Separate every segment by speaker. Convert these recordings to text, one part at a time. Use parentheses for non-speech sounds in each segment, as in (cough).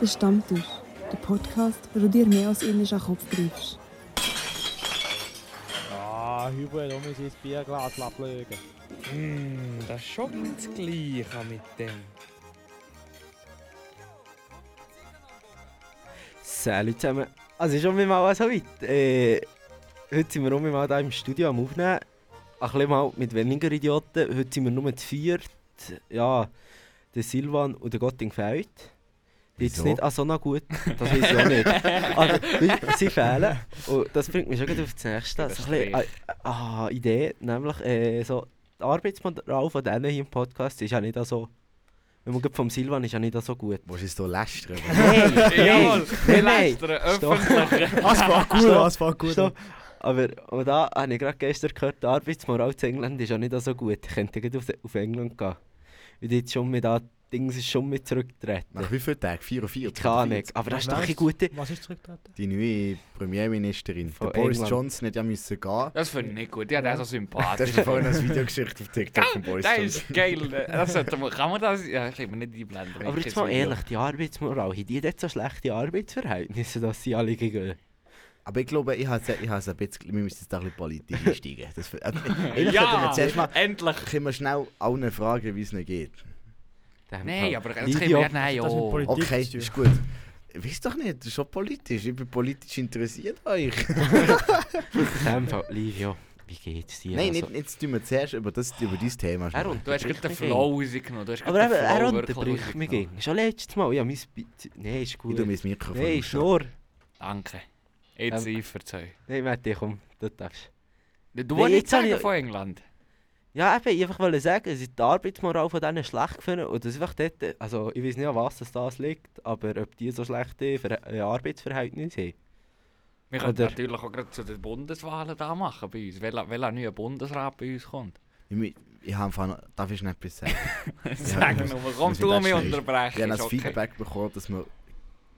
Speaker 1: Der Stammtisch, der Podcast, wo du dir mehr als einmal an den Kopf greifst.
Speaker 2: Ah, Hubert, du musst ins Bierglas ablegen.
Speaker 3: Mm, das ist schon nicht das Gleiche mit dem. Salut zusammen. Also schon wieder mal so weit. Äh, heute sind wir auch mal hier im Studio am Aufnehmen. Ein bisschen mal mit weniger Idioten. Heute sind wir nur zu viert. Ja, der Silvan und der Gotting fehlt. Die ist
Speaker 4: Wieso?
Speaker 3: nicht an so einer gut. Das weiß ich auch nicht. Also, weisst, sie fehlen. Und das bringt mich schon gleich auf das nächste. So ein bisschen, äh, ah, Idee, nämlich äh, so, das Arbeitsmaterial von denen hier im Podcast ist ja nicht so. Wenn man gerade vom Silvan ist ja nicht so gut.
Speaker 4: Musst du es hier lästern?
Speaker 3: Jawohl,
Speaker 5: wir
Speaker 3: nein.
Speaker 5: lästern
Speaker 3: Stopp.
Speaker 5: öffentlich.
Speaker 4: Was war gut,
Speaker 3: Stopp,
Speaker 4: was war gut.
Speaker 3: Stopp. Aber und da habe ich gerade gestern gehört, die Arbeitsmoral zu England ist ja nicht so gut. Ich könnte gleich auf, auf England gehen. Und jetzt schon mit da Dings ist schon mit zurückgetreten.
Speaker 4: Nach wie vielen Tagen? 4 und 4?
Speaker 3: Ich kann nicht. Aber das ist doch eine gute.
Speaker 2: Was ist zurückgetreten?
Speaker 4: Die neue Premierministerin,
Speaker 3: Von
Speaker 4: der Boris
Speaker 3: England.
Speaker 4: Johnson, hat ja müssen gehen.
Speaker 5: Das finde ich nicht gut. Ja, der ist so
Speaker 4: Das
Speaker 5: sympathisch.
Speaker 4: ist vorhin ein Video geschickt auf TikTok von Boris
Speaker 5: der ist
Speaker 4: Johnson.
Speaker 5: geil. Das sollte man, kann man das? Ja, ich kann mir nicht einblenden. wenn
Speaker 3: Aber
Speaker 5: ich
Speaker 3: jetzt mal
Speaker 5: will.
Speaker 3: ehrlich, die Arbeitsmoral, haben die dort so schlechte Arbeitsverhältnisse, dass sie alle gehen?
Speaker 4: Aber ich glaube, ich habe es ich habe es ein bisschen, wir müssen jetzt da ein
Speaker 3: (laughs)
Speaker 4: bisschen politisch einsteigen. Das, äh, eigentlich sollten wir
Speaker 5: Ja,
Speaker 4: zuerst mal,
Speaker 5: endlich.
Speaker 4: können wir schnell allen fragen, wie es ihnen geht.
Speaker 5: Nein, aber das
Speaker 3: Lydia,
Speaker 5: können wir ja nein,
Speaker 2: das sind
Speaker 5: oh.
Speaker 2: Politik-
Speaker 4: Okay,
Speaker 2: Steuer.
Speaker 4: ist gut. Weiß doch nicht, das ist schon politisch. Ich bin politisch interessiert an euch.
Speaker 3: In dem Fall, Livio, wie geht's dir?
Speaker 4: Nein,
Speaker 3: Also,
Speaker 4: nicht, jetzt tun wir zuerst über, das, über dein Thema
Speaker 3: Er
Speaker 4: sprechen.
Speaker 5: Du hast gerade
Speaker 3: unterbricht
Speaker 5: den
Speaker 3: mich
Speaker 5: Flow rausgenommen. Du hast
Speaker 3: Aber
Speaker 5: gerade
Speaker 3: eben,
Speaker 5: den
Speaker 3: er
Speaker 5: Flow
Speaker 3: unterbricht mich
Speaker 5: rausgenommen.
Speaker 3: gegen. Schon letztes Mal, ja, mein Bi- Nein, ist
Speaker 4: Ich
Speaker 3: gut.
Speaker 4: tue mein Mikrofon.
Speaker 3: Nein,
Speaker 4: aus.
Speaker 3: Schnur.
Speaker 5: Danke. Jetzt ich verzeih.
Speaker 3: Nein, Matti, komm, du darfst.
Speaker 5: Du
Speaker 3: Nein,
Speaker 5: wolltest nicht
Speaker 3: jetzt hab
Speaker 5: sagen
Speaker 3: ich-
Speaker 5: von England.
Speaker 3: Ja, eben, ich einfach wollte sagen, es ist die Arbeitsmoral von denen schlecht gefunden und das einfach dort, also ich weiß nicht, an was das das liegt, aber ob die so schlechte Ver äh, Arbeitsverhältnisse haben.
Speaker 5: Wir können
Speaker 3: Oder-
Speaker 5: natürlich auch gerade zu den Bundeswahlen da machen bei uns. Welcher welcher neue Bundesrat bei uns (laughs) kommt.
Speaker 4: Ich, mi- ich habe einfach noch, darf ich nicht etwas
Speaker 5: (laughs)
Speaker 4: sagen?
Speaker 5: Sag
Speaker 4: das-
Speaker 5: nur, komm,
Speaker 4: das
Speaker 5: du
Speaker 4: wird
Speaker 5: mich
Speaker 4: auch schnell.
Speaker 5: unterbrechen.
Speaker 4: Ich habe
Speaker 5: ist
Speaker 4: das
Speaker 5: okay.
Speaker 4: Feedback bekommen, dass man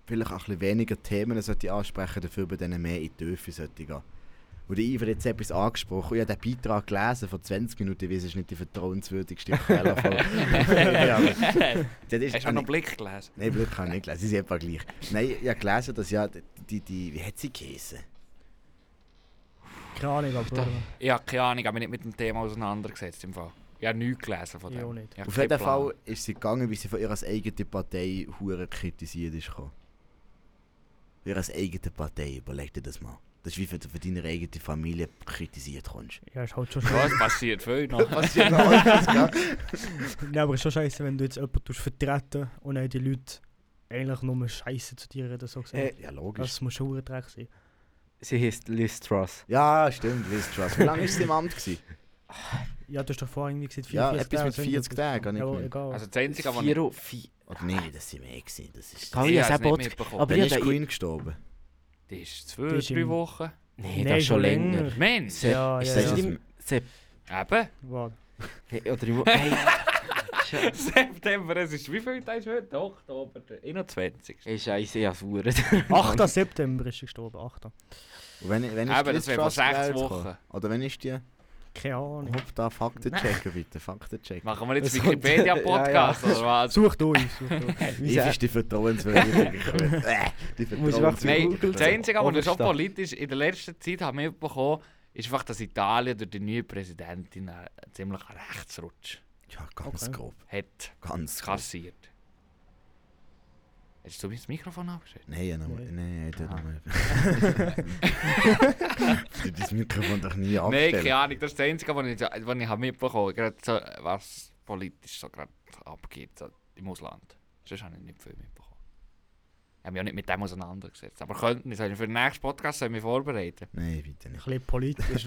Speaker 4: vielleicht auch ein bisschen weniger Themen sollte ansprechen dafür bei denen mehr in die Tiefe sollte gehen. Und der Iver hat jetzt etwas angesprochen. Ich habe den Beitrag gelesen vor 20 Minuten. Ich weiß, es ist nicht die vertrauenswürdigste Quelle.
Speaker 5: (laughs)
Speaker 4: von- (laughs) ja, aber das ist,
Speaker 5: Hast du noch einen Blick gelesen?
Speaker 4: Nein, Blick kann ich nicht gelesen. Sie sind etwa gleich. Nein, ich habe gelesen, dass ja die, die, die wie hat sie geheißen?
Speaker 2: Keine Ahnung, aber...
Speaker 5: Ich habe keine Ahnung, ich habe mich nicht mit dem Thema auseinandergesetzt. Im Fall. Ich habe nichts gelesen von
Speaker 2: Ich
Speaker 5: dem.
Speaker 2: auch nicht.
Speaker 5: habe
Speaker 4: Auf
Speaker 5: keinen
Speaker 4: jeden
Speaker 5: Plan.
Speaker 4: Fall ist sie gegangen, weil sie von ihrer eigenen Partei hure kritisiert ist. gekommen. Von ihrer eigenen Partei, überleg dir das mal. Das ist wie wenn du von deiner eigenen Familie kritisiert kommst.
Speaker 2: Ja, ist halt schon
Speaker 5: Ja,
Speaker 2: scheiße.
Speaker 5: es passiert viel
Speaker 3: (laughs)
Speaker 5: noch.
Speaker 4: Passiert noch alles, gell?
Speaker 2: Nein, aber ist schon scheiße, wenn du jetzt jemanden tust vertreten und dann die Leute eigentlich nur scheiße zu dir reden, so gesehen.
Speaker 3: Äh,
Speaker 4: (laughs) Ja, logisch.
Speaker 2: das muss schon ein Dreck sein.
Speaker 3: Sie heisst Liz Truss.
Speaker 4: Ja, stimmt, wisst ihr was. Wie lange war sie im Amt? Gewesen?
Speaker 2: Ja, du hast doch vorhin irgendwie gesagt,
Speaker 4: Ja,
Speaker 2: 44
Speaker 4: etwas mit
Speaker 2: Tage,
Speaker 4: 40 Tagen, habe ich
Speaker 2: Ja,
Speaker 4: gemeint.
Speaker 2: egal.
Speaker 5: Also das Einzige, was ich...
Speaker 3: Vier und vier.
Speaker 4: Oder nein, das sind mehr gewesen. Das ist...
Speaker 3: Kann
Speaker 5: Ich
Speaker 3: ich
Speaker 5: hab's
Speaker 3: das
Speaker 5: nicht
Speaker 3: auch
Speaker 5: mitbekommen.
Speaker 3: Aber
Speaker 4: Wann
Speaker 3: ich
Speaker 4: ist
Speaker 3: habe...
Speaker 4: Queen gestorben?
Speaker 5: Das ist zwei,
Speaker 2: Das ist
Speaker 5: drei
Speaker 2: im-
Speaker 5: Wochen.
Speaker 3: Nein,
Speaker 2: Nein,
Speaker 3: das ist schon länger.
Speaker 5: Mensch,
Speaker 3: Se-
Speaker 2: Ja,
Speaker 3: ist
Speaker 2: ja,
Speaker 4: das
Speaker 3: das
Speaker 2: ja.
Speaker 4: nicht-
Speaker 3: im Sep-
Speaker 5: eben.
Speaker 2: Warte.
Speaker 3: Hey, Oder im... Hey. Sche-
Speaker 5: (laughs) September, es ist wie viel Tag ist heute? Oktober, der 21.
Speaker 3: Ey, Scheiße, ich hab's verdammt.
Speaker 2: 8. September ist er gestorben, 8.
Speaker 4: Und wenn, wenn ist
Speaker 5: Eben, das
Speaker 4: Liz
Speaker 5: wäre vor
Speaker 4: Truss
Speaker 5: sechs
Speaker 4: gewählt
Speaker 5: Wochen.
Speaker 4: worden? Oder wenn ist die?
Speaker 2: Keine Ahnung.
Speaker 4: Hopp, da Fakten checken bitte, Fakten checken.
Speaker 5: Machen wir jetzt
Speaker 3: Es kommt- (laughs)
Speaker 5: Wikipedia-Podcast oder was?
Speaker 2: Such du uns, such du uns.
Speaker 4: Ich ist die vertrauenswürdige Quelle. Äh, Die
Speaker 3: Muss ich einfach zu
Speaker 5: Nein,
Speaker 3: Google
Speaker 5: das Einzige, was ich schon
Speaker 3: Oberstadt.
Speaker 5: politisch in der letzten Zeit habe mitbekommen ist einfach, dass Italien durch die neue Präsidentin äh, einen ziemlichen Rechtsrutsch
Speaker 4: Ja, ganz
Speaker 2: Okay.
Speaker 4: grob.
Speaker 5: hat
Speaker 4: Ganz grob.
Speaker 5: kassiert. Hast du mein Mikrofon abgeschnitten?
Speaker 4: Nein, ja, nochmal.
Speaker 2: Nee.
Speaker 4: Nein, ja, nochmal. Du das Mikrofon doch nie
Speaker 5: Nein,
Speaker 4: abstellen.
Speaker 5: keine Ahnung, das ist das Einzige, was ich, was ich habe mitbekommen habe. Gerade so, was politisch so gerade abgeht so im Ausland. Sonst habe ich nicht viel mitbekommen. Ich habe mich auch nicht mit dem auseinandergesetzt. Aber könnten, ich soll für den nächsten Podcast soll ich mich vorbereiten.
Speaker 4: Nein, bitte
Speaker 2: Ein
Speaker 4: nicht.
Speaker 2: bisschen politisch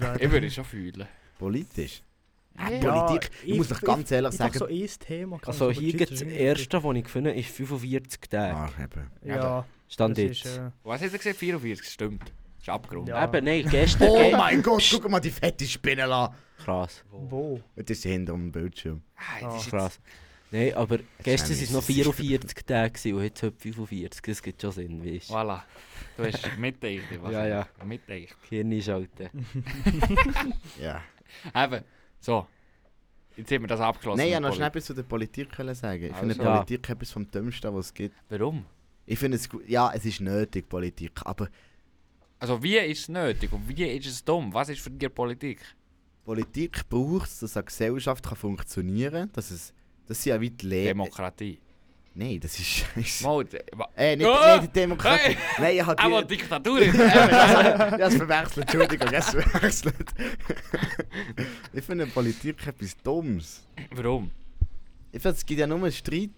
Speaker 5: (laughs)
Speaker 2: werden.
Speaker 5: Ich würde es schon fühlen.
Speaker 4: Politisch?
Speaker 2: Ja,
Speaker 4: Politik? Ich, muss doch ganz ehrlich
Speaker 2: ich, ich
Speaker 4: sagen...
Speaker 2: Ich so ein Thema. kann
Speaker 3: Also
Speaker 2: ich so
Speaker 3: hier
Speaker 2: legit
Speaker 3: gibt das
Speaker 2: irgendwie-
Speaker 3: erste, was ich gefunden habe, ist 45 Tage.
Speaker 4: Ah, eben.
Speaker 2: Ja,
Speaker 3: Stand
Speaker 2: das ist...
Speaker 3: jetzt.
Speaker 2: Äh,
Speaker 5: Was hat er gesagt? 44, stimmt. Ist abgerundet.
Speaker 2: Ja.
Speaker 3: Eben, nein, gestern...
Speaker 4: Oh
Speaker 3: ge-
Speaker 4: mein Gott, guck mal die fette Spinne an!
Speaker 3: Krass,
Speaker 2: wo?
Speaker 4: Das ist hinter dem Bildschirm.
Speaker 5: Ah, das ist jetzt,
Speaker 3: krass. Nein, aber gestern
Speaker 4: haben
Speaker 3: waren es
Speaker 4: wir
Speaker 3: noch
Speaker 4: es.
Speaker 3: 44 Tage gewesen und jetzt heute 45. Das gibt schon Sinn, weißt du?
Speaker 5: voilà. Du hast mitgedacht. was?
Speaker 3: Ja, ja.
Speaker 5: Mitgedacht.
Speaker 3: Hirn einschalten.
Speaker 4: Ja.
Speaker 5: Eben. So. Jetzt haben wir das abgeschlossen.
Speaker 4: Nein, ich
Speaker 5: mit
Speaker 4: wollte noch schnell
Speaker 5: Politik.
Speaker 4: etwas zu der Politik können sagen. Ich
Speaker 5: Also.
Speaker 4: finde
Speaker 3: Ja.
Speaker 4: Politik etwas vom Dümmsten, was es gibt.
Speaker 5: Warum?
Speaker 4: Ich finde es gut, ja, es ist nötig, Politik, aber
Speaker 5: Also wie ist es nötig und wie ist es dumm? Was ist für dich Politik?
Speaker 4: Politik braucht es, dass eine Gesellschaft kann funktionieren kann, dass es, das sind ja wie die
Speaker 3: Äh,
Speaker 4: Lehre...
Speaker 5: Demokratie.
Speaker 4: Nein, das ist (laughs) scheisse.
Speaker 5: Mal, de- wa-
Speaker 4: Äh, nicht,
Speaker 5: Ah!
Speaker 4: nicht die Demokratie.
Speaker 5: Hey!
Speaker 4: Nein, ich habe (laughs)
Speaker 5: Aber
Speaker 4: die...
Speaker 5: Diktatur ist Äh, eben.
Speaker 4: Das verwechselt, Entschuldigung, das verwechselt. (laughs) ich finde Politik etwas Dummes.
Speaker 5: Warum?
Speaker 4: Ich finde, es gibt ja nur Streit.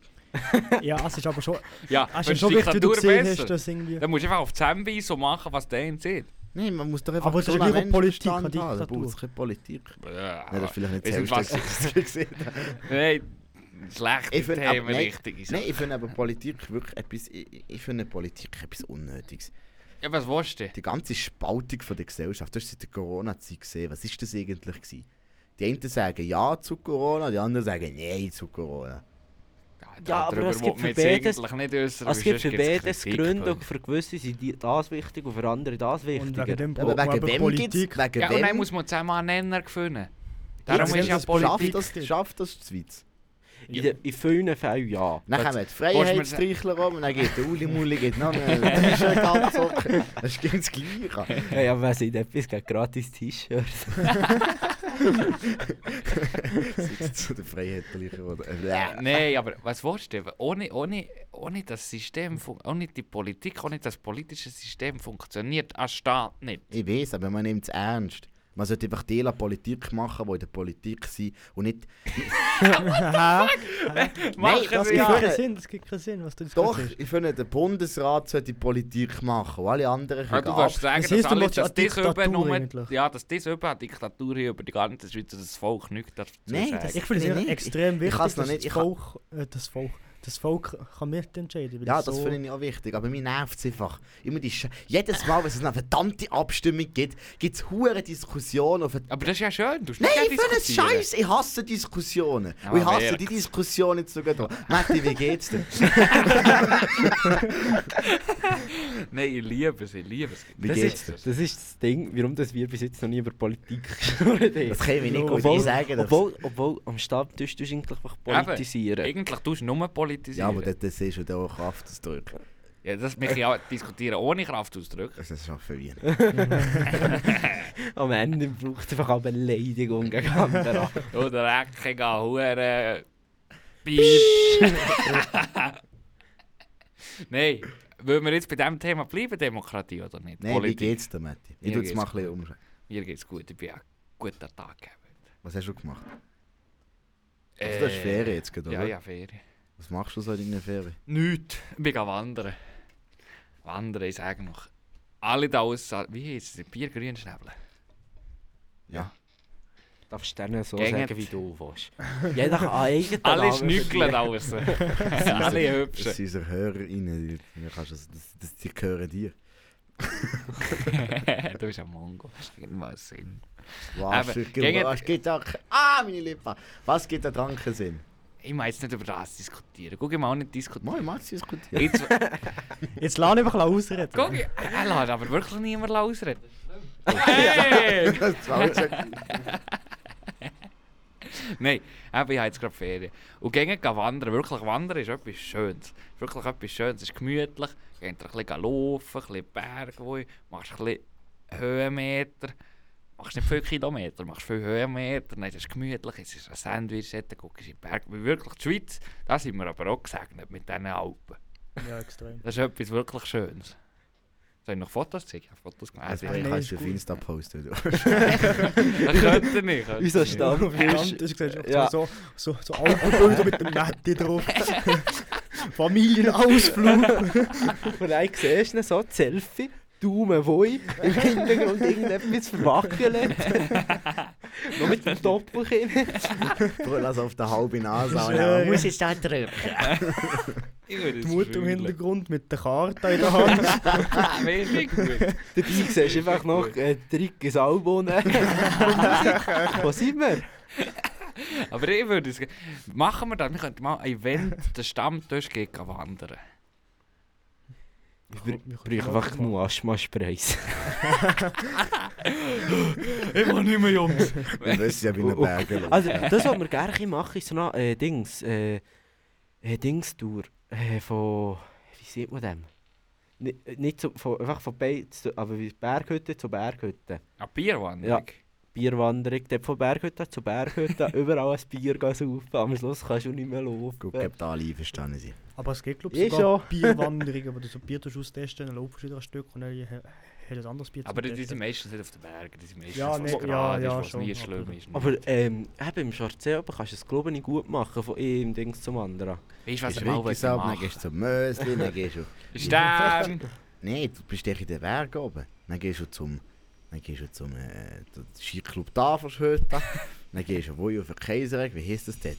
Speaker 2: Ja, es ist aber schon.
Speaker 5: Ja,
Speaker 2: Es
Speaker 5: wenn
Speaker 2: ist Ah, schon wichtig, wie du
Speaker 5: Diktatur
Speaker 2: gesehen
Speaker 5: besser.
Speaker 2: hast, dass irgendwie.
Speaker 5: Dann musst du einfach auf die Zambi so machen, was der ihnen sieht.
Speaker 4: Nein, man muss doch einfach
Speaker 2: Aber es ist
Speaker 4: gesunden
Speaker 2: gleich auch Politik,
Speaker 4: Menschenverstand
Speaker 2: keine
Speaker 4: haben. Da
Speaker 2: Diktatur.
Speaker 4: braucht es keine Politik. Nein, das ist
Speaker 5: Nein,
Speaker 4: vielleicht nicht
Speaker 5: wir sind
Speaker 4: das Hellste, was ich gesehen habe. (laughs)
Speaker 5: Nein, schlechte
Speaker 4: Ich finde
Speaker 5: Themen,
Speaker 4: aber, nein,
Speaker 5: richtige
Speaker 4: nein,
Speaker 5: Sachen.
Speaker 4: ich finde aber Politik wirklich etwas, ich, ich finde Politik etwas Unnötiges.
Speaker 5: Ja, was willst du?
Speaker 4: Die ganze Spaltung von der Gesellschaft, das hast du seit der Corona-Zeit gesehen, was ist das eigentlich gewesen? Die einen sagen ja zu Corona, die anderen sagen nein zu Corona.
Speaker 3: Ja, aber
Speaker 5: darüber
Speaker 3: es
Speaker 5: will
Speaker 3: gibt
Speaker 5: man
Speaker 3: für
Speaker 5: jetzt
Speaker 3: beides-
Speaker 5: eigentlich nicht äußern,
Speaker 3: Es
Speaker 5: weil
Speaker 3: gibt
Speaker 5: sonst
Speaker 3: für
Speaker 5: gibt's
Speaker 3: beides
Speaker 5: Kritikpunkte.
Speaker 3: Gründe und für gewisse sind die- das wichtig und für andere das
Speaker 2: Und wegen
Speaker 3: wichtiger.
Speaker 2: dem
Speaker 4: Aber
Speaker 2: braucht
Speaker 4: wegen
Speaker 2: man eben
Speaker 4: wem gibt's-
Speaker 2: Politik.
Speaker 4: Wegen
Speaker 5: Ja,
Speaker 4: wem?
Speaker 5: und dann muss man zusammen einen Nenner finden.
Speaker 2: Ja,
Speaker 5: Darum
Speaker 2: aber
Speaker 5: ist ja
Speaker 2: das-
Speaker 5: Politik...
Speaker 4: Schafft das, schafft das die Schweiz?
Speaker 3: In, de, in vielen Fällen ja.
Speaker 4: Dann
Speaker 5: Gut.
Speaker 4: kommen die
Speaker 5: mir
Speaker 4: Freiheitsstreichler rum und dann geht der Uli Mulli, geht noch
Speaker 5: (laughs)
Speaker 4: mehr. Das ist ja Das ist ganz gleich.
Speaker 3: Hey, (laughs) aber wer sagt etwas gegen gratis T-Shirts?
Speaker 4: Sitzt zu den Freiheitlichen oder... Äh,
Speaker 5: Nein, aber was willst du? Ohne, ohne, ohne das System, fun- ohne die Politik, ohne das politische System funktioniert ein
Speaker 4: (laughs)
Speaker 5: Staat nicht.
Speaker 4: Ich weiß, aber man nimmt es ernst. Man sollte einfach die la Politik machen, die in der Politik sind und nicht...
Speaker 5: Machen
Speaker 4: das ist
Speaker 5: Sie ja.
Speaker 2: Das gibt
Speaker 4: Ja.
Speaker 2: keinen Sinn, das gibt keinen Sinn, was du jetzt
Speaker 4: Doch,
Speaker 2: gesagt hast.
Speaker 4: ich finde, der Bundesrat sollte die Politik machen und alle anderen
Speaker 5: Ja,
Speaker 4: können
Speaker 5: du
Speaker 4: ab.
Speaker 5: kannst sagen,
Speaker 2: Das
Speaker 5: dass,
Speaker 2: heisst, du
Speaker 5: alle,
Speaker 2: willst
Speaker 5: dass
Speaker 2: eine
Speaker 5: das über
Speaker 2: Diktatur
Speaker 5: nur,
Speaker 2: eigentlich.
Speaker 5: ja, dass das über eine Diktatur hier über die ganze Schweiz, dass das Volk nichts darf dazu
Speaker 4: Nein,
Speaker 5: sagen.
Speaker 4: das-
Speaker 2: Ich finde
Speaker 4: Nee,
Speaker 2: es
Speaker 4: nee,
Speaker 2: nee, extrem
Speaker 4: ich
Speaker 2: wichtig,
Speaker 4: kann's
Speaker 2: dass
Speaker 4: noch nicht,
Speaker 2: das
Speaker 4: ich kann-
Speaker 2: Volk, äh, das Volk, das Volk kann mitentscheiden. weil
Speaker 4: Ja,
Speaker 2: so-
Speaker 4: das finde ich auch wichtig, aber mir nervt es einfach. Immer die Sche Jedes Mal, wenn es eine verdammte Abstimmung gibt, gibt es hure Diskussionen. Auf
Speaker 5: Aber das ist ja schön, du
Speaker 4: Nein, ich finde es scheiße, ich hasse Diskussionen.
Speaker 5: Ja,
Speaker 4: und ich
Speaker 5: man
Speaker 4: hasse
Speaker 5: merkt's.
Speaker 4: die Diskussion jetzt sogar hier. Matti, wie geht's
Speaker 5: (laughs)
Speaker 4: dir?
Speaker 5: Nein, ich liebe es, ich liebe es.
Speaker 4: Wie
Speaker 3: Das
Speaker 4: geht's
Speaker 3: ist,
Speaker 4: dir?
Speaker 3: das ist das Ding, warum dass wir bis jetzt noch nie über Politik (laughs) gesprochen haben.
Speaker 4: Das können wir nicht gut
Speaker 3: obwohl,
Speaker 4: sagen. dass-
Speaker 3: obwohl, obwohl am Stammtisch tust du eigentlich einfach politisieren.
Speaker 5: Eigentlich tust du nur
Speaker 4: Ja,
Speaker 5: politisieren.
Speaker 4: aber das, das ist schon der Kraftausdruck.
Speaker 5: ja, das wir können ja diskutieren ohne Kraftausdruck.
Speaker 4: Das ist schon
Speaker 5: (laughs)
Speaker 4: verwirrend.
Speaker 3: Am Ende braucht es einfach auch Beleidigung gegen andere.
Speaker 5: Oder eckiger Hure. (laughs) Piep. Nein, wollen wir jetzt bei diesem Thema bleiben, Demokratie oder nicht?
Speaker 4: Nein, wie geht's dir, Matti? Ich
Speaker 5: Mir
Speaker 4: tue es mal ein
Speaker 5: geht's
Speaker 4: bisschen umschreiben.
Speaker 5: Mir geht's gut, ich bin ein guter Tag. heute.
Speaker 4: Was hast du gemacht? Also, das ist
Speaker 5: Äh,
Speaker 4: Ferien jetzt gerade,
Speaker 5: Ja,
Speaker 4: oder?
Speaker 5: ja, Ferien.
Speaker 4: Was machst du so in deiner Ferien?
Speaker 5: Nichts. Ich bin gegangen wandern. Wandern, ich sage noch. Alle da aussen, wie heisst es? Biergrünschnäbel.
Speaker 3: Darfst du denen so
Speaker 5: Gänget.
Speaker 3: sagen, wie du willst. Jeder kann einen eigenen
Speaker 5: Alle
Speaker 3: Namen
Speaker 5: schnügeln
Speaker 3: verlieren.
Speaker 5: da aussen. Alle
Speaker 4: Das
Speaker 5: hübschen.
Speaker 4: sind unsere HörerInnen, die, die, kannst du- das, das, die gehören dir.
Speaker 5: du bist ein Mongo. Das macht mal Sinn.
Speaker 4: Was,
Speaker 5: Aber
Speaker 4: ich
Speaker 5: gegen-
Speaker 4: was geht da... Ah, meine Lippen! Was geht da dran keinen Sinn?
Speaker 5: Ich meine jetzt nicht über das diskutieren. Guck ich mal auch nicht diskutieren.
Speaker 4: Moin, Matzi ist gut.
Speaker 5: Jetzt,
Speaker 2: Jetzt lass ihn einfach ausreden.
Speaker 5: guck, ich- er lässt aber wirklich niemand ausreden. (laughs) Hey!
Speaker 4: Das war jetzt ein-
Speaker 5: Nein, eben, ich habe jetzt gerade Ferien. Und gehen gehen wandern, wirklich wandern ist etwas Schönes. Wirklich etwas Schönes, es ist gemütlich. Geht ein bisschen laufen, ein bisschen Berge, wo machst ein bisschen Höhenmeter. Machst nicht viele Kilometer, machst viel Höhenmeter. Nein, es ist gemütlich, es ist ein Sandwich, dann guckst du in den Berg. Weil Wirklich, die Schweiz, da sind wir aber auch gesegnet mit diesen Alpen.
Speaker 2: Ja, extrem.
Speaker 5: Das ist etwas wirklich Schönes. Soll ich noch Fotos zeigen? Ich habe Fotos
Speaker 4: Das
Speaker 5: gemacht.
Speaker 4: Bild
Speaker 2: nee,
Speaker 4: kannst du
Speaker 2: ist
Speaker 4: auf
Speaker 2: gut.
Speaker 4: Insta posten. du.
Speaker 5: Das könnte ich nicht. könnte
Speaker 3: Unser
Speaker 5: ich nicht.
Speaker 2: Verdammt,
Speaker 3: Stammtisch.
Speaker 2: ist gesagt,
Speaker 3: Ja.
Speaker 2: ja. so, so, so Alpenbilder mit dem Matti drauf. Familienausflug.
Speaker 3: Und dann siehst du ihn so, die Selfie, Daumen woi, im Hintergrund irgendetwas
Speaker 5: (laughs)
Speaker 3: verwackelt. Nur mit dem Doppelkinn.
Speaker 4: Du lass auf der halben Nase
Speaker 2: Das ist,
Speaker 4: an.
Speaker 2: äh, Muss
Speaker 4: ich da drücken?
Speaker 5: Ich würde
Speaker 2: Die
Speaker 5: es
Speaker 2: Mutter im
Speaker 5: fühlen.
Speaker 2: Hintergrund mit der Karte in der Hand.
Speaker 5: Ah, wirklich (laughs) gut.
Speaker 3: Dabei siehst du einfach noch äh, Trickes
Speaker 5: (laughs)
Speaker 3: Album. Wo sind wir?
Speaker 5: Aber ich würde es. Machen wir das. Wir könnten mal ein
Speaker 2: (laughs)
Speaker 5: Event, der Stammtisch geht gehen wandern.
Speaker 3: Wir brauchen einfach nur Asthma-Sprays.
Speaker 5: Ich will nicht mehr, Jungs. (laughs)
Speaker 4: Wir wissen ja, wie ein
Speaker 3: Oh, oh.
Speaker 4: Berge läuft. (laughs)
Speaker 3: Also, das, was wir gerne ein bisschen machen, ist so eine äh, Dings. Äh, äh, Dings-Tour. Äh, von. Wie sieht man dem? Nicht, nicht so, von, einfach von Be zu, aber wie Berghütte zu Berghütte.
Speaker 5: Eine Bierwanderung?
Speaker 3: Bierwanderung, dort von Berghütte zu Berghütte,
Speaker 4: (laughs)
Speaker 3: überall ein Bier gehen saufen, am Schluss kannst du nicht mehr laufen.
Speaker 4: Gut, ich da alle einverstanden sind.
Speaker 2: Aber es gibt, glaube
Speaker 3: Ich
Speaker 2: ich, sogar Bierwanderungen, wo du so Bier tust austesten, dann läufst du wieder ein Stück und dann hat ein anderes Bier
Speaker 5: Aber die, die sind
Speaker 2: testen.
Speaker 5: meistens nicht auf den Bergen, die sind meistens
Speaker 2: Ja,
Speaker 5: ja,
Speaker 2: nee,
Speaker 5: nee,
Speaker 2: ja,
Speaker 5: gerade,
Speaker 2: ja,
Speaker 5: ja, ist, wo
Speaker 2: schon,
Speaker 5: es nie
Speaker 2: aber-
Speaker 5: schlimm ist. nicht.
Speaker 3: Aber ähm, eben im Schwarzsee oben kannst du es glaube ich nicht gut machen, von einem Ding zum anderen.
Speaker 5: weißt du, was
Speaker 4: Gehst
Speaker 5: ich mal
Speaker 4: wirklich
Speaker 5: wollte
Speaker 4: ab, dann
Speaker 5: machen
Speaker 4: gehst du zum Mösli, dann gehst du...
Speaker 5: Stern!
Speaker 4: Nein, du bist doch in den Bergen oben. Dann gehst du zum... Dann gehst du zum äh, zum Skiclub Tafelshütte. dann gehst du wohl auf den Kaiserweg. Wie heisst das dort?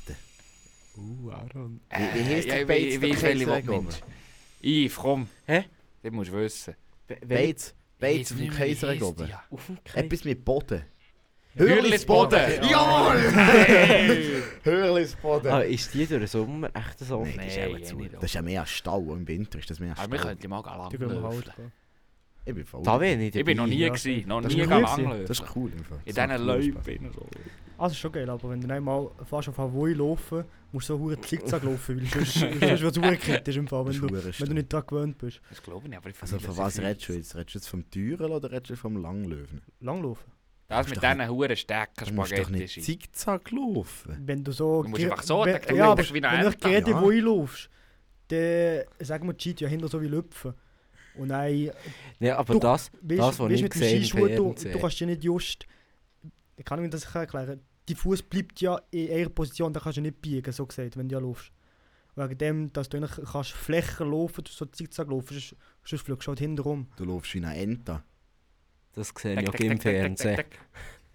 Speaker 3: Uh, Aaron.
Speaker 4: Wie, wie
Speaker 5: Äh,
Speaker 4: heisst
Speaker 5: ja,
Speaker 4: der
Speaker 5: ich
Speaker 4: Beiz
Speaker 5: weiß,
Speaker 4: der
Speaker 5: ich
Speaker 4: Kaiserweg
Speaker 5: weiß,
Speaker 4: oben?
Speaker 5: was Yves, komm.
Speaker 3: Hä?
Speaker 5: Das musst du wissen.
Speaker 4: Beiz, Beiz
Speaker 5: Ich weiss
Speaker 4: auf dem
Speaker 5: nicht mehr, wie
Speaker 4: Kaiserweg
Speaker 5: heisst
Speaker 4: oben.
Speaker 5: die, ja.
Speaker 3: Auf dem Kreis.
Speaker 4: Etwas mit Boden.
Speaker 5: Hürlisboden! (laughs) Jawohl!
Speaker 4: (laughs) Hürlisboden!
Speaker 3: Ah, ist die durch den Sommer echt so?
Speaker 4: Nein, Oh, das ist
Speaker 5: Nee,
Speaker 4: auch
Speaker 5: eh
Speaker 4: zu.
Speaker 5: nicht,
Speaker 4: Das ist ja mehr ein Stau im Winter. Ist das mehr ein
Speaker 5: Aber wir
Speaker 4: Stau?
Speaker 5: könnten mal
Speaker 2: Die gehen wir halt.
Speaker 5: anlaufen.
Speaker 2: gehen.
Speaker 4: Ich bin voll.
Speaker 3: Da bin ich dabei.
Speaker 5: Ich bin noch nie
Speaker 2: Ja,
Speaker 5: gewesen, noch
Speaker 4: Das
Speaker 5: nie
Speaker 4: ist cool gewesen.
Speaker 5: anlaufen.
Speaker 4: Das ist cool. im Fall.
Speaker 5: In
Speaker 4: Das macht
Speaker 5: diesen
Speaker 4: cool
Speaker 5: Leuten
Speaker 4: Spaß.
Speaker 5: bin ich so.
Speaker 2: Also ist schon geil, aber wenn du einmal fast auf Hawaii laufen, musst du so hure
Speaker 5: (laughs)
Speaker 2: zickzack laufen, weil sonst, sonst wird es kritisch im Fall,
Speaker 4: Das
Speaker 2: wenn
Speaker 4: ist
Speaker 2: du,
Speaker 4: verdammt
Speaker 2: wenn du
Speaker 4: schlimm.
Speaker 2: nicht daran gewöhnt bist.
Speaker 5: Das glaube ich nicht, aber ich
Speaker 4: Also
Speaker 5: finde
Speaker 4: von
Speaker 5: das
Speaker 4: was
Speaker 5: nicht.
Speaker 4: redest du jetzt? Redest du jetzt vom Teuren oder redest du vom Langlöwen?
Speaker 2: Langlaufen.
Speaker 5: Das
Speaker 4: Du
Speaker 5: mit
Speaker 4: musst doch
Speaker 5: diesen Huren Stecker
Speaker 4: Du musst doch nicht
Speaker 5: Spaghetti.
Speaker 4: zickzack laufen.
Speaker 2: Wenn du so...
Speaker 5: Du musst
Speaker 2: gere-
Speaker 5: einfach so,
Speaker 2: wenn-
Speaker 5: dann- du
Speaker 2: ja, aber
Speaker 5: läufst wie ein
Speaker 2: wenn du
Speaker 5: Erdgang.
Speaker 2: gerade
Speaker 4: Ja.
Speaker 2: wo einlaufst, dann sagen wir, die Cheat ja hinter so wie Löpfen. Und dann
Speaker 3: Ja, aber
Speaker 2: Du-
Speaker 3: das,
Speaker 2: Weißt,
Speaker 3: das, was
Speaker 2: weißt,
Speaker 3: ich
Speaker 2: mit dem
Speaker 3: gesehen im
Speaker 2: Skischuh, du,
Speaker 3: Fernsehen.
Speaker 2: du kannst ja nicht just. Ich kann mir das nicht erklären. Die Fuß bleibt ja in einer Position, da kannst du nicht biegen, so gesagt, wenn du ja laufst. Wegen dem, dass du eigentlich kannst flächer laufen, du so zickzack laufen, sonst, sonst fliegst du halt hinterher.
Speaker 4: Du laufst wie eine Ente.
Speaker 3: das sehe ich auch im Fernsehen.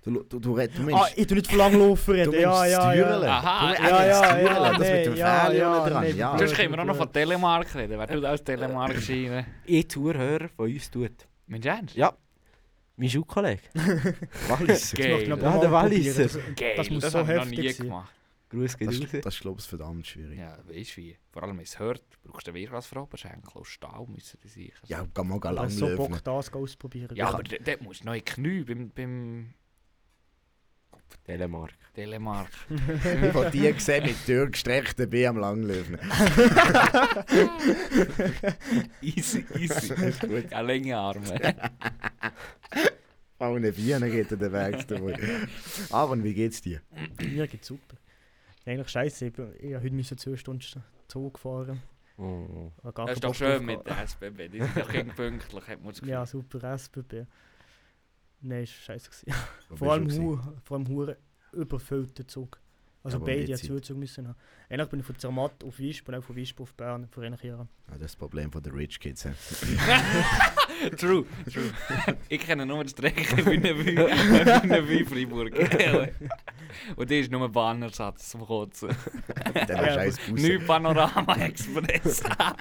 Speaker 4: Du, lo- du, du, red- du
Speaker 2: Ah,
Speaker 4: meinst...
Speaker 2: ich tu nicht von lang laufen
Speaker 4: (laughs) Du
Speaker 2: reden.
Speaker 4: meinst
Speaker 2: Ja, ja,
Speaker 4: Stürlen.
Speaker 2: ja.
Speaker 5: Aha,
Speaker 4: du,
Speaker 5: ja,
Speaker 4: meinst
Speaker 2: Ah, ja,
Speaker 4: Stürlen,
Speaker 2: ja,
Speaker 4: das
Speaker 2: nee,
Speaker 4: mit dem
Speaker 2: ja,
Speaker 4: Fähnchen
Speaker 2: ja,
Speaker 4: dran.
Speaker 2: nee,
Speaker 4: ja.
Speaker 2: du-
Speaker 5: Sonst können wir auch noch von Telemark reden. Wer tut aus Telemark scheinen?
Speaker 3: Ich Zuhörer von uns tut.
Speaker 5: Meinst du ernst?
Speaker 3: Ja. Mein Schulkollege.
Speaker 4: Wallis.
Speaker 5: Geil.
Speaker 2: Das macht ihn aber
Speaker 3: Ja,
Speaker 2: mal
Speaker 3: der
Speaker 2: probieren.
Speaker 3: Walliser.
Speaker 2: Das-
Speaker 5: Geil,
Speaker 2: Das muss
Speaker 5: das
Speaker 2: so
Speaker 5: hab ich noch nie
Speaker 2: heftig sein.
Speaker 5: gemacht.
Speaker 3: Gruß geht
Speaker 4: Das,
Speaker 3: raus.
Speaker 4: ist- das ist, glaube ich, verdammt schwierig.
Speaker 5: Ja, weißt du wie? Vor allem, wenn es hört, brauchst du wieder was für Oberschenkel. Aus Stahl müssen die sicher sein.
Speaker 4: Ja, geh mal
Speaker 2: Ich hab Also so
Speaker 4: langlöwen.
Speaker 2: Bock, das auszuprobieren.
Speaker 5: Ja, aber d- dort musst du neue Knie beim, beim
Speaker 3: Telemark.
Speaker 5: Telemark.
Speaker 4: Ich habe die gesehen mit durchgestreckten Beinen am
Speaker 2: (laughs)
Speaker 4: Langlöwen.
Speaker 5: easy, easy.
Speaker 4: ist gut.
Speaker 5: Ja, lange Arme.
Speaker 4: Auch eine Biene geht den Weg zu dir. Aber wie geht's dir?
Speaker 2: Mir geht's super. Ja, Eigentlich scheiße, ich, bin- ich hab heute müssen zwei Stunden Zug fahren.
Speaker 3: Oh.
Speaker 2: Ich hab gar
Speaker 5: Das ist doch
Speaker 2: keinen Bock drauf
Speaker 5: schön mit
Speaker 2: gehabt.
Speaker 5: der SBB. Die sind doch gegen pünktlich, hat man das Gefühl.
Speaker 2: Ja, super SBB. Nein, ist scheiße. gewesen.
Speaker 4: Wo
Speaker 2: Vor allem,
Speaker 4: bist du gewesen?
Speaker 2: hu, vor allem hure überfüllter Zug. Also
Speaker 4: Aber
Speaker 2: beide
Speaker 4: mit
Speaker 2: haben
Speaker 4: Zeit.
Speaker 2: Zuzug müssen haben. Eigentlich bin ich von Zermatt auf Wisp und auch von Wisp auf Bern vor einigen Jahren.
Speaker 4: Ah, das ist das Problem von den Rich Kids.
Speaker 2: (laughs)
Speaker 4: hä?
Speaker 5: True, (laughs) true. ich kenne nur die Strecke wie (laughs) eine
Speaker 3: (laughs)
Speaker 5: wie Freiburg. Und die ist nur ein Bannersatz zum Kotzen.
Speaker 4: Der war scheiß Busse.
Speaker 5: Nicht
Speaker 3: (laughs)
Speaker 5: Panorama Express.
Speaker 2: Ja,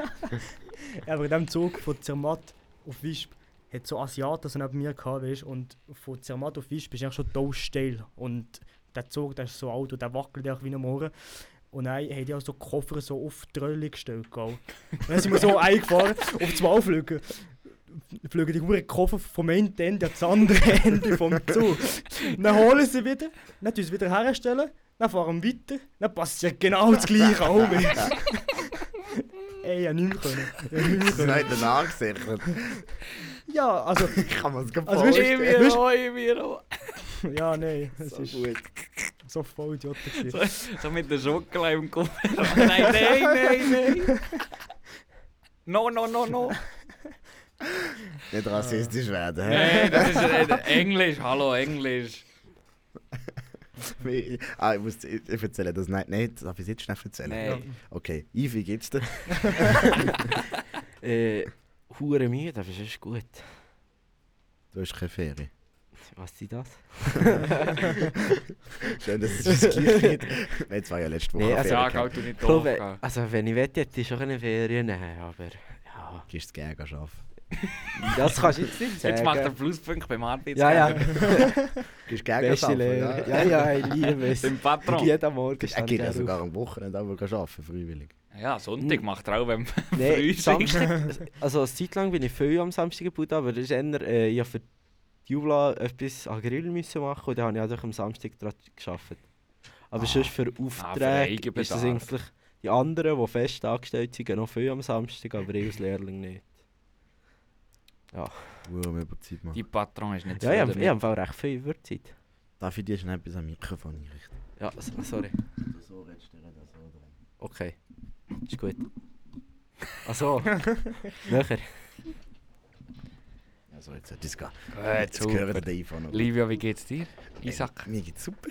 Speaker 2: (laughs) Aber in diesem Zug von Zermatt auf Wisp hat so Asiaten so neben mir gehabt, weißt, du, und von Zermatt auf Wisp ist eigentlich schon tausendsteil. Und der Zug, der ist so alt und der wackelt auch wie ein Morgen. Und dann haben die auch so die Koffer so auf die Rölle gestellt. Gell? Und dann sind wir so eingefahren auf zwei Flüge. Fliegen die Huren Koffer vom einen Ende ans andere (laughs) Ende vom Zug. Dann holen sie wieder, dann tun sie wieder herstellen, dann fahren wir weiter, dann passiert genau das gleiche auch wieder. Ey, ich hab nichts können. Ich hab nichts
Speaker 4: Das ist
Speaker 2: können.
Speaker 4: nicht angesichert.
Speaker 2: Ja, also,
Speaker 4: Ich kann mir das gar
Speaker 2: Also,
Speaker 4: vorstellen.
Speaker 2: weißt
Speaker 5: Emiro, Emiro.
Speaker 2: ja, nein, es
Speaker 4: So
Speaker 2: ist
Speaker 4: gut.
Speaker 2: so voll Idioten. gewesen.
Speaker 5: So, so mit der Schokolade im Kopf. nein, nein, nein, nein. No, no, no, no.
Speaker 4: Nicht rassistisch werden. hä?
Speaker 5: Nein, das ist äh, Englisch. Hallo, Englisch.
Speaker 4: Wie- (laughs) Ah, ich muss ich ich erzähle das nicht. Nein, das darf ich jetzt schnell erzählen.
Speaker 5: Nein.
Speaker 4: Okay, Yves, wie geht's dir?
Speaker 3: Äh, Hure müde, aber es ist gut.
Speaker 4: Du hast keine Ferien.
Speaker 3: Was ist
Speaker 5: (laughs)
Speaker 3: das?
Speaker 4: Schön, dass es das (laughs) gleich gibt. Nein, es war ja letzte Woche
Speaker 3: Nee,
Speaker 4: nee,
Speaker 3: also-
Speaker 4: Ferien.
Speaker 5: Ja, gell,
Speaker 4: gehabt.
Speaker 5: du nicht
Speaker 3: Ich glaube,
Speaker 5: doof.
Speaker 3: also wenn ich wette, hätte ich schon eine Ferien nehmen, aber ja.
Speaker 4: Gehst du gerne arbeiten?
Speaker 3: Das kannst du jetzt nicht sagen.
Speaker 5: Jetzt macht er Pluspunkt beim Arbeitgeber.
Speaker 3: Ja, ja.
Speaker 4: Gehst du
Speaker 3: (laughs)
Speaker 4: gerne
Speaker 3: Beste
Speaker 4: arbeiten?
Speaker 3: Lehrer. Ja, ja, ich liebe es.
Speaker 5: Beim Patron.
Speaker 3: Jeden Morgen
Speaker 4: Er
Speaker 3: stand
Speaker 4: geht
Speaker 3: ich
Speaker 4: ja
Speaker 3: auf.
Speaker 4: sogar am Wochenende auch arbeiten, freiwillig.
Speaker 5: Ja, Sonntag macht er auch, wenn
Speaker 3: Nee,
Speaker 5: Frühstück.
Speaker 3: (laughs) Samstag, also eine Zeit lang bin ich viel am Samstag gebaut, aber das ist eher, äh, ich hab für die Jubla etwas an Grill müssen machen und dann habe ich auch am Samstag dran gearbeitet. Aber
Speaker 4: Ah.
Speaker 3: sonst für
Speaker 5: Ah, für
Speaker 3: Aufträge
Speaker 5: Eigenbedarf.
Speaker 3: ist das eigentlich Die anderen, die fest angestellt sind, gehen noch viel am Samstag, aber ich als Lehrling nicht.
Speaker 4: Wow, wir überzieht mal.
Speaker 5: Die Patron ist nicht
Speaker 3: Ja, ich
Speaker 5: zufrieden
Speaker 3: habe ich
Speaker 5: mit-
Speaker 3: hab im Fall recht viel Überzeit.
Speaker 4: Darf ich dir schnell etwas am Mikrofon einrichten?
Speaker 3: Ja, s- sorry.
Speaker 4: So redest du das so dran.
Speaker 3: Okay. Ist gut. (laughs) Also, nachher.
Speaker 4: Ja, so Also, jetzt sollte es gehen.
Speaker 5: Gut,
Speaker 4: Jetzt hören
Speaker 5: Äh, super.
Speaker 4: wir den iPhone noch.
Speaker 5: Livia, wie geht's dir? Isaac?
Speaker 4: Mir geht's super.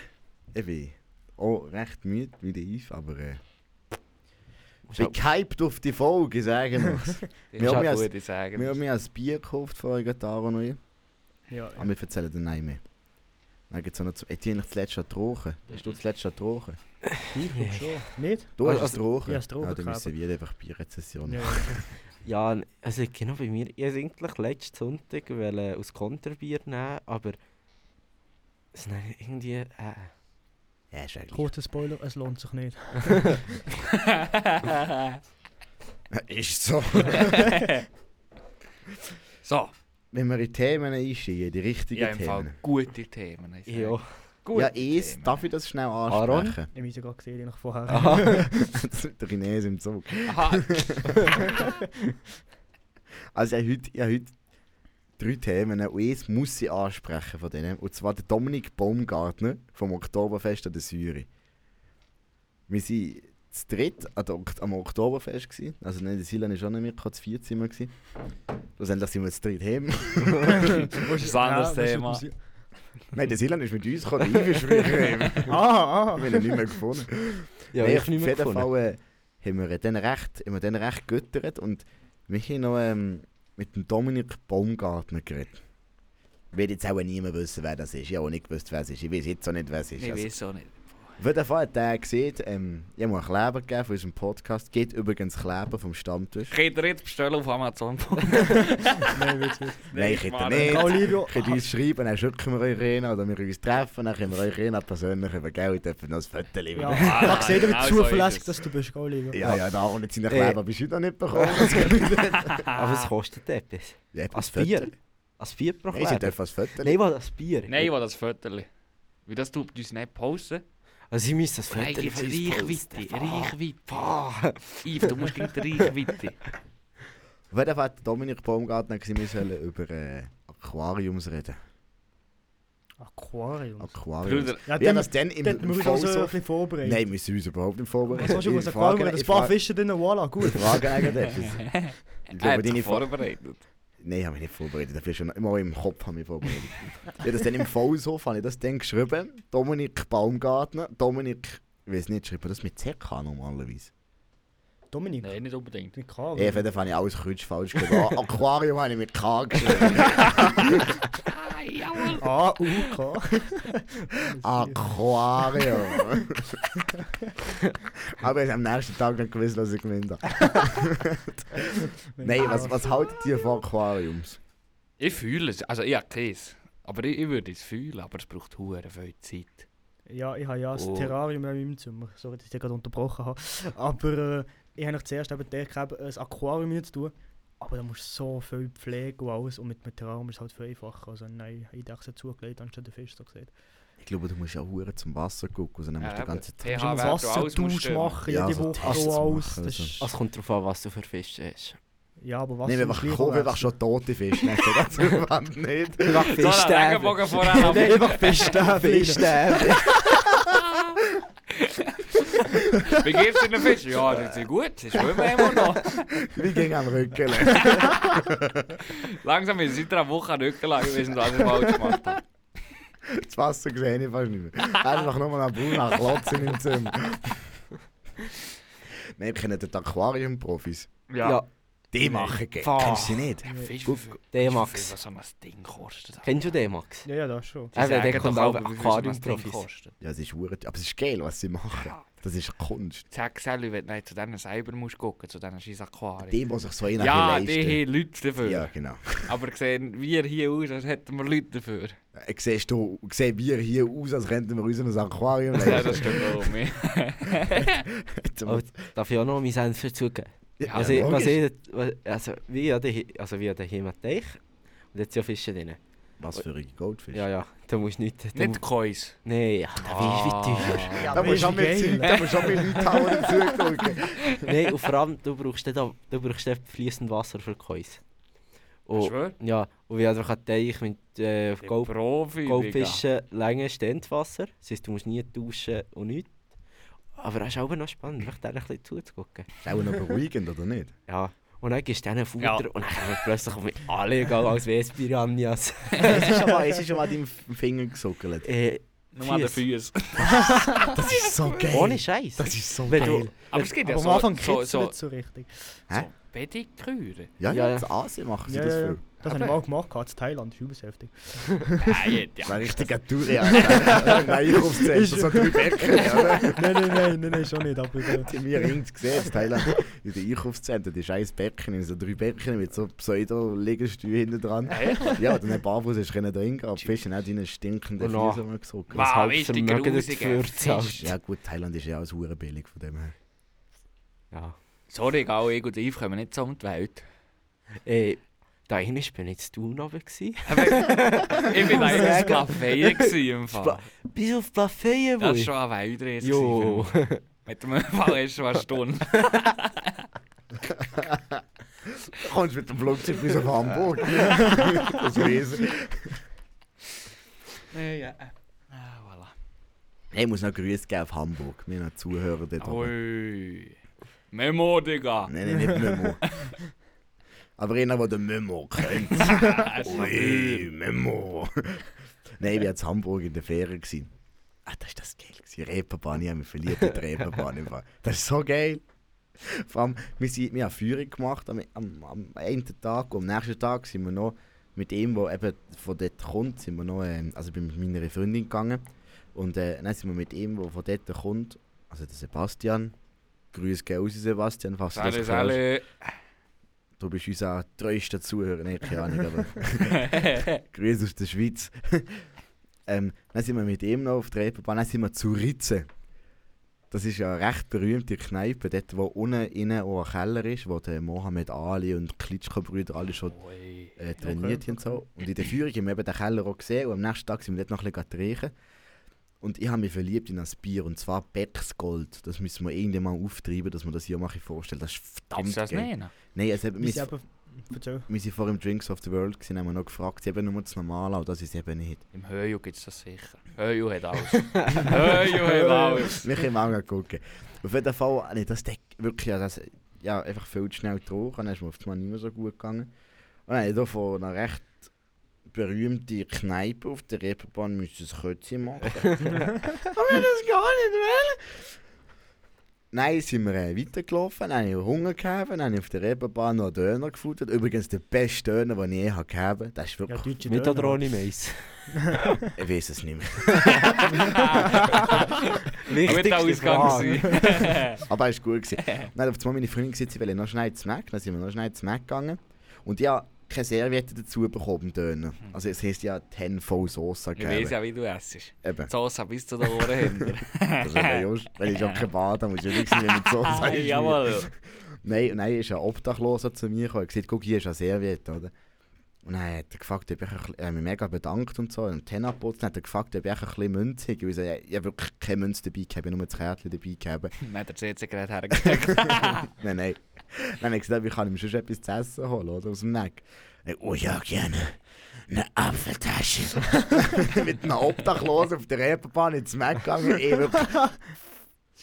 Speaker 4: Ich bin auch recht müde wie der Yves, aber... Äh, ich bin gehypt auf die Folge, sagen wir's.
Speaker 5: Das
Speaker 4: wir
Speaker 5: ist
Speaker 4: haben
Speaker 5: auch
Speaker 4: ja-
Speaker 5: gut, ich sage
Speaker 4: wir haben
Speaker 5: das.
Speaker 4: mir ein Bier gekauft vorher, gerade da noch ein.
Speaker 2: Ja,
Speaker 4: Aber Ah, wir erzählen den Nein mehr. Dann gibt's auch noch... zu- Hat die eigentlich das letzte getrunken? Hast du das letzte getrunken?
Speaker 2: ich glaube schon. Nicht?
Speaker 4: Du
Speaker 3: Also-
Speaker 4: hast es getrunken?
Speaker 2: Ah, Ich hab's getrunken,
Speaker 4: Ja, dann
Speaker 2: aber-
Speaker 4: müssen wir einfach Bierrezession
Speaker 2: Ja,
Speaker 4: machen.
Speaker 3: Ja, n- also genau bei mir. Ich wollte eigentlich letzten Sonntag wollte aus Konterbier nehmen, aber es nein, irgendwie. Äh,
Speaker 4: Ja, ist (laughs) eigentlich...
Speaker 2: Kurzer Spoiler, es lohnt sich nicht.
Speaker 4: Ist
Speaker 2: (laughs)
Speaker 4: so.
Speaker 5: so,
Speaker 4: Wenn wir in Themen einsteigen, die richtigen
Speaker 5: ja, im Fall
Speaker 4: Themen.
Speaker 5: gute Themen. ich sag.
Speaker 3: ja.
Speaker 5: Gute
Speaker 4: ja, es,
Speaker 5: Themen.
Speaker 4: darf ich das schnell
Speaker 3: Aaron?
Speaker 4: ansprechen? (laughs)
Speaker 2: Ich habe ja gerade gesehen, die nach vorher.
Speaker 4: Ah, Der Chinese im Zug. (laughs)
Speaker 5: Aha,
Speaker 4: Also ich habe heute, ich habe heute drei Themen und eins muss ich ansprechen von denen. Und zwar der Dominik Baumgartner vom Oktoberfest an der Säure. Wir waren zu dritt an der Ok- am Oktoberfest. Gewesen. Also nein, der Silan ist auch nicht mehr, zu viert sind wir. gewesen. Schlussendlich sind wir zu dritt heim. (laughs)
Speaker 5: das ist ein anderes Thema.
Speaker 4: nein, der Silan ist mit uns gekommen, der Ivi ist früher heim.
Speaker 2: Ah, ah.
Speaker 4: Wir haben ihn nicht mehr gefunden.
Speaker 3: Ja,
Speaker 4: Nein,
Speaker 3: ich nicht
Speaker 4: auf
Speaker 3: mehr
Speaker 4: jeden
Speaker 3: gefunden.
Speaker 4: Fall äh, haben wir dann recht, haben wir dann recht geüttert und wir haben noch ähm, mit dem Dominik Baumgartner geredet. Ich will jetzt auch niemand wissen, wer das ist. Ich habe auch nicht gewusst, wer es ist. Ich weiß jetzt auch nicht, wer es ist.
Speaker 5: Ich
Speaker 4: Also,
Speaker 5: weiß auch nicht.
Speaker 4: auf jeden Fall hat der gesehen, ähm, ich habe einen Kleber gegeben von unserem Podcast. Geht übrigens Kleber vom
Speaker 5: (laughs)
Speaker 4: Stammtisch.
Speaker 5: Könnt ihr jetzt bestellen
Speaker 4: (laughs)
Speaker 5: auf Amazon? (laughs)
Speaker 2: Nein, wird's nicht.
Speaker 4: Nein, ich hätte
Speaker 5: Mann. (laughs)
Speaker 4: nicht.
Speaker 2: Oh, Livio.
Speaker 4: Könnt ihr uns schreiben, dann schicken wir euch rein oder wir uns treffen, dann können wir euch rein persönlich über Geld dürfen noch ein Foto
Speaker 2: Ja,
Speaker 4: ja.
Speaker 5: Ah,
Speaker 2: da seht ihr, wie
Speaker 5: genau so
Speaker 2: zuverlässig
Speaker 5: ist es.
Speaker 2: dass du bist, gell, Livio?
Speaker 4: ja, ja, da und jetzt seinen
Speaker 3: Äh.
Speaker 4: Kleber bist du heute noch
Speaker 3: (laughs)
Speaker 4: nicht bekommen.
Speaker 3: Aber es kostet etwas.
Speaker 4: Ja,
Speaker 3: Als
Speaker 4: Foto.
Speaker 3: Bier. Als Bier pro
Speaker 4: Nein, sie
Speaker 3: Kleber.
Speaker 4: dürfen das Foto
Speaker 3: Nein, was das Bier.
Speaker 5: Nein, ich will das Viertel. Wie das du uns nicht posten?
Speaker 3: Also ich müsste das
Speaker 5: Nein, gibt's Reichweite, Reichweite.
Speaker 3: Reichweite.
Speaker 5: Yves, du musst gleich die Reichweite.
Speaker 4: (laughs) Auf jeden Fall hat Dominik Baumgartner gesagt, wir sollen über äh, Aquariums reden.
Speaker 2: Aquarium.
Speaker 4: Aquariums.
Speaker 5: Brüder,
Speaker 2: Ja,
Speaker 4: wir haben
Speaker 2: dann
Speaker 4: das dann im,
Speaker 2: dann
Speaker 4: im
Speaker 2: muss ich
Speaker 4: Fall
Speaker 2: uns also ein
Speaker 4: so...
Speaker 2: bisschen vorbereiten.
Speaker 4: Nein, wir müssen uns überhaupt nicht vorbereiten.
Speaker 2: Was hast du aus
Speaker 4: Ich
Speaker 2: Aquarium?
Speaker 4: frage-
Speaker 2: Ein
Speaker 4: ich
Speaker 2: paar
Speaker 4: frage-
Speaker 2: Fische drin, voilà, gut.
Speaker 4: Ich frage eigentlich etwas.
Speaker 2: (laughs)
Speaker 4: Ich
Speaker 5: er
Speaker 4: glaube,
Speaker 5: hat
Speaker 4: deine
Speaker 5: sich
Speaker 4: Frage...
Speaker 5: vorbereitet.
Speaker 4: Nein, ich habe mich nicht vorbereitet. Dafür schon immer im Kopf habe ich mich vorbereitet. ja, das dann im Vollsof habe ich das dann geschrieben. Dominik Baumgartner. Dominik... Ich weiß nicht, schreibt man das mit CK normalerweise?
Speaker 2: Dominik.
Speaker 5: Nein, nicht unbedingt.
Speaker 2: Mit K,
Speaker 4: Ja, auf
Speaker 2: oder?
Speaker 4: jeden Fall habe ich alles kurz falsch geschrieben. Ah, Aquarium habe ich mit K geschrieben.
Speaker 2: (laughs)
Speaker 4: (laughs)
Speaker 5: Ah, jawohl.
Speaker 2: A, U, K.
Speaker 4: Aquarium. (laughs) Aber ich am nächsten Tag dann gewusst, was ich gemeint habe. Nein, was, was haltet ihr von Aquariums?
Speaker 5: Ich fühle es. Also, ich habe Käse. Aber ich, ich würde es fühlen, aber es braucht hure viel Zeit.
Speaker 2: Ja, ich habe ja das
Speaker 5: Oh.
Speaker 2: Terrarium in meinem Zimmer. Sorry, dass ich dich gerade unterbrochen habe. Aber äh, ich habe zuerst eben gedacht, ich habe ein Aquarium hier zu tun. Aber da musst du so viel pflegen und alles. Und mit dem Terrarium ist es halt viel einfacher. Also nein, ich dachte, es zugelegt, anstatt den Fisch so gesehen.
Speaker 4: Ich glaube, du musst auch hure zum Wasser gucken, sondern musst
Speaker 5: Ja,
Speaker 4: die
Speaker 5: eben.
Speaker 4: ganze Zeit.
Speaker 5: pH-Wert
Speaker 2: Ja,
Speaker 5: und alles muss
Speaker 2: Wassertausch
Speaker 5: stimmen.
Speaker 2: machen,
Speaker 4: Ja,
Speaker 2: jede
Speaker 4: so
Speaker 2: Woche
Speaker 4: Tests
Speaker 2: auch alles.
Speaker 4: machen,
Speaker 2: Das
Speaker 4: also.
Speaker 2: ist,
Speaker 3: Es kommt darauf an, was du für Fisch (laughs) hast.
Speaker 2: ja, aber was
Speaker 4: Nein, wenn
Speaker 2: musst du
Speaker 4: wir kommen,
Speaker 2: lieber
Speaker 4: einfach schon tote Fische. Nein, das überhaupt nicht.
Speaker 3: Einfach
Speaker 5: So,
Speaker 3: Fisch
Speaker 5: der
Speaker 3: sterben.
Speaker 5: Regenbogen voran.
Speaker 4: (laughs)
Speaker 5: aber-
Speaker 3: einfach Fisch sterben. Ah, Fisch sterben.
Speaker 5: Wie geht's in den Fisch? Ja, das ist gut. Ich schwimme immer noch.
Speaker 4: Wie ging am Rücken.
Speaker 5: Langsam ist es seit einer Woche rückgelagert gewesen, was ich falsch gemacht habe.
Speaker 4: Das Wasser gesehen ich fast nicht mehr. Einfach nochmal einen Bauer nach Klotzen im Zimmer. Nein, wir kennen den Aquarium-Profis.
Speaker 3: Ja,
Speaker 4: Die machen Geld.
Speaker 3: Fuck.
Speaker 4: Kennst du sie nicht?
Speaker 5: (laughs) Fisch, wie
Speaker 3: Gut,
Speaker 5: viel- Fisch, wie
Speaker 3: der
Speaker 5: viel
Speaker 3: Max.
Speaker 5: was so ein Ding kostet.
Speaker 3: Kennst du den, Max?
Speaker 2: Ja, ja, das schon.
Speaker 5: Die
Speaker 3: Eben,
Speaker 5: sagen
Speaker 3: der
Speaker 5: doch
Speaker 3: kommt
Speaker 5: alle,
Speaker 3: auch
Speaker 5: wie viel so ein Ding
Speaker 3: Aquariumprofis.
Speaker 5: kostet.
Speaker 4: Ja, es ist hure- aber es ist geil, was sie machen. Das ist Kunst.
Speaker 5: Sag Sally, wenn du nicht zu denen selber musst gucken, zu diesen scheiß Aquarien.
Speaker 4: Die, die sich so einen
Speaker 5: Ja,
Speaker 4: leisten.
Speaker 5: die haben Leute dafür.
Speaker 4: Ja, genau.
Speaker 5: Aber sehen wir hier aus, als hätten wir Leute dafür.
Speaker 4: Äh, Siehst du, sehen wir hier aus, als könnten wir uns in ein Aquarium
Speaker 5: Ja, das stimmt auch. mir.
Speaker 4: leisten.
Speaker 3: Oh, darf ich auch noch meinen Senf dazugeben?
Speaker 4: Ja,
Speaker 3: also, ich- was
Speaker 4: logisch. Dus-
Speaker 3: ich, was- also, wie an den, also wie an den Teich und jetzt ja Fische drin.
Speaker 4: Was für ein Goldfisch.
Speaker 3: Ja, ja, da musst du nicht... Da
Speaker 5: Nicht Kois.
Speaker 3: Nein, ja, da bist du wie teuer.
Speaker 5: Ah.
Speaker 4: Da muss
Speaker 2: ist
Speaker 4: schon mit
Speaker 2: geil.
Speaker 4: Zeug, da muss schon mit Leuten haben, die zudrücken.
Speaker 3: Nein, und vor allem, du brauchst dann, da- du brauchst dann fließend Wasser für Kois.
Speaker 5: Ich
Speaker 3: Und,
Speaker 5: schwör.
Speaker 3: Oh, ja, und wie einfach ein Teich mit äh,
Speaker 5: Der
Speaker 3: Gold,
Speaker 5: Profi. Digga.
Speaker 3: Goldfischen länger stehendes Wasser. Das heisst, du musst nie tauschen und nichts. Aber das ist auch noch spannend, vielleicht denen ein bisschen zuzugucken.
Speaker 4: Ist auch noch beruhigend, oder nicht?
Speaker 3: (laughs) Ja. Und dann gibst du denen Futter
Speaker 5: Ja.
Speaker 3: und dann kommen plötzlich auf mich alle egal als WS Piranhas.
Speaker 4: Es ist schon mal, es ist schon mal an deinem Finger gesuckelt.
Speaker 3: äh,
Speaker 5: Nur an den
Speaker 3: Füße. (laughs)
Speaker 5: Füßen.
Speaker 4: Das ist so geil.
Speaker 3: ohne Scheiß.
Speaker 4: Das ist so
Speaker 3: Wenn
Speaker 4: geil.
Speaker 3: du,
Speaker 5: Aber es gibt ja
Speaker 2: Aber
Speaker 5: so...
Speaker 2: am Anfang
Speaker 5: so,
Speaker 2: kritzelt
Speaker 5: so,
Speaker 2: es so richtig.
Speaker 4: Hä?
Speaker 5: so Pediküre.
Speaker 4: Ja,
Speaker 3: Ja,
Speaker 4: ja,
Speaker 3: ja.
Speaker 4: das Asien machen sie
Speaker 2: Ja,
Speaker 4: das
Speaker 2: ja, ja.
Speaker 4: viel.
Speaker 2: Das habe ich mal gemacht, gehabt, in Thailand, das ist übelst heftig.
Speaker 5: Nein,
Speaker 4: Das
Speaker 5: (laughs) ja.
Speaker 4: war richtig ein Durian. (laughs) Nein, ich aufs Zentrum, so drei Becken. oder?
Speaker 2: nein, nein, (laughs) nein, nein, nein, schon nicht,
Speaker 4: (laughs)
Speaker 2: aber... äh,
Speaker 4: Die mir rings gesehen, in Thailand, in den Einkaufszentren, die scheiß Becken, so drei Becken mit so Pseudo-Liegestühlen hinten dran. Ja, dann ein Barfuß ist können drin, aber die Fische nicht in einen stinkenden
Speaker 3: Und
Speaker 4: Füße mal gesuckelt.
Speaker 5: Was?
Speaker 3: das
Speaker 5: Wow,
Speaker 3: halbes
Speaker 5: ist die
Speaker 3: Vermögen das
Speaker 5: grusige
Speaker 3: für
Speaker 5: Fisch.
Speaker 3: zahlt.
Speaker 4: Ja gut, Thailand ist ja auch hure billig von dem her.
Speaker 3: Ja.
Speaker 5: Sorry, egal, ich und Yves kommen nicht so um
Speaker 3: (laughs)
Speaker 5: die Welt.
Speaker 3: Äh, da bin ich jetzt Thun runter. gewesen.
Speaker 5: Ich bin eigentlich ein Kaffee gewesen im Fall.
Speaker 3: Spa- Bis auf Plafeyen,
Speaker 5: Das war schon ein Weltreise. gewesen
Speaker 3: Jo.
Speaker 5: für mich.
Speaker 3: (laughs)
Speaker 5: Mit dem Fall ist schon eine Stunde.
Speaker 4: Du kommst mit dem Flugzeug bis auf Hamburg. (laughs) das Riesen.
Speaker 5: Nee, ja. Ah, voilà.
Speaker 4: Hey, ich muss noch Grüße geben auf Hamburg. Wir haben noch Zuhörer dort. oben.
Speaker 5: Ui. Memo, Digga.
Speaker 4: Nein, nein, nicht
Speaker 5: (laughs)
Speaker 4: Memo. Aber einer, der den Memo kennt.
Speaker 5: Das ist
Speaker 4: Ui, Memo. Nein, ich war in Hamburg in der Ferien. Gewesen. Ah, das ist das geil. gewesen. Reeperbahn, ich habe mich verliebt in die Reeperbahn. im Fall. Das ist so geil. Vor allem, wir, sind, wir haben Führung gemacht am, am, am einen Tag und am nächsten Tag sind wir noch mit ihm, der eben von dort kommt, sind wir noch, ähm, also ich bin mit meiner Freundin gegangen und äh, dann sind wir mit ihm, der von dort kommt, also der Sebastian, Grüße gehen raus, Sebastian, falls du das
Speaker 5: Sali,
Speaker 4: hörst.
Speaker 5: sali.
Speaker 4: Du bist unser treuester Zuhörer, nein, keine Ahnung,
Speaker 5: (laughs)
Speaker 4: aber... Grüße aus der Schweiz. (laughs) ähm, dann sind wir mit ihm noch auf der Reeperbahn, dann sind wir zu Ritze. Das ist ja eine recht berühmte Kneipe, dort wo unten innen auch ein Keller ist, wo der Mohammed Ali und Klitschko-Brüder alle schon
Speaker 5: Ui.
Speaker 4: äh, trainiert haben und so. Und in der Führung haben wir eben den Keller auch gesehen und am nächsten Tag sind wir dort noch ein bisschen trinken. Und ich habe mich verliebt in ein Bier, und zwar Becks Gold. Das müssen wir irgendwann mal auftreiben, dass wir das hier mal vorstellen. Das ist verdammt
Speaker 5: Gibt's das
Speaker 4: geil.
Speaker 5: nicht?
Speaker 4: Nein, also, eben,
Speaker 2: Wir
Speaker 4: mein-
Speaker 2: sind eben... Verzeih.
Speaker 4: wir waren vor dem Drinks of the World, gewesen, haben wir noch gefragt, sie haben nur das Normale, und das ist eben nicht.
Speaker 5: Im Höju gibt es das sicher. Höju
Speaker 3: (laughs)
Speaker 5: hat alles. Höju hat alles.
Speaker 4: Wir können auch noch gucken. Auf jeden Fall, ah, nee, das Deck wirklich, ja, das, ja, einfach viel zu schnell drauf. Dann ist mir auf einmal nicht mehr so gut gegangen. Und dann habe ich von einer recht berühmten Kneipe auf der Reeperbahn müssen ein Kötzchen machen. Aber ich das gar nicht will. Nein, sind wir äh, weitergelaufen, dann habe ich Hunger gehabt, dann habe ich auf der Reeperbahn noch einen Döner gefuttert. Übrigens der beste Döner, den ich je habe gehabt habe. Das ist
Speaker 2: Ja,
Speaker 4: wirklich,
Speaker 2: deutsche
Speaker 3: Mit
Speaker 2: Döner.
Speaker 3: oder ohne (laughs) Mais?
Speaker 4: ich weiß es nicht mehr.
Speaker 5: Gut Ausgang gewesen.
Speaker 4: Aber es war gut. gewesen.
Speaker 5: (laughs)
Speaker 4: Nein, auf einmal meine Freundin gesagt, sie wollen noch schnell zum Mac. Dann sind wir noch schnell zum Mac gegangen. Und ich habe keine Serviette dazu bekommen, Döner. Also es heisst ja Tenfold Sosa,
Speaker 5: Hm. Ich weiß
Speaker 4: gell?
Speaker 5: ja, wie du essest.
Speaker 4: Eben.
Speaker 5: (laughs) Die Soße bis zu den Ohren (laughs) hinter.
Speaker 4: Also, wenn ich- wenn ich schon kein Bad habe, muss ich ja nichts mehr
Speaker 5: (laughs)
Speaker 4: mit Sosa
Speaker 5: Ah,
Speaker 4: einschmieren.
Speaker 5: Jawohl. (laughs)
Speaker 4: Nein, und dann ist ein Obdachloser zu mir gekommen und gesagt, guck, hier ist eine Serviette, oder? Und dann hat er gefragt, ob ich, ein bisschen- er hat mich mega bedankt und so, und Tenner geputzt, dann hat er gefragt, ob ich ein bisschen Münze habe. Ich habe ich habe wirklich keine Münze dabei gehabt, ich habe nur das Kärtchen dabei gehabt.
Speaker 5: Dann hat er CC gerade (laughs) hergekriegt.
Speaker 4: (laughs) Nein, nein. Dann habe ich gesagt, ich kann ihm schon etwas zu essen holen, oder? Aus dem Neck. Dann, Oh ja, gerne. Eine Apfeltasche. (laughs) Mit einem Obdachlosen auf der Reeperbahn ins Mac gegangen. Ich wirklich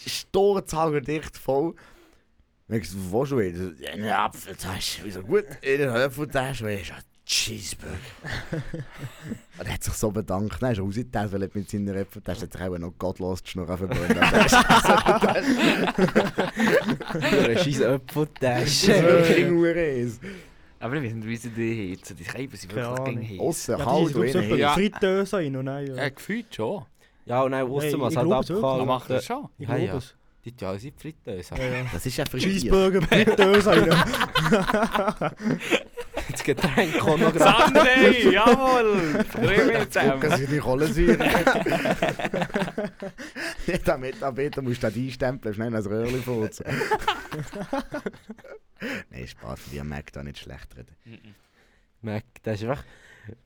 Speaker 4: sturzhanger dicht voll. Dann habe ich gesagt, wo schon wieder? Eine Apfeltasche. Ich so, gut, in der Apfeltasche. Und ich so, Cheeseburger. (laughs) Und er hat sich so bedankt. Dann ist er rausgetan, weil er mit seiner Apfeltasche hat sich auch noch gottlos die Schnur verbrannt.
Speaker 3: Oder scheiß
Speaker 4: Das
Speaker 3: (laughs)
Speaker 4: ist
Speaker 3: Apfeltasche.
Speaker 4: wirklich ein Ureis.
Speaker 5: Aber ich weiß nicht, wie sie die heizen. Die Scheiben sind
Speaker 2: Keine
Speaker 5: wirklich gegen
Speaker 2: Ahnung.
Speaker 5: heiß.
Speaker 4: Aussen,
Speaker 2: Ja,
Speaker 4: kalt und
Speaker 2: die sind
Speaker 4: innen
Speaker 2: super
Speaker 4: heiß.
Speaker 5: Ja.
Speaker 2: Fritteuse rein und dann...
Speaker 5: Ja,
Speaker 2: Ja.
Speaker 5: gefühlt schon.
Speaker 3: Ja, und dann
Speaker 2: Nein,
Speaker 3: aussen man es
Speaker 2: ich
Speaker 3: halt
Speaker 2: glaub es wirklich.
Speaker 5: Man
Speaker 3: abgehalten.
Speaker 5: macht das schon.
Speaker 2: Ich
Speaker 3: Ja,
Speaker 2: glaube
Speaker 3: ja.
Speaker 2: es.
Speaker 3: Die tun alles in die Fritteuse.
Speaker 2: Ja, ja.
Speaker 4: Das ist ja frittiert.
Speaker 2: Cheeseburger, Fritteuse rein.
Speaker 3: Das Getränk kommt noch gerade.
Speaker 5: Sunday, jawohl! Drei mit
Speaker 4: Das
Speaker 5: dem.
Speaker 4: ist die (laughs)
Speaker 2: (laughs)
Speaker 4: Kohlensäure. Jeder Mitarbeiter muss das einstempeln, schnell ein Röhrchen (laughs) putzen. Nein, Spaß, wir merken da nicht schlecht reden.
Speaker 3: Mac, das ist einfach...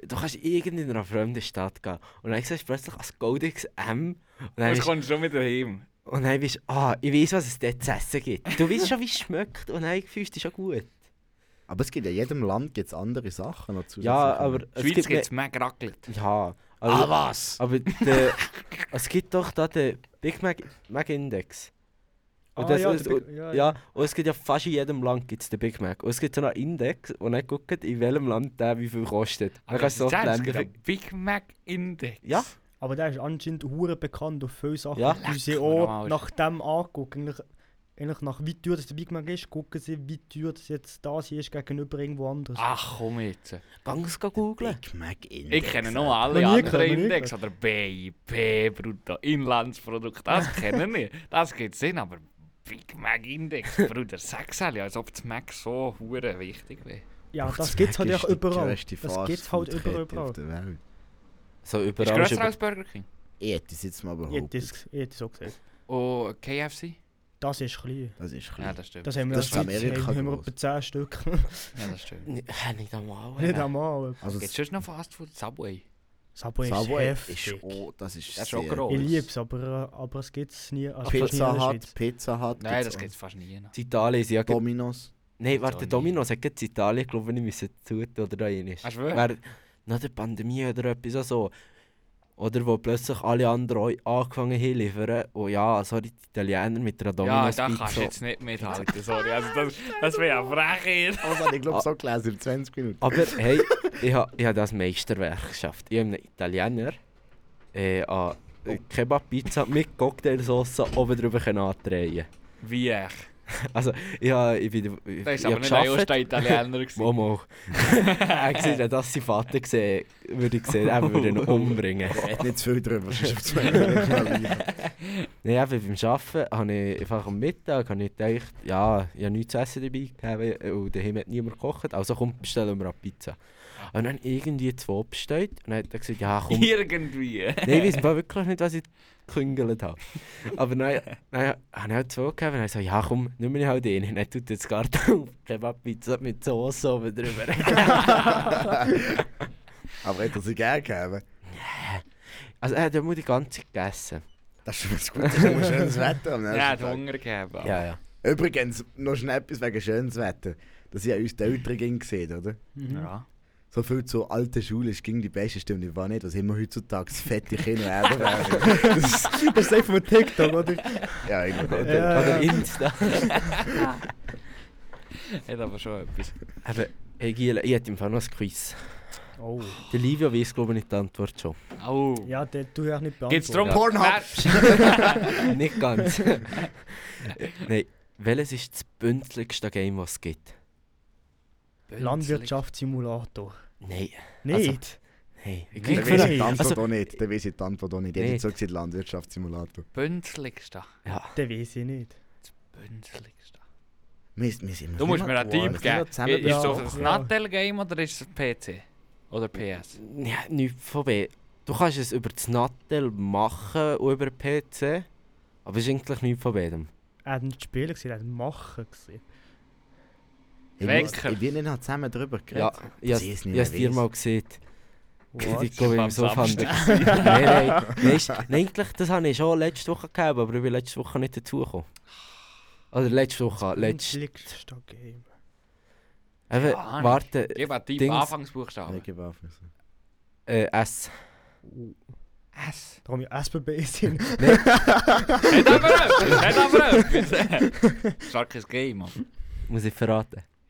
Speaker 3: du kannst irgend in einer fremden Stadt gehen und dann siehst du plötzlich als Goldex M und dann,
Speaker 5: Jetzt
Speaker 3: bist,
Speaker 5: kommst du schon wieder heim.
Speaker 3: und dann bist ah, ich weiß, was es dort zu essen gibt. Du weißt schon, wie es schmeckt und dann fühlst du dich schon gut.
Speaker 4: Aber es gibt ja in jedem Land gibt's andere Sachen noch zusätzlich.
Speaker 3: Ja, aber
Speaker 5: In der Schweiz
Speaker 3: gibt
Speaker 5: gibt es mehr Raclette.
Speaker 3: nicht- Ja,
Speaker 5: Ah,
Speaker 3: aber,
Speaker 5: was?
Speaker 3: aber der, es gibt doch da den Big Mac, Mac Index. Und
Speaker 2: Ah,
Speaker 3: das
Speaker 2: ja,
Speaker 3: ist-
Speaker 2: der Big-
Speaker 3: und-
Speaker 2: ja,
Speaker 3: Ja, und es gibt ja fast in jedem Land gibt's den Big Mac. Und es gibt so einen Index, und dann guckt, in welchem Land der wie viel kostet. Dann
Speaker 5: Aber
Speaker 3: kannst du so
Speaker 5: Ah, das
Speaker 3: die
Speaker 5: ist
Speaker 3: Länder-
Speaker 5: ein Big Mac Index.
Speaker 3: Ja.
Speaker 2: Aber der ist anscheinend hure bekannt auf viele Sachen.
Speaker 3: Ja.
Speaker 2: Die sie
Speaker 5: Leck,
Speaker 2: auch
Speaker 5: Mann,
Speaker 2: nach dem angucken. Eigentlich, eigentlich nach wie teuer das der Big Mac ist, gucken sie, wie teuer das jetzt das hier ist gegenüber irgendwo anderes.
Speaker 5: Ach komm jetzt.
Speaker 3: Ganz googeln.
Speaker 4: Big Mac Index.
Speaker 5: Ich kenne noch alle
Speaker 2: Noch nie
Speaker 5: anderen
Speaker 2: gehört, noch nie
Speaker 5: Index. Oder BIP, Bruder, Inlandsprodukt. Das kennen wir. Das gibt Sinn, aber Big Mac Index, Bruder, sag's alle, als ob das Mac so hure wichtig wäre.
Speaker 2: Ja,
Speaker 4: Doch,
Speaker 2: das gibt's halt
Speaker 4: Mac
Speaker 2: echt
Speaker 4: ist Oh, die
Speaker 2: überall.
Speaker 4: grösste
Speaker 2: Das gibt's halt
Speaker 4: Fastfood-Kette
Speaker 2: überall.
Speaker 4: auf
Speaker 2: überall.
Speaker 4: der Welt.
Speaker 3: So
Speaker 5: Ist
Speaker 3: überall.
Speaker 5: grösser
Speaker 3: Über
Speaker 5: als Burger King.
Speaker 4: Ich hätte es jetzt mal
Speaker 2: Ich hätte
Speaker 4: behauptet.
Speaker 2: es- ich hätte es auch gesehen.
Speaker 5: Oh, KFC?
Speaker 2: Das ist klein.
Speaker 4: Das ist
Speaker 5: Ja,
Speaker 4: klein.
Speaker 5: das stimmt.
Speaker 2: Das haben wir
Speaker 4: Das
Speaker 2: in
Speaker 4: ist
Speaker 2: der Schweiz,
Speaker 4: Amerika
Speaker 2: haben, haben wir
Speaker 4: groß.
Speaker 2: etwa 10 Stück. (laughs)
Speaker 5: ja, das stimmt.
Speaker 3: Nicht einmal.
Speaker 2: Nicht
Speaker 3: ja.
Speaker 2: einmal.
Speaker 4: Also
Speaker 5: Gibt es sonst noch Fast Food? Subway?
Speaker 2: Subway ist
Speaker 4: Subway
Speaker 2: heftig.
Speaker 4: ist auch, das ist
Speaker 5: Das ist auch
Speaker 4: sehr
Speaker 5: gross.
Speaker 2: ich
Speaker 4: gross.
Speaker 2: liebe es, aber, äh, aber es gibt es nie. Also es gibt's nie in
Speaker 4: Pizza
Speaker 2: der
Speaker 4: Hut,
Speaker 2: Schweiz.
Speaker 4: Pizza Hut.
Speaker 5: Nein,
Speaker 4: gibt's
Speaker 5: das
Speaker 4: auch.
Speaker 5: gibt es fast nie noch.
Speaker 3: In Italien sind ja. ge-
Speaker 4: Dominos.
Speaker 3: Nein, warte,
Speaker 5: Italien.
Speaker 3: Domino's hat jetzt in Italien, glaube ich, müssen zutun oder da rein ist.
Speaker 5: Hast du wirklich?
Speaker 3: Während- Nach der Pandemie oder etwas auch so. Oder wo plötzlich alle anderen auch angefangen haben liefern. Oh ja, sorry, die Italiener mit einer
Speaker 5: Ja,
Speaker 3: Domino's
Speaker 5: da
Speaker 3: Pizza.
Speaker 5: kannst du jetzt nicht mithalten, sorry. Also das, das wäre ja frech.
Speaker 4: Oh, Das habe ich glaube
Speaker 3: Ah.
Speaker 4: so gelesen in 20 Minuten.
Speaker 3: Aber hey, ich habe ich ha das Meisterwerk geschafft. Ich habe einem Italiener äh, an Kebab-Pizza mit Cocktailsauce oben drüber können andrehen
Speaker 5: Wie ich.
Speaker 3: Also, ich, ha, ich bin. Ich,
Speaker 5: Das
Speaker 3: ich
Speaker 5: war
Speaker 3: hab
Speaker 5: aber nicht der
Speaker 3: geschafft.
Speaker 5: erste Italiener. gewesen. (laughs)
Speaker 3: Momo. (laughs) er sieht, wenn das sein Vater gesehen würde ich sehen, er würde ihn (laughs) umbringen.
Speaker 4: Red nicht zu viel drüber, sonst (laughs) auf zwei Minuten.
Speaker 3: Nein, eben beim Arbeiten habe ich einfach am Mittag habe ich gedacht, ja, ich habe nichts zu essen dabei gehabt äh, und daheim hat niemand gekocht, also komm, bestellen wir eine Pizza. Und dann irgendwie zwei bestellt und dann hat er gesagt, (laughs) ja komm,
Speaker 5: Irgendwie.
Speaker 3: Nein, ich weiß wirklich nicht, was ich geküngelt habe. Aber nein, nein, habe ich halt zugegeben und habe gesagt, ja komm, nimm mir halt den. Dann tut jetzt gar auf Kebab-Pizza mit Sauce oben drüber. (laughs)
Speaker 4: Aber hätte er sie gerne gegeben.
Speaker 3: also er hat ja mal die ganze Zeit gegessen.
Speaker 4: Das ist schon was Gutes, das ist schon mal schönes Wetter am nächsten
Speaker 5: Er hat
Speaker 4: Tag.
Speaker 5: Hunger gegeben.
Speaker 3: Ja, ja.
Speaker 4: Übrigens, noch schnell etwas wegen schönes Wetter. Das haben uns die Eltern ging gesehen, oder?
Speaker 2: Mhm.
Speaker 5: Ja.
Speaker 4: So viel zu alter Schule ist ging die beste Stimme, die war nicht, was immer heutzutage das fette Kinder werden werden. Das ist
Speaker 2: Das ist einfach von TikTok, oder?
Speaker 4: ja irgendwo.
Speaker 3: Oder,
Speaker 2: Ja,
Speaker 3: oder
Speaker 2: ja.
Speaker 3: (laughs) Insta.
Speaker 5: Hat aber schon etwas.
Speaker 3: Aber hey Giel, ich hätte im Fall noch ein Quiz.
Speaker 2: Oh.
Speaker 3: Der Livio weiß glaube ich nicht die Antwort schon.
Speaker 5: Au.
Speaker 2: Ja, den tue ich auch nicht beantworten.
Speaker 5: Geht's darum?
Speaker 3: Ja.
Speaker 4: Pornhub.
Speaker 3: (laughs) Äh, nicht ganz. (laughs) Nein, welches ist das bündeligste Game, was es gibt?
Speaker 2: Landwirtschaftssimulator.
Speaker 3: Nein. Nein.
Speaker 2: Nein.
Speaker 3: Ich
Speaker 5: Nein.
Speaker 4: Dann
Speaker 3: krieg
Speaker 4: weiss
Speaker 3: von-
Speaker 4: ich die Antwort
Speaker 3: Also-
Speaker 4: auch nicht. Dann weiss ich die Antwort auch nicht. Ich hätte
Speaker 3: Nee.
Speaker 4: jetzt so gesagt Landwirtschaftssimulator.
Speaker 5: Bünzligste.
Speaker 3: Ja.
Speaker 2: Den weiß ich nicht.
Speaker 5: Bünzligste.
Speaker 4: Wir, wir sind
Speaker 5: Du musst mir einen Tipp geben.
Speaker 4: Ist
Speaker 5: Ist es
Speaker 2: Ja.
Speaker 5: auf das
Speaker 2: Ja.
Speaker 5: Nattel-Game oder ist es PC? Oder PS?
Speaker 3: Ja, nichts von B. Du kannst es über das Nattel machen und über den PC, aber es ist eigentlich nichts von beidem.
Speaker 2: Er hat nicht Spieler gesehen, er hat Machen gesehen.
Speaker 4: Ich
Speaker 5: Wecker.
Speaker 4: bin nicht noch zusammen drüber
Speaker 3: Ja,
Speaker 4: geredet.
Speaker 3: ich habe
Speaker 4: ich
Speaker 3: es
Speaker 4: es nicht mehr
Speaker 3: viermal gesehen.
Speaker 2: What?
Speaker 3: Ich glaube, ich
Speaker 5: Am
Speaker 3: bin so fand.
Speaker 5: Samstag. (laughs)
Speaker 3: nein, nein, nein, ist- nein, eigentlich, das habe ich schon letzte Woche gehabt, aber ich bin letzte Woche nicht dazugekommen. Oder letzte Woche, letzte...
Speaker 2: Letzte Game.
Speaker 3: Eben,
Speaker 5: Keine Ahnung.
Speaker 3: warte,
Speaker 5: Gib einen Tipp,
Speaker 3: Dings.
Speaker 5: Anfangsbuchstaben.
Speaker 4: Wecker war für
Speaker 3: äh, S.
Speaker 5: S.
Speaker 2: Darum ja SBB
Speaker 5: (laughs)
Speaker 2: sind.
Speaker 5: Hat aber
Speaker 3: (laughs)
Speaker 5: etwas! Hat aber etwas! Starkes Game, Mann.
Speaker 3: Muss ich verraten.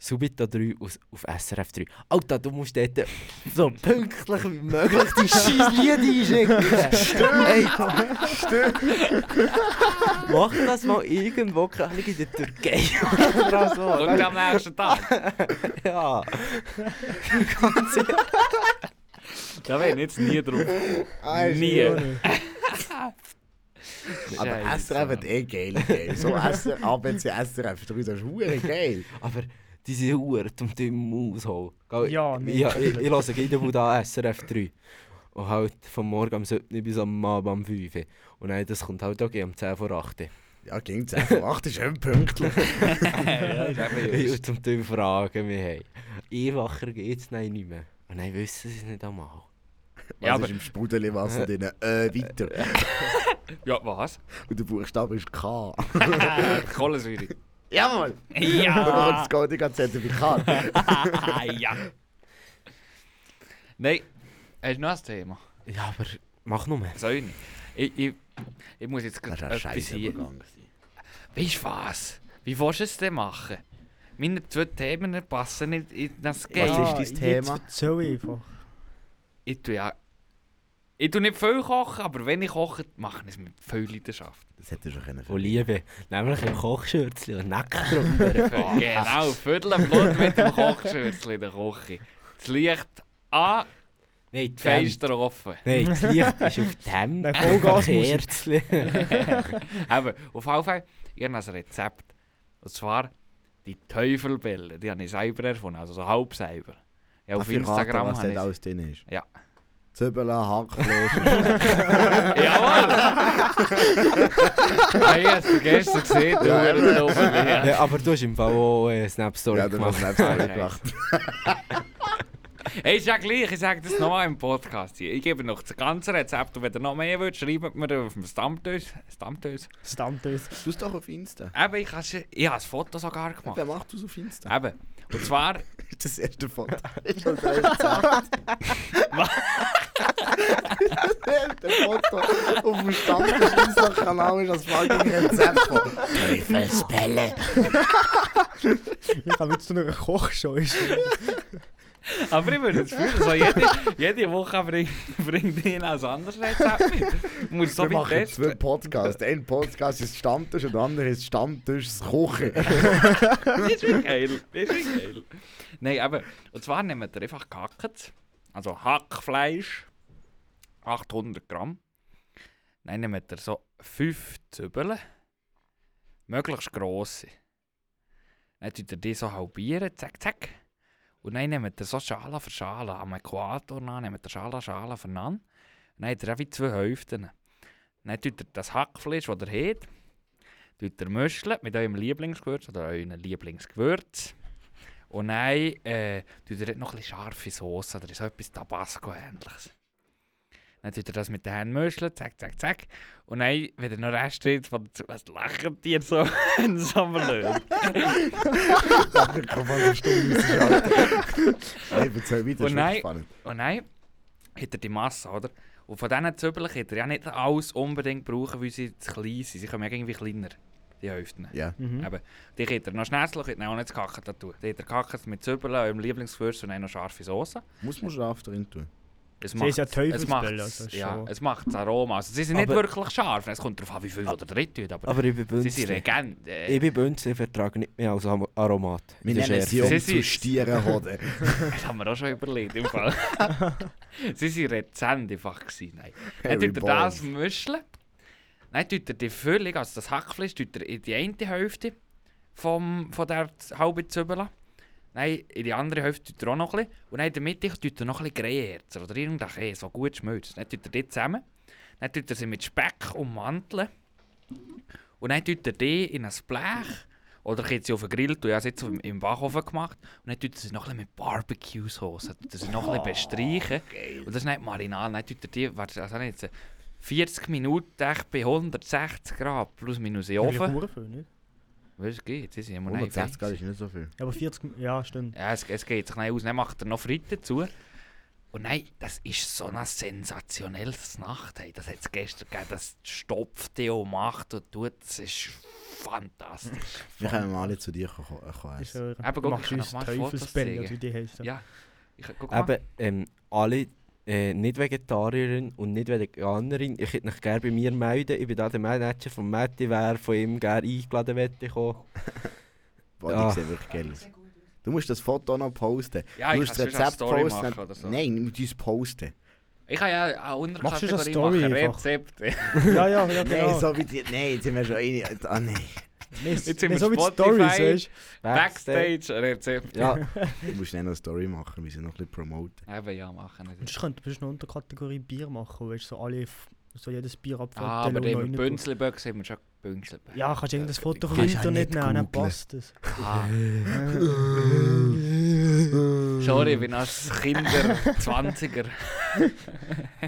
Speaker 3: Subito 3 aus, auf SRF 3. Alter, du musst dort (laughs) so pünktlich wie möglich (laughs) die scheiß Lieder einschicken. Stimmt. Ey, stimmt. Mach das mal irgendwo, keine Ahnung, in der Türkei (laughs) oder so.
Speaker 5: Kommt am
Speaker 3: (laughs)
Speaker 5: nächsten Tag.
Speaker 3: Ja.
Speaker 5: Da wäre ich jetzt nie (laughs) drauf. Ah, Nie.
Speaker 2: Ja, nee.
Speaker 4: Aber SRF hat eh geile Games. So SRF, ABC, SRF 3, das ist hure geil.
Speaker 3: Aber die sind Uhr zum Dümmen ausholen. Gell,
Speaker 2: Ja, nee,
Speaker 3: Ich, ich,
Speaker 2: natürlich.
Speaker 3: ich höre jeden Mal da SRF 3. Und halt vom Morgen am 7. Uhr bis am Abend am 5. Uhr. Und dann, das kommt halt auch gegen um 10 vor 8. Uhr.
Speaker 4: Ja, ging 10 von 8 ist eben pünktlich.
Speaker 3: (laughs) Ich und zum Teil fragen mich, hey, einfacher geht es nicht mehr. Und dann wissen sie es nicht einmal.
Speaker 4: Was
Speaker 5: Ja, aber-
Speaker 4: Also ist im
Speaker 5: (laughs)
Speaker 4: Sprudelwasser drin? Äh, weiter.
Speaker 5: Ja, was?
Speaker 4: Und der Buchstabe ist
Speaker 5: (laughs)
Speaker 4: K.
Speaker 5: Kohlensäure.
Speaker 4: Jawohl! (laughs) Und dann kommt
Speaker 5: Ja!
Speaker 4: das goldige
Speaker 5: (laughs)
Speaker 4: Zertifikat.
Speaker 5: ja! Nein, hast du noch ein Thema?
Speaker 3: Ja, aber mach nur mehr.
Speaker 5: Soll ich nicht? Ich, ich, ich muss jetzt
Speaker 4: Das
Speaker 5: gerade
Speaker 4: war ein
Speaker 5: etwas
Speaker 4: scheiß
Speaker 5: hier.
Speaker 4: Übergang.
Speaker 5: Weißt du was? Wie willst du es denn machen? Meine zwei Themen passen nicht in das Game.
Speaker 4: Was ist dein Thema?
Speaker 2: Jetzt erzähl einfach.
Speaker 5: Ich tue ja. Ich tue nicht viel kochen, aber wenn ich koche, mache ich es mit viel Leidenschaft.
Speaker 4: (laughs) Das hätte schon können.
Speaker 3: Und Liebe, nämlich im Kochschürzli und
Speaker 5: (laughs)
Speaker 3: Neckdruck.
Speaker 5: genau, Viertel Blut mit dem Kochschürzli in der Küche. Das Licht an,
Speaker 3: Nein,
Speaker 5: die
Speaker 3: die Hemd.
Speaker 5: Fenster offen.
Speaker 3: Nein, das Licht ist auf die Hemd.
Speaker 2: Nein, Vollgas muss ich.
Speaker 3: Kerzli.
Speaker 5: Aber auf jeden Fall, ich habe ein Rezept. Und zwar die Teufelbälle. Die habe ich selber erfunden, also so halb selber. Ja, auf Instagram
Speaker 4: was
Speaker 5: habe
Speaker 4: dort
Speaker 5: (laughs) ich...
Speaker 4: alles drin ist.
Speaker 5: Ja.
Speaker 4: Zwiebeln,
Speaker 5: (laughs)
Speaker 4: Hackfleisch.
Speaker 5: Jawohl! hey, ich habe es vergessen gesehen, du Erdogan.
Speaker 3: Ja, aber du hast im Fall auch äh, Snap Story
Speaker 4: ja, dann hast
Speaker 3: gemacht.
Speaker 4: du es selbst
Speaker 5: Scheiße.
Speaker 4: gemacht.
Speaker 5: Hey, ist ja gleich, ich sage das nochmal im Podcast hier. Ich gebe noch das ganze Rezept und wenn ihr noch mehr wollt, schreibt mir auf dem Stammtisch. Stammtisch?
Speaker 2: Stammt uns.
Speaker 4: Du es doch auf Insta.
Speaker 5: Eben, ich habe es- ich habe ein Foto sogar gemacht.
Speaker 4: Wer macht du auf Insta?
Speaker 5: Eben. Und zwar...
Speaker 4: Das ist das erste
Speaker 5: (laughs)
Speaker 4: Foto. Ich habe das gesagt. Das Foto
Speaker 5: (laughs)
Speaker 4: auf dem Stammtisch-Insta-Kanal ist das fucking Rezept von Teufelsbälle.
Speaker 2: Ich kann jetzt nur eine Kochshow. ist-
Speaker 5: Aber ich würde es fühlen, so jede, jede Woche bringt bring ihn ein anderes Rezept mit. Muss so
Speaker 4: Wir
Speaker 5: wie
Speaker 4: machen
Speaker 5: testen.
Speaker 4: zwei Podcasts. Ein Podcast ist Stammtisch und der andere ist
Speaker 5: (laughs)
Speaker 4: Stammtisch-Kochen.
Speaker 5: Das ist wie geil. Das ist (laughs) wie geil. Nein, aber, und zwar nehmen wir einfach gehackt, also Hackfleisch, 800 Gramm. Dann nehmen wir so 5 Zwiebeln, möglichst grosse. Dann tut ihr die so halbieren, zack, zack. Und dann nehmt ihr so Schale für Schale am Äquator an, nehmt ihr Schale, Schale für an. Dann habt ihr auch wie zwei Hälften. Dann tut ihr das Hackfleisch, das ihr habt, tut ihr mischeln mit eurem Lieblingsgewürz oder eurem Lieblingsgewürz. Und dann äh, tut ihr dort noch ein bisschen scharfe Soße oder so etwas Tabasco-ähnliches. Dann tut ihr das mit den Händen mischeln, zack, zack, zack. Und dann, wenn ihr noch Rest habt, von- was lachen die so? (laughs) so blöd.
Speaker 4: Ich kann mal eine Stunde rausschalten.
Speaker 5: (laughs)
Speaker 4: Nein, erzähl weiter, das ist
Speaker 5: Und Oh nein.
Speaker 4: wirklich spannend.
Speaker 5: Und dann hat er die Masse, oder? Und von diesen Zwiebeln könnt ihr ja nicht alles unbedingt brauchen, weil sie zu klein sind. Sie kommen ja irgendwie kleiner, die Hälften.
Speaker 4: Ja.
Speaker 2: Mhm.
Speaker 5: Eben, die könnt ihr noch schnetzlich, könnt ihr auch nicht kacken tun. Die habt ihr gehackt mit Zwiebeln, eurem Lieblingsgewürz und dann noch scharfe Soße.
Speaker 4: Muss man scharf drin tun.
Speaker 5: Es
Speaker 2: Sie ist ja
Speaker 5: es macht,
Speaker 2: Teufelsbälle, also ist
Speaker 5: ja,
Speaker 2: schon-
Speaker 5: es macht das Aroma. Also, sie sind nicht
Speaker 3: Aber-
Speaker 5: wirklich scharf. Es kommt darauf an, wie viel oder drin tun, aber,
Speaker 3: Aber ich bin
Speaker 5: sie sind
Speaker 3: Bünzli.
Speaker 5: Regent.
Speaker 3: Ich
Speaker 5: Äh,
Speaker 3: bin Bünzli, vertrage nicht mehr als Am- Aromat.
Speaker 4: Wir
Speaker 3: Das
Speaker 4: nennen
Speaker 3: ist
Speaker 4: sie
Speaker 3: eher-
Speaker 5: Sie
Speaker 4: um
Speaker 5: sind-
Speaker 4: zu
Speaker 5: Oh
Speaker 4: Stierenhoden.
Speaker 5: das haben wir auch schon überlegt. Im Fall. (laughs) sie waren rezent einfach. Gewesen, nein. Dann
Speaker 4: Harry
Speaker 5: tut ihr
Speaker 4: Balls.
Speaker 5: das mischeln. Dann tut ihr die Füllung, also das Hackfleisch, tut ihr in die eine Hälfte vom, von der Z- halben Zwiebel. Dann in die andere Hälfte tut ihr auch noch ein bisschen. Und dann in der Mitte tut ihr noch ein bisschen Greyerz oder irgendein Käse, der gut schmilzt. Dann tut ihr die zusammen. Dann tut ihr sie mit Speck ummanteln. Und dann tut ihr die in ein Blech. Oder könnt sie auf den Grill tun. Ich habe es jetzt im- im Backofen gemacht. Und dann tut ihr sie noch ein bisschen mit Barbecue-Soße. Tut ihr sie noch ein bisschen bestreichen. Und das ist nicht die Marinade. Dann tut ihr die, warte, was habe ich jetzt? 40 Minuten echt bei 160 Grad plus minus in den
Speaker 2: Ja,
Speaker 5: Ofen.
Speaker 2: verdammt viel, nicht?
Speaker 5: Was geht? Sie sind immer noch
Speaker 4: 160 Grad
Speaker 5: fein.
Speaker 4: ist nicht so viel.
Speaker 2: Ja, aber 40. Ja, stimmt.
Speaker 5: Ja, es, es geht sich nicht aus. Dann macht er noch Fritte zu. Und nein, das ist so ein sensationelles Nacht. Hey. Das hat es gestern gegeben. Das stopft dich und macht und tut. Das ist fantastisch.
Speaker 2: (laughs)
Speaker 4: Wir können mal alle zu dir ko- äh, ko-
Speaker 2: Ist
Speaker 4: essen.
Speaker 2: ja-
Speaker 5: Aber guck,
Speaker 2: Du
Speaker 5: ich
Speaker 2: machst
Speaker 5: kann
Speaker 2: uns
Speaker 5: noch mal Fotos
Speaker 2: Teufelsbälle,
Speaker 5: zeigen.
Speaker 2: oder wie die
Speaker 5: (laughs)
Speaker 2: heißt.
Speaker 5: ja. Ich, guck mal.
Speaker 3: Eben, ähm, alle äh, Nicht-Vegetarierin und Nicht-Veganerin, ich hätte mich gerne bei mir melden. Ich bin da der Manager von Matti, wer von ihm gerne eingeladen möchte kommen.
Speaker 4: Boah,
Speaker 3: Ja.
Speaker 4: die sehen wirklich geil aus. Du musst das Foto noch posten.
Speaker 5: Ah. Ja,
Speaker 4: du
Speaker 5: ich
Speaker 4: musst
Speaker 5: kann sonst eine Story machen oder so.
Speaker 4: Nein, du musst es posten.
Speaker 5: ich kann ja eine
Speaker 2: Machst du schon eine
Speaker 5: Unterkategorie
Speaker 2: Story (laughs)
Speaker 5: machen.
Speaker 2: einfach?
Speaker 5: Rezepte.
Speaker 2: ja, ja, ja, genau.
Speaker 4: Nein, so wie die. Nein, jetzt sind wir schon eine. Ah, nein.
Speaker 2: Wir,
Speaker 5: Jetzt sind
Speaker 2: wir
Speaker 5: wir
Speaker 2: so mit
Speaker 5: Spotify.
Speaker 2: Stories, weißt
Speaker 5: Backstage,
Speaker 2: äh.
Speaker 5: er erzählt.
Speaker 3: Ja,
Speaker 4: Du musst nicht noch eine Story machen, wir sind noch ein bisschen promoten.
Speaker 5: Eben ja, machen.
Speaker 2: Und sonst könnte man noch unter Kategorie Bier machen, weißt du, so alle, f- so jedes Bier abfällt.
Speaker 5: Ah, aber dann mit Bünzelböck sind wir schon Bünzelböck.
Speaker 2: Ja, kannst du irgendein Foto vom
Speaker 4: Kannst ja
Speaker 2: Internet
Speaker 4: nicht
Speaker 2: nehmen, dann
Speaker 4: googlen.
Speaker 2: passt es.
Speaker 5: Ah,
Speaker 4: Äh.
Speaker 5: sorry,
Speaker 2: (laughs)
Speaker 5: ich bin als Kinder 20er.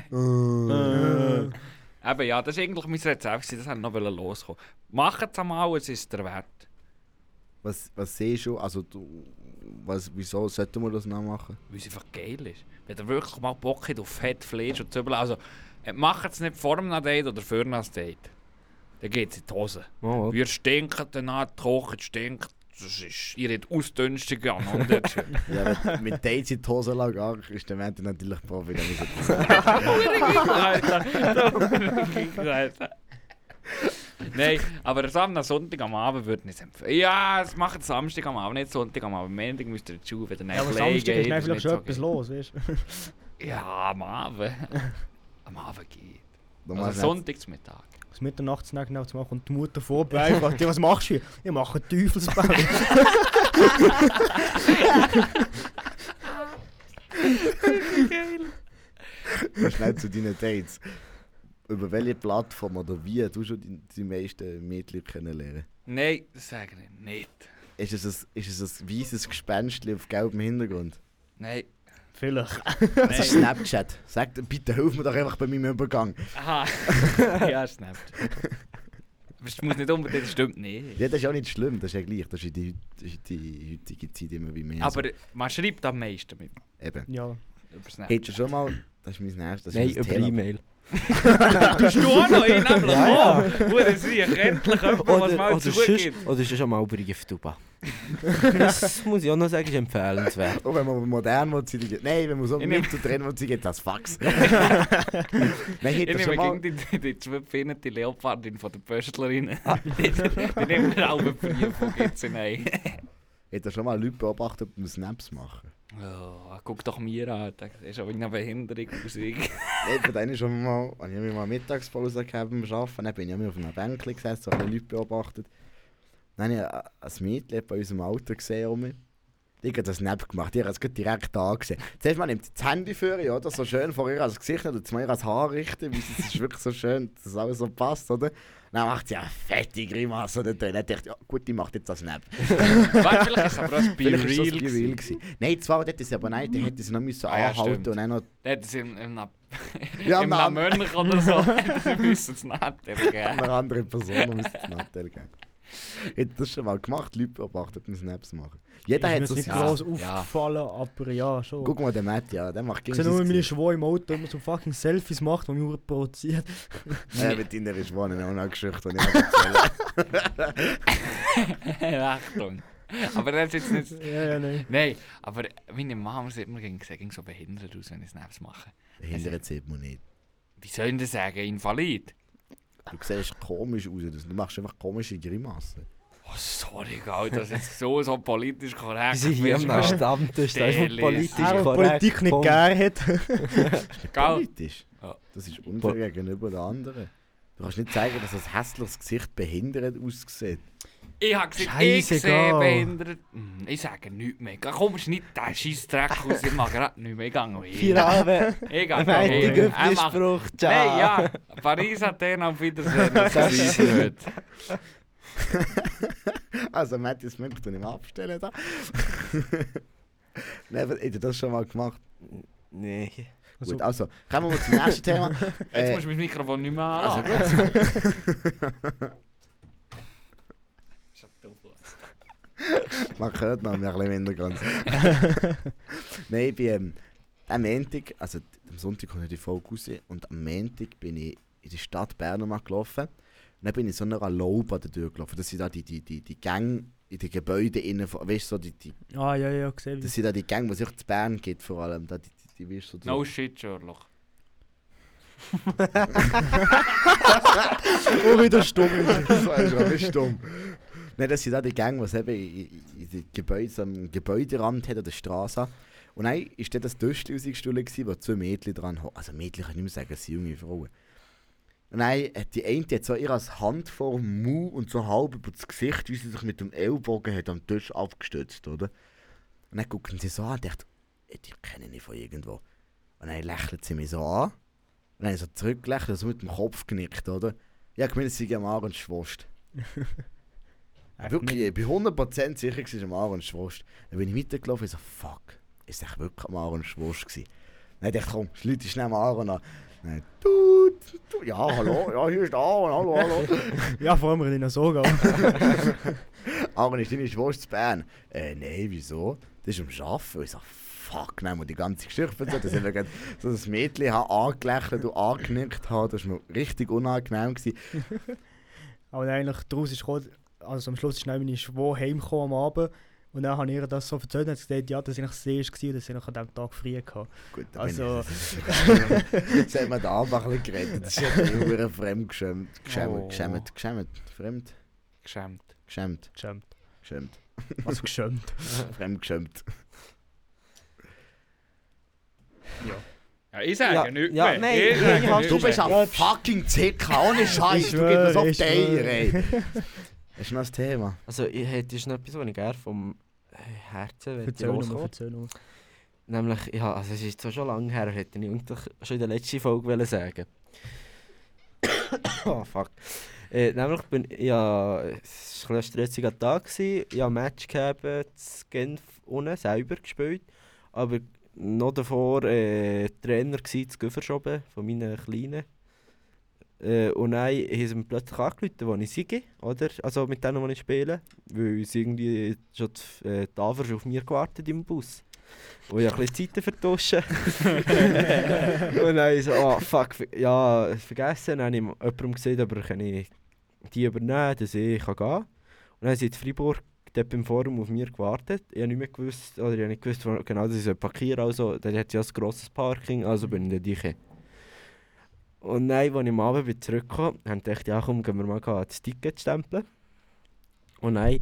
Speaker 4: Äh.
Speaker 5: Eben ja, das war eigentlich mein Rezept, gewesen, das wollte ich noch loskommen. Macht es einmal, es ist der Wert.
Speaker 4: Was, was siehst du? Also, du, was, wieso sollten wir das noch machen?
Speaker 5: weil es einfach geil ist. Wenn ihr wirklich mal Bock habt auf Fett, Fleisch und Zwiebeln, also äh, macht es nicht vor dem Date oder für ein Date. Dann geht es in die Hose.
Speaker 3: mal,
Speaker 5: Wir stinken danach, die Kochen stinkt. Das ist, ihr habt ausdünstig an und jetzt schon.
Speaker 4: Ja, wenn- mit Dates in die ah, Hosenlage angehst, dann werden natürlich Profi. Dann ist es-
Speaker 5: Alter. Nein, aber das am Sonntag am Abend würde ich nicht empfehlen. Ja, es macht Samstag am Abend, nicht Sonntag am Abend. Montag müsst ihr in die Schule, wenn ihr
Speaker 2: Ja,
Speaker 5: nicht
Speaker 2: aber
Speaker 5: Pflege habt,
Speaker 2: Samstag ist dann
Speaker 5: das
Speaker 2: vielleicht
Speaker 5: nicht
Speaker 2: schon
Speaker 5: so
Speaker 2: etwas
Speaker 5: geil.
Speaker 2: los, weißt du.
Speaker 5: Ja, am Abend. Am Abend geht.
Speaker 4: Nochmal
Speaker 5: Also
Speaker 4: schnell-
Speaker 5: Sonntagsmittag.
Speaker 2: Das Mitternachtsnack genau zu machen und die Mutter vorbei fragt, «Ja, was machst du hier? Ich mache einen Teufelsball. (laughs)
Speaker 4: Noch schnell zu deinen Dates. Über welche Plattform oder wie du schon die, die meisten Mädchen kennenlernen?
Speaker 5: Nein, das sage ich nicht.
Speaker 4: Ist es ein, ist es ein weißes Gespenst auf gelbem Hintergrund?
Speaker 5: Nein.
Speaker 2: Vielleicht. (laughs)
Speaker 4: Das ist Snapchat. Sag, bitte hilf mir doch einfach bei meinem Übergang.
Speaker 5: Aha. Ah. ja, snappt. Das muss nicht unbedingt, das stimmt nicht.
Speaker 4: Ja, das ist auch nicht schlimm, das ist ja gleich. Das ist in die, das ist in die heutige Zeit immer wie mehr.
Speaker 5: Aber man schreibt am meisten mit
Speaker 4: so. Eben.
Speaker 2: Ja.
Speaker 5: über Snap.
Speaker 4: Hättest du schon mal... Das ist mein nächstes das
Speaker 3: nein,
Speaker 4: ist mein
Speaker 3: über
Speaker 4: Thema.
Speaker 3: E-Mail.
Speaker 5: Du stehst auch noch in nämlich
Speaker 3: Ja,
Speaker 5: ja, ja. Oh, das ist endlich jemand, was
Speaker 3: Oder,
Speaker 5: mal
Speaker 3: oder, sonst,
Speaker 5: zugeht.
Speaker 3: oder sonst einmal Brief (laughs) drüber. das muss ich auch noch sagen, ist empfehlenswert.
Speaker 4: Oh, wenn man modern will, sind die... Nein, wenn man so
Speaker 5: Ich nehm-
Speaker 4: mit zu drin will, sind das
Speaker 5: (laughs)
Speaker 4: Fax. Nein,
Speaker 5: Ich
Speaker 4: hättest du
Speaker 5: nehme
Speaker 4: schon mal...
Speaker 5: gegen die, die zwölfpinnete Leopardin von der Pöstlerin. die, (laughs) die nehmen wir auch einen Brief und geht sie rein.
Speaker 4: Hättest du schon mal Leute beobachtet, ob man Snaps machen?
Speaker 5: Oh, guck doch mir an, das ist aber eine Behinderung. Musik.
Speaker 4: Hey, von denen schon mal, als ich mir mal Mittagspause gehabt beim Arbeiten, dann bin ich mir auf einer Bänkchen gesessen, habe Leute beobachtet. Dann habe ich ein Mädchen bei unserem Auto gesehen um mich. Ich habe das Snap gemacht, ich habe es gerade direkt angesehen. Zuerst mal nimmt sie das Handy für ihr, oder? So schön vor ihr als Gesicht oder zu mir als Haar richten, weil es ist wirklich so schön, dass es alles so passt, oder? Dann macht sie eine fette Grimasse oder drin. Dann dachte ich, ja gut, die macht jetzt das Snap.
Speaker 5: Weißt, vielleicht ist es aber auch ein Be
Speaker 4: Vielleicht ist das
Speaker 5: Real.
Speaker 4: Be
Speaker 5: gewesen.
Speaker 4: Real gewesen. Nein, zwar dort ist aber nein, die hätte sie noch müssen
Speaker 5: Ah ja,
Speaker 4: anhalten
Speaker 5: stimmt.
Speaker 4: und dann noch
Speaker 5: Nein, das ist im, im, Na
Speaker 4: Ja,
Speaker 5: im
Speaker 4: Mann.
Speaker 5: Namönch oder so. (laughs) Wir müssen es nicht geben.
Speaker 4: einer anderen Person muss den Nachteil geben. Hätte das schon mal gemacht, Leute beobachtet beim Snaps machen. Jeder
Speaker 2: ist mir
Speaker 4: hat so
Speaker 2: jetzt nicht
Speaker 4: sein.
Speaker 5: Ja,
Speaker 2: groß
Speaker 5: ja.
Speaker 2: aufgefallen, aber ja, schon.
Speaker 4: Guck mal, der Matt, ja, der macht
Speaker 2: ich
Speaker 4: gegen
Speaker 2: sehe nur meine Schwau im Auto immer so fucking Selfies macht, die mich verdammt provoziert.
Speaker 4: Ja, mit deiner ist wohl eine andere Geschichte, die ich
Speaker 2: (laughs)
Speaker 4: noch erzähle.
Speaker 5: (laughs) Achtung. Aber das ist jetzt nicht.
Speaker 2: Ja, ja, nein.
Speaker 5: Nein, aber meine Mama sieht mir gegen, gegen so behindert aus, wenn ich Snaps mache.
Speaker 4: Hinterher sieht man nicht.
Speaker 5: Wie soll ich das sagen? Invalid?
Speaker 4: Du siehst komisch aus, du machst einfach komische Grimassen.
Speaker 5: Oh, sorry, Alter, das ist so, so politisch korrekt.
Speaker 3: Wir sind hier
Speaker 5: Weißt du,
Speaker 3: am Stammtisch, da ist man
Speaker 5: Stelle.
Speaker 3: politisch
Speaker 2: Auch wenn die
Speaker 3: korrekt.
Speaker 2: Politik nicht
Speaker 3: Komm.
Speaker 2: gegeben hat.
Speaker 5: Gell?
Speaker 4: Politisch.
Speaker 5: Ja.
Speaker 4: Das ist unfair gegenüber den anderen. Du kannst nicht sagen, dass ein hässliches Gesicht behindert aussieht.
Speaker 5: Ich habe gesagt, ich sehe
Speaker 2: Scheißegal.
Speaker 5: behindert. Hm, Ich sage nichts mehr. Geh, Komm, schneid den scheiß Dreck raus, ich mag gerade nichts mehr. Ich gehe noch hin.
Speaker 3: Vier Abend,
Speaker 5: Ich gehe noch
Speaker 3: ein
Speaker 5: hin.
Speaker 3: Ende
Speaker 5: Er macht-
Speaker 3: Spruch, ciao.
Speaker 5: Nein, ja. Paris, Athen, auf Wiedersehen. Das
Speaker 3: Das
Speaker 5: ist
Speaker 3: ist
Speaker 5: gut.
Speaker 4: Also, Matt, das möchte ich nicht mehr abstellen. Da. (laughs) Nein, aber hätte das schon mal gemacht.
Speaker 3: Nee.
Speaker 2: Also-
Speaker 4: Gut, also, kommen wir mal zum nächsten Thema.
Speaker 5: Jetzt
Speaker 4: Äh,
Speaker 5: musst du mein Mikrofon nicht mehr
Speaker 4: also
Speaker 5: an.
Speaker 4: gut. (laughs) Man hört noch ein bisschen im
Speaker 2: (laughs)
Speaker 4: Hintergrund. Nein, ich bin ähm, am Montag, also d- am Sonntag komme ich die Folge raus und am Montag bin ich in die Stadt Bern nochmal gelaufen. Und dann bin ich in so einer Laube an der Tür gelaufen. Das sind da die, die, die, die Gänge in den Gebäuden innen, von- weißt du, so die, die,
Speaker 2: Ah, ja, ja, gesehen.
Speaker 4: das sind da die Gänge, die es auch zu Bern gibt vor allem. Da, die, die, die, weißt du, so die-
Speaker 5: No shit, Sherlock.
Speaker 4: Oh, wieder stumm. (laughs) Das war schon ein bisschen stumm. Nein, das sind auch die Gänge, die es eben in- in- in den Gebäude, am Gebäuderand hat, an der Straße. Und dann war dort das Töschchen rausgestohlen, gewesen, wo zwei Mädchen dran ho- Also Mädchen kann ich nicht mehr sagen, es sind junge Frauen. Nein, äh, die eine hat so ihr Hand vor dem Mu und so halb über das Gesicht, wie sie sich mit dem Ellbogen hat am Tisch abgestützt, oder? Und dann gucken sie so an und denkt, die kenne ich von irgendwo. Und dann lächelt sie mich so an. Und dann so zurückgelächelt, so mit dem Kopf genickt, oder? Ja, ich meine, sie sei am Aaron Schwurst.
Speaker 2: Echt
Speaker 4: Wirklich,
Speaker 2: nicht.
Speaker 4: ich bin 100% sicher, es war am Aaron Schwurst. Dann bin ich weitergelaufen und so, fuck, ist echt wirklich am Aaron Schwurst gewesen? Dann dachte ich, komm, Leute, schnell am Aaron an. Dann, du, du, ja, hallo, ja, hier ist der Aaron, hallo, hallo.
Speaker 2: Ja, vor allem in der Sorge. auch.
Speaker 4: Aaron, ist deine Schwurst zu Bern? Äh, nein, wieso? Das ist am Arbeiten. Und ich so, fuck, nein, muss die ganze Geschichte erzählen. Dass ich mir gerade so ein Mädchen habe angelächelt und angenickt habe, das war mir richtig unangenehm. Gewesen.
Speaker 2: Aber dann eigentlich daraus ist gekommen, also am Schluss ist dann meine Schwur heimgekommen am Abend. Und dann habe ich ihr das so erzählt und hat sie gesagt, ja, dass ich sehr war und dass ich an diesem Tag frei hatte.
Speaker 4: Gut, dann bin
Speaker 2: Also,
Speaker 4: ich- jetzt haben wir den Abend ein bisschen geredet. Das ist ja immer fremd geschämt. Geschämt,
Speaker 5: Oh.
Speaker 4: geschämt, geschämt, fremd,
Speaker 5: Geschämt.
Speaker 4: geschämt,
Speaker 2: geschämt.
Speaker 4: geschämt,
Speaker 2: Also geschämt.
Speaker 4: fremd geschämt.
Speaker 5: Ja, ich sage
Speaker 3: Ja,
Speaker 5: nichts
Speaker 3: ja,
Speaker 5: mehr.
Speaker 3: nein,
Speaker 5: ich
Speaker 3: nein,
Speaker 5: sage
Speaker 3: hast
Speaker 5: nichts
Speaker 4: Du bist
Speaker 5: mehr.
Speaker 4: ein fucking CK ohne Scheiß.
Speaker 2: Ich
Speaker 4: Du gibst mir so
Speaker 2: schwöre,
Speaker 4: auf
Speaker 2: ich
Speaker 4: die Eier, ey.
Speaker 2: schwöre.
Speaker 4: Das ist noch ein Thema.
Speaker 3: Also, ich hätte ist noch etwas, was ich gerne vom äh, Herzen möchte
Speaker 2: Erzähl nochmal,
Speaker 3: loskommen.
Speaker 2: erzähl nochmal.
Speaker 3: Nämlich, ja, also es ist zwar schon lange her, hätte ich eigentlich schon in der letzten Folge wollen sagen (coughs) Oh, fuck. Äh, nämlich bin ja, es war ein bisschen ein stressiger Tag, gewesen. ich habe ein Match gehabt, das Genf unten selber gespielt, aber noch davor äh, Trainer gsi zu Gehen verschoben von meinen Kleinen. Äh, und dann haben sie mir plötzlich angerufen, wo ich siege, oder? Also mit denen, die ich spiele, weil sie irgendwie schon die, äh, die Ava ist auf mir gewartet im Bus. Und ich habe ein bisschen Zeiten vertuschen. (laughs) und dann ich so, oh fuck, ver- ja, vergessen. Dann habe ich jemandem gesehen, aber kann ich die übernehmen, dass ich kann gehen kann. Und dann sind in Freiburg dort beim Forum auf mir gewartet. Ich habe nicht mehr gewusst, oder ich habe nicht gewusst, wo- genau, dass ich soll parkieren soll. Also, dort hat ja ein grosses Parking, also bin ich dort rein. Und dann, als ich am Abend bin zurückgekommen bin, haben gedacht, ja komm, gehen wir mal gehen, das Ticket stempeln. Und dann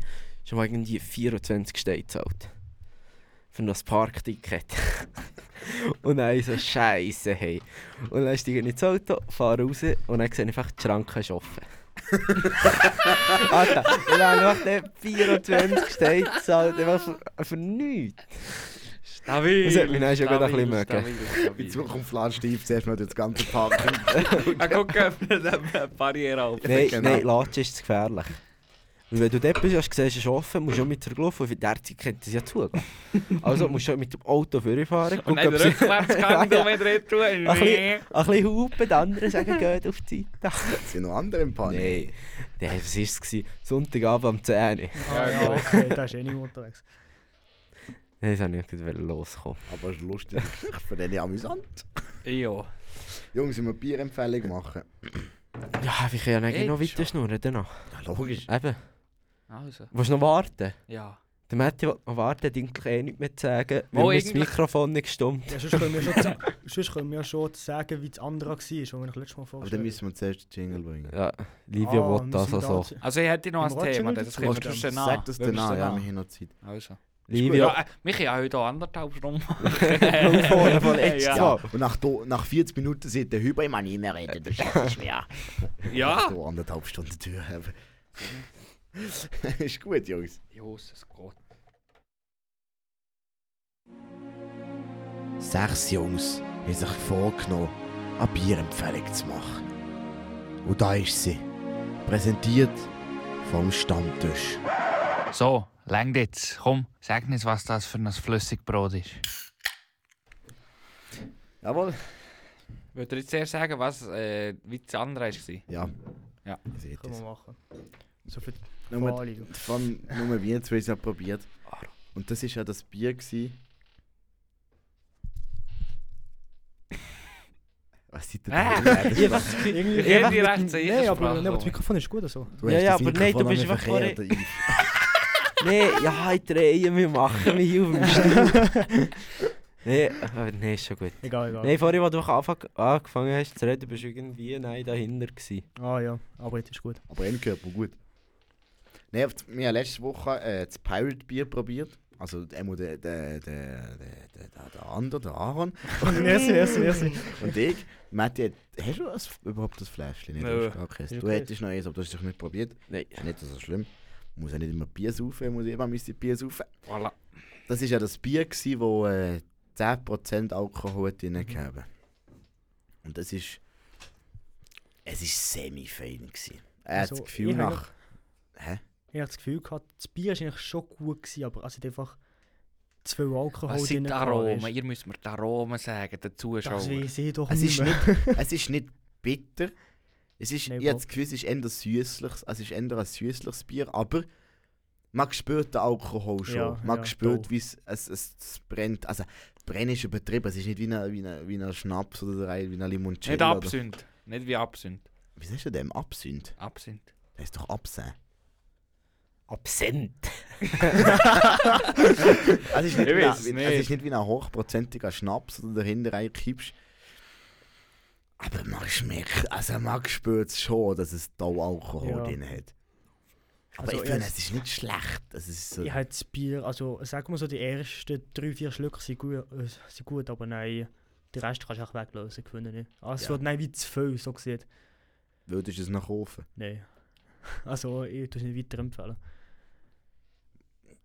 Speaker 3: ist mal irgendwie 24 Steine gezahlt. Für noch das Parkticket. (laughs) und dann ich so, Scheiße, hey. Und dann steige ich ins Auto, fahre raus und dann sehe ich einfach, die Schranke ist offen. (laughs) Alter, und dann habe ich einfach 24 Steine gezahlt, einfach für, für nichts.
Speaker 5: Stabil.
Speaker 3: Das hat mich dann schon wieder ein bisschen
Speaker 5: stabil,
Speaker 4: In
Speaker 5: stabil,
Speaker 4: Zukunft flanscht Steve zuerst mal durch das ganze Parking.
Speaker 5: stabil. Ja, guck, (laughs) ob wir eine Barriere auf.
Speaker 3: Nein,
Speaker 4: genau.
Speaker 3: nein, Latsch ist zu gefährlich. Weil wenn du dort bist, hast du gesehen, es ist offen, musst du mit der Luft, und in der Zeit könnte es ja zugehen. Also musst du mit dem Auto vorfahren,
Speaker 5: Und dann
Speaker 3: ob sie-
Speaker 5: rückwärts kann,
Speaker 3: Ja,
Speaker 5: du
Speaker 3: ja.
Speaker 5: wieder rein
Speaker 3: Ein bisschen, ein bisschen hupen, die anderen sagen, geht auf die Seite.
Speaker 4: Sind noch andere im Park?
Speaker 3: Nein, Nein, was war es? Sonntagabend um 10 Uhr.
Speaker 2: Ah, ja, okay, da ist eh nicht unterwegs.
Speaker 3: Nein, das wollte ich nicht loskommen.
Speaker 4: Aber es ist lustig, für den amüsant.
Speaker 5: Ja.
Speaker 4: Jungs, wir müssen Bierempfehlung machen.
Speaker 3: Ja, wir können ja
Speaker 5: Ey,
Speaker 3: eigentlich noch weiter
Speaker 5: schon.
Speaker 3: schnurren danach.
Speaker 4: Ja, logisch.
Speaker 3: Eben.
Speaker 5: Also,
Speaker 3: Willst du noch warten?
Speaker 5: Nou, ja.
Speaker 3: Der Matti will noch warten, hat eigentlich eh nichts mehr zu sagen, weil
Speaker 5: Mal
Speaker 3: mir das
Speaker 5: eigentlich-
Speaker 3: Mikrofon nicht gestummt.
Speaker 2: Ja, sonst können wir schon, z- (laughs) sonst können wir schon sagen, wie das andere war, was wir euch letztes Mal
Speaker 4: Aber dann
Speaker 2: vorgestellt
Speaker 4: müssen wir zuerst den Jingle bringen.
Speaker 3: Ja, Livia
Speaker 2: Ah,
Speaker 3: will
Speaker 2: müssen
Speaker 3: das
Speaker 2: wir
Speaker 3: also.
Speaker 2: da-
Speaker 5: Also, ich hätte noch
Speaker 2: Im
Speaker 5: ein
Speaker 2: Rotschirm
Speaker 5: Thema,
Speaker 2: oder
Speaker 5: das
Speaker 2: zu
Speaker 5: können wir
Speaker 2: Rotschirm?
Speaker 5: sonst Genau. danach.
Speaker 4: Sag das
Speaker 5: Wenn wir
Speaker 4: danach,
Speaker 5: es
Speaker 4: ja, wir haben noch Zeit.
Speaker 5: Also.
Speaker 3: Livia,
Speaker 5: Nou, Ja, äh, Michi, ja, heute auch anderthalb (laughs) Stunden.
Speaker 3: Mikrofon von extra.
Speaker 5: Ja.
Speaker 4: Und nach, do, nach 40 Minuten sieht der Hüber immer nicht mehr reden, das ist schwer.
Speaker 5: (laughs) Ja.
Speaker 4: So anderthalb Stunden Tür (laughs) haben. ist gut, Jungs.
Speaker 5: Jesus Gott.
Speaker 4: Sechs Jungs haben sich vorgenommen, eine Bierempfehlung zu machen. Und da ist sie. Präsentiert vom Stammtisch.
Speaker 5: So, lang jetzt. Komm, sag uns, was das für ein Flüssigbrot ist.
Speaker 4: Jawohl.
Speaker 5: Wollt ihr jetzt zuerst sagen, was,
Speaker 2: eh,
Speaker 5: äh, wie das andere war?
Speaker 4: Ja.
Speaker 5: Ja.
Speaker 4: Ihr seht
Speaker 2: haben. Können
Speaker 4: es.
Speaker 2: wir machen. So viel
Speaker 4: Nur
Speaker 2: Vorliegen.
Speaker 4: Vor allem nur wir zwei haben es ja probiert. Und das war ja das
Speaker 3: (laughs)
Speaker 4: Bier. Gewesen. Was sieht denn
Speaker 5: Ah,
Speaker 4: da? Das ist doch-
Speaker 2: Irgendwie
Speaker 5: Ich hätte die
Speaker 2: mit-
Speaker 5: recht sicher
Speaker 2: Nein, aber,
Speaker 5: Sprache
Speaker 2: nein, aber das
Speaker 5: verloren.
Speaker 2: Mikrofon ist gut also. so.
Speaker 4: Du
Speaker 3: Ja,
Speaker 4: hast
Speaker 3: ja,
Speaker 4: das
Speaker 3: aber nein,
Speaker 4: Mikrofon
Speaker 3: du bist
Speaker 4: an mir
Speaker 3: einfach vorher-
Speaker 4: verkehrt, Yves.
Speaker 3: Nee, ja, ich drehe, wir machen mich hier auf dem Stuhl.
Speaker 2: (laughs)
Speaker 3: nee, aber nee, ist schon gut.
Speaker 2: Egal, egal.
Speaker 3: Nee, vorher, als du anfang- angefangen hast zu reden, bist du irgendwie nein, dahinter gewesen.
Speaker 2: Ah ja, aber jetzt ist gut.
Speaker 4: eh Aber im Körper gut. Nein, aber wir haben letzte Woche äh, das Pirate Bier probiert. Also einmal der, der, der, der, der, der, der andere, der Aaron
Speaker 2: merci, merci, merci.
Speaker 4: und ich. Matti, hat- hast du das, überhaupt das Fläschchen? Nicht?
Speaker 5: Nö.
Speaker 4: Okay.
Speaker 2: Ist
Speaker 4: Du
Speaker 2: okay.
Speaker 4: hättest noch eins, aber du hast es doch nicht probiert.
Speaker 3: Nein.
Speaker 4: Ist nicht so schlimm. Muss ja nicht immer Bier saufen, muss immer mein Bier saufen.
Speaker 5: Voilà.
Speaker 4: Das war ja das Bier, das äh, 10% Alkohol hat drin gehabt. Und das ist. Es war semi-fein. gewesen. Er hat
Speaker 2: Also,
Speaker 4: das Gefühl
Speaker 2: ich habe
Speaker 4: nach. Hä?
Speaker 2: Ich hatte das Gefühl, gehabt, das Bier war eigentlich schon gut, gewesen, aber es hat einfach zu viel Alkohol
Speaker 5: Was sind die
Speaker 2: gehabt,
Speaker 5: Aromen?
Speaker 2: weisst
Speaker 5: Ihr müsst mir die Aromen sagen, den
Speaker 2: du. Das
Speaker 5: Zuschauern.
Speaker 2: weiß ich doch
Speaker 4: Es ist
Speaker 2: mehr. (laughs)
Speaker 4: Es ist nicht bitter. Es ist,
Speaker 2: Nein,
Speaker 4: ich habe das Gefühl, es ist eher süßliches, es ist eher ein süßliches Bier, aber man spürt den Alkohol schon.
Speaker 2: Ja,
Speaker 4: man
Speaker 2: ja,
Speaker 4: spürt,
Speaker 2: voll.
Speaker 4: wie es, es, es, es brennt. Also, brennen ist übertrieben. Es ist nicht wie ein, wie ein, wie ein Schnaps oder so rein, wie ein Limoncello.
Speaker 5: Nicht
Speaker 4: oder-
Speaker 5: Absinth. Nicht wie Absinth.
Speaker 4: Wie ist denn dem? Absinth?
Speaker 5: Absinth.
Speaker 4: Das ist doch Absinth.
Speaker 3: Absent. (laughs)
Speaker 4: Also Es ist nicht,
Speaker 5: Ich
Speaker 4: wie,
Speaker 5: weiß
Speaker 4: ein,
Speaker 5: nicht.
Speaker 4: Es ist nicht wie ein hochprozentiger Schnaps, den du dahinter reinkippst. Aber man schmeckt, also man spürt es schon, dass es da Alkohol
Speaker 2: Ja.
Speaker 4: drin hat. Aber
Speaker 2: Also
Speaker 4: ich finde,
Speaker 2: erst-
Speaker 4: es ist nicht schlecht. Es ist so,
Speaker 2: Ich habe das Bier, also sagen wir so, die ersten drei, vier Schlucke sind gut, äh, sind gut aber nein, den Rest kannst du auch weglösen, finde ich. Also es
Speaker 4: Ja.
Speaker 2: wird nein wie zu viel, so gesehen.
Speaker 4: Würdest du es noch kaufen?
Speaker 2: Nein. (laughs) Also ich tue es nicht weiterempfehlen.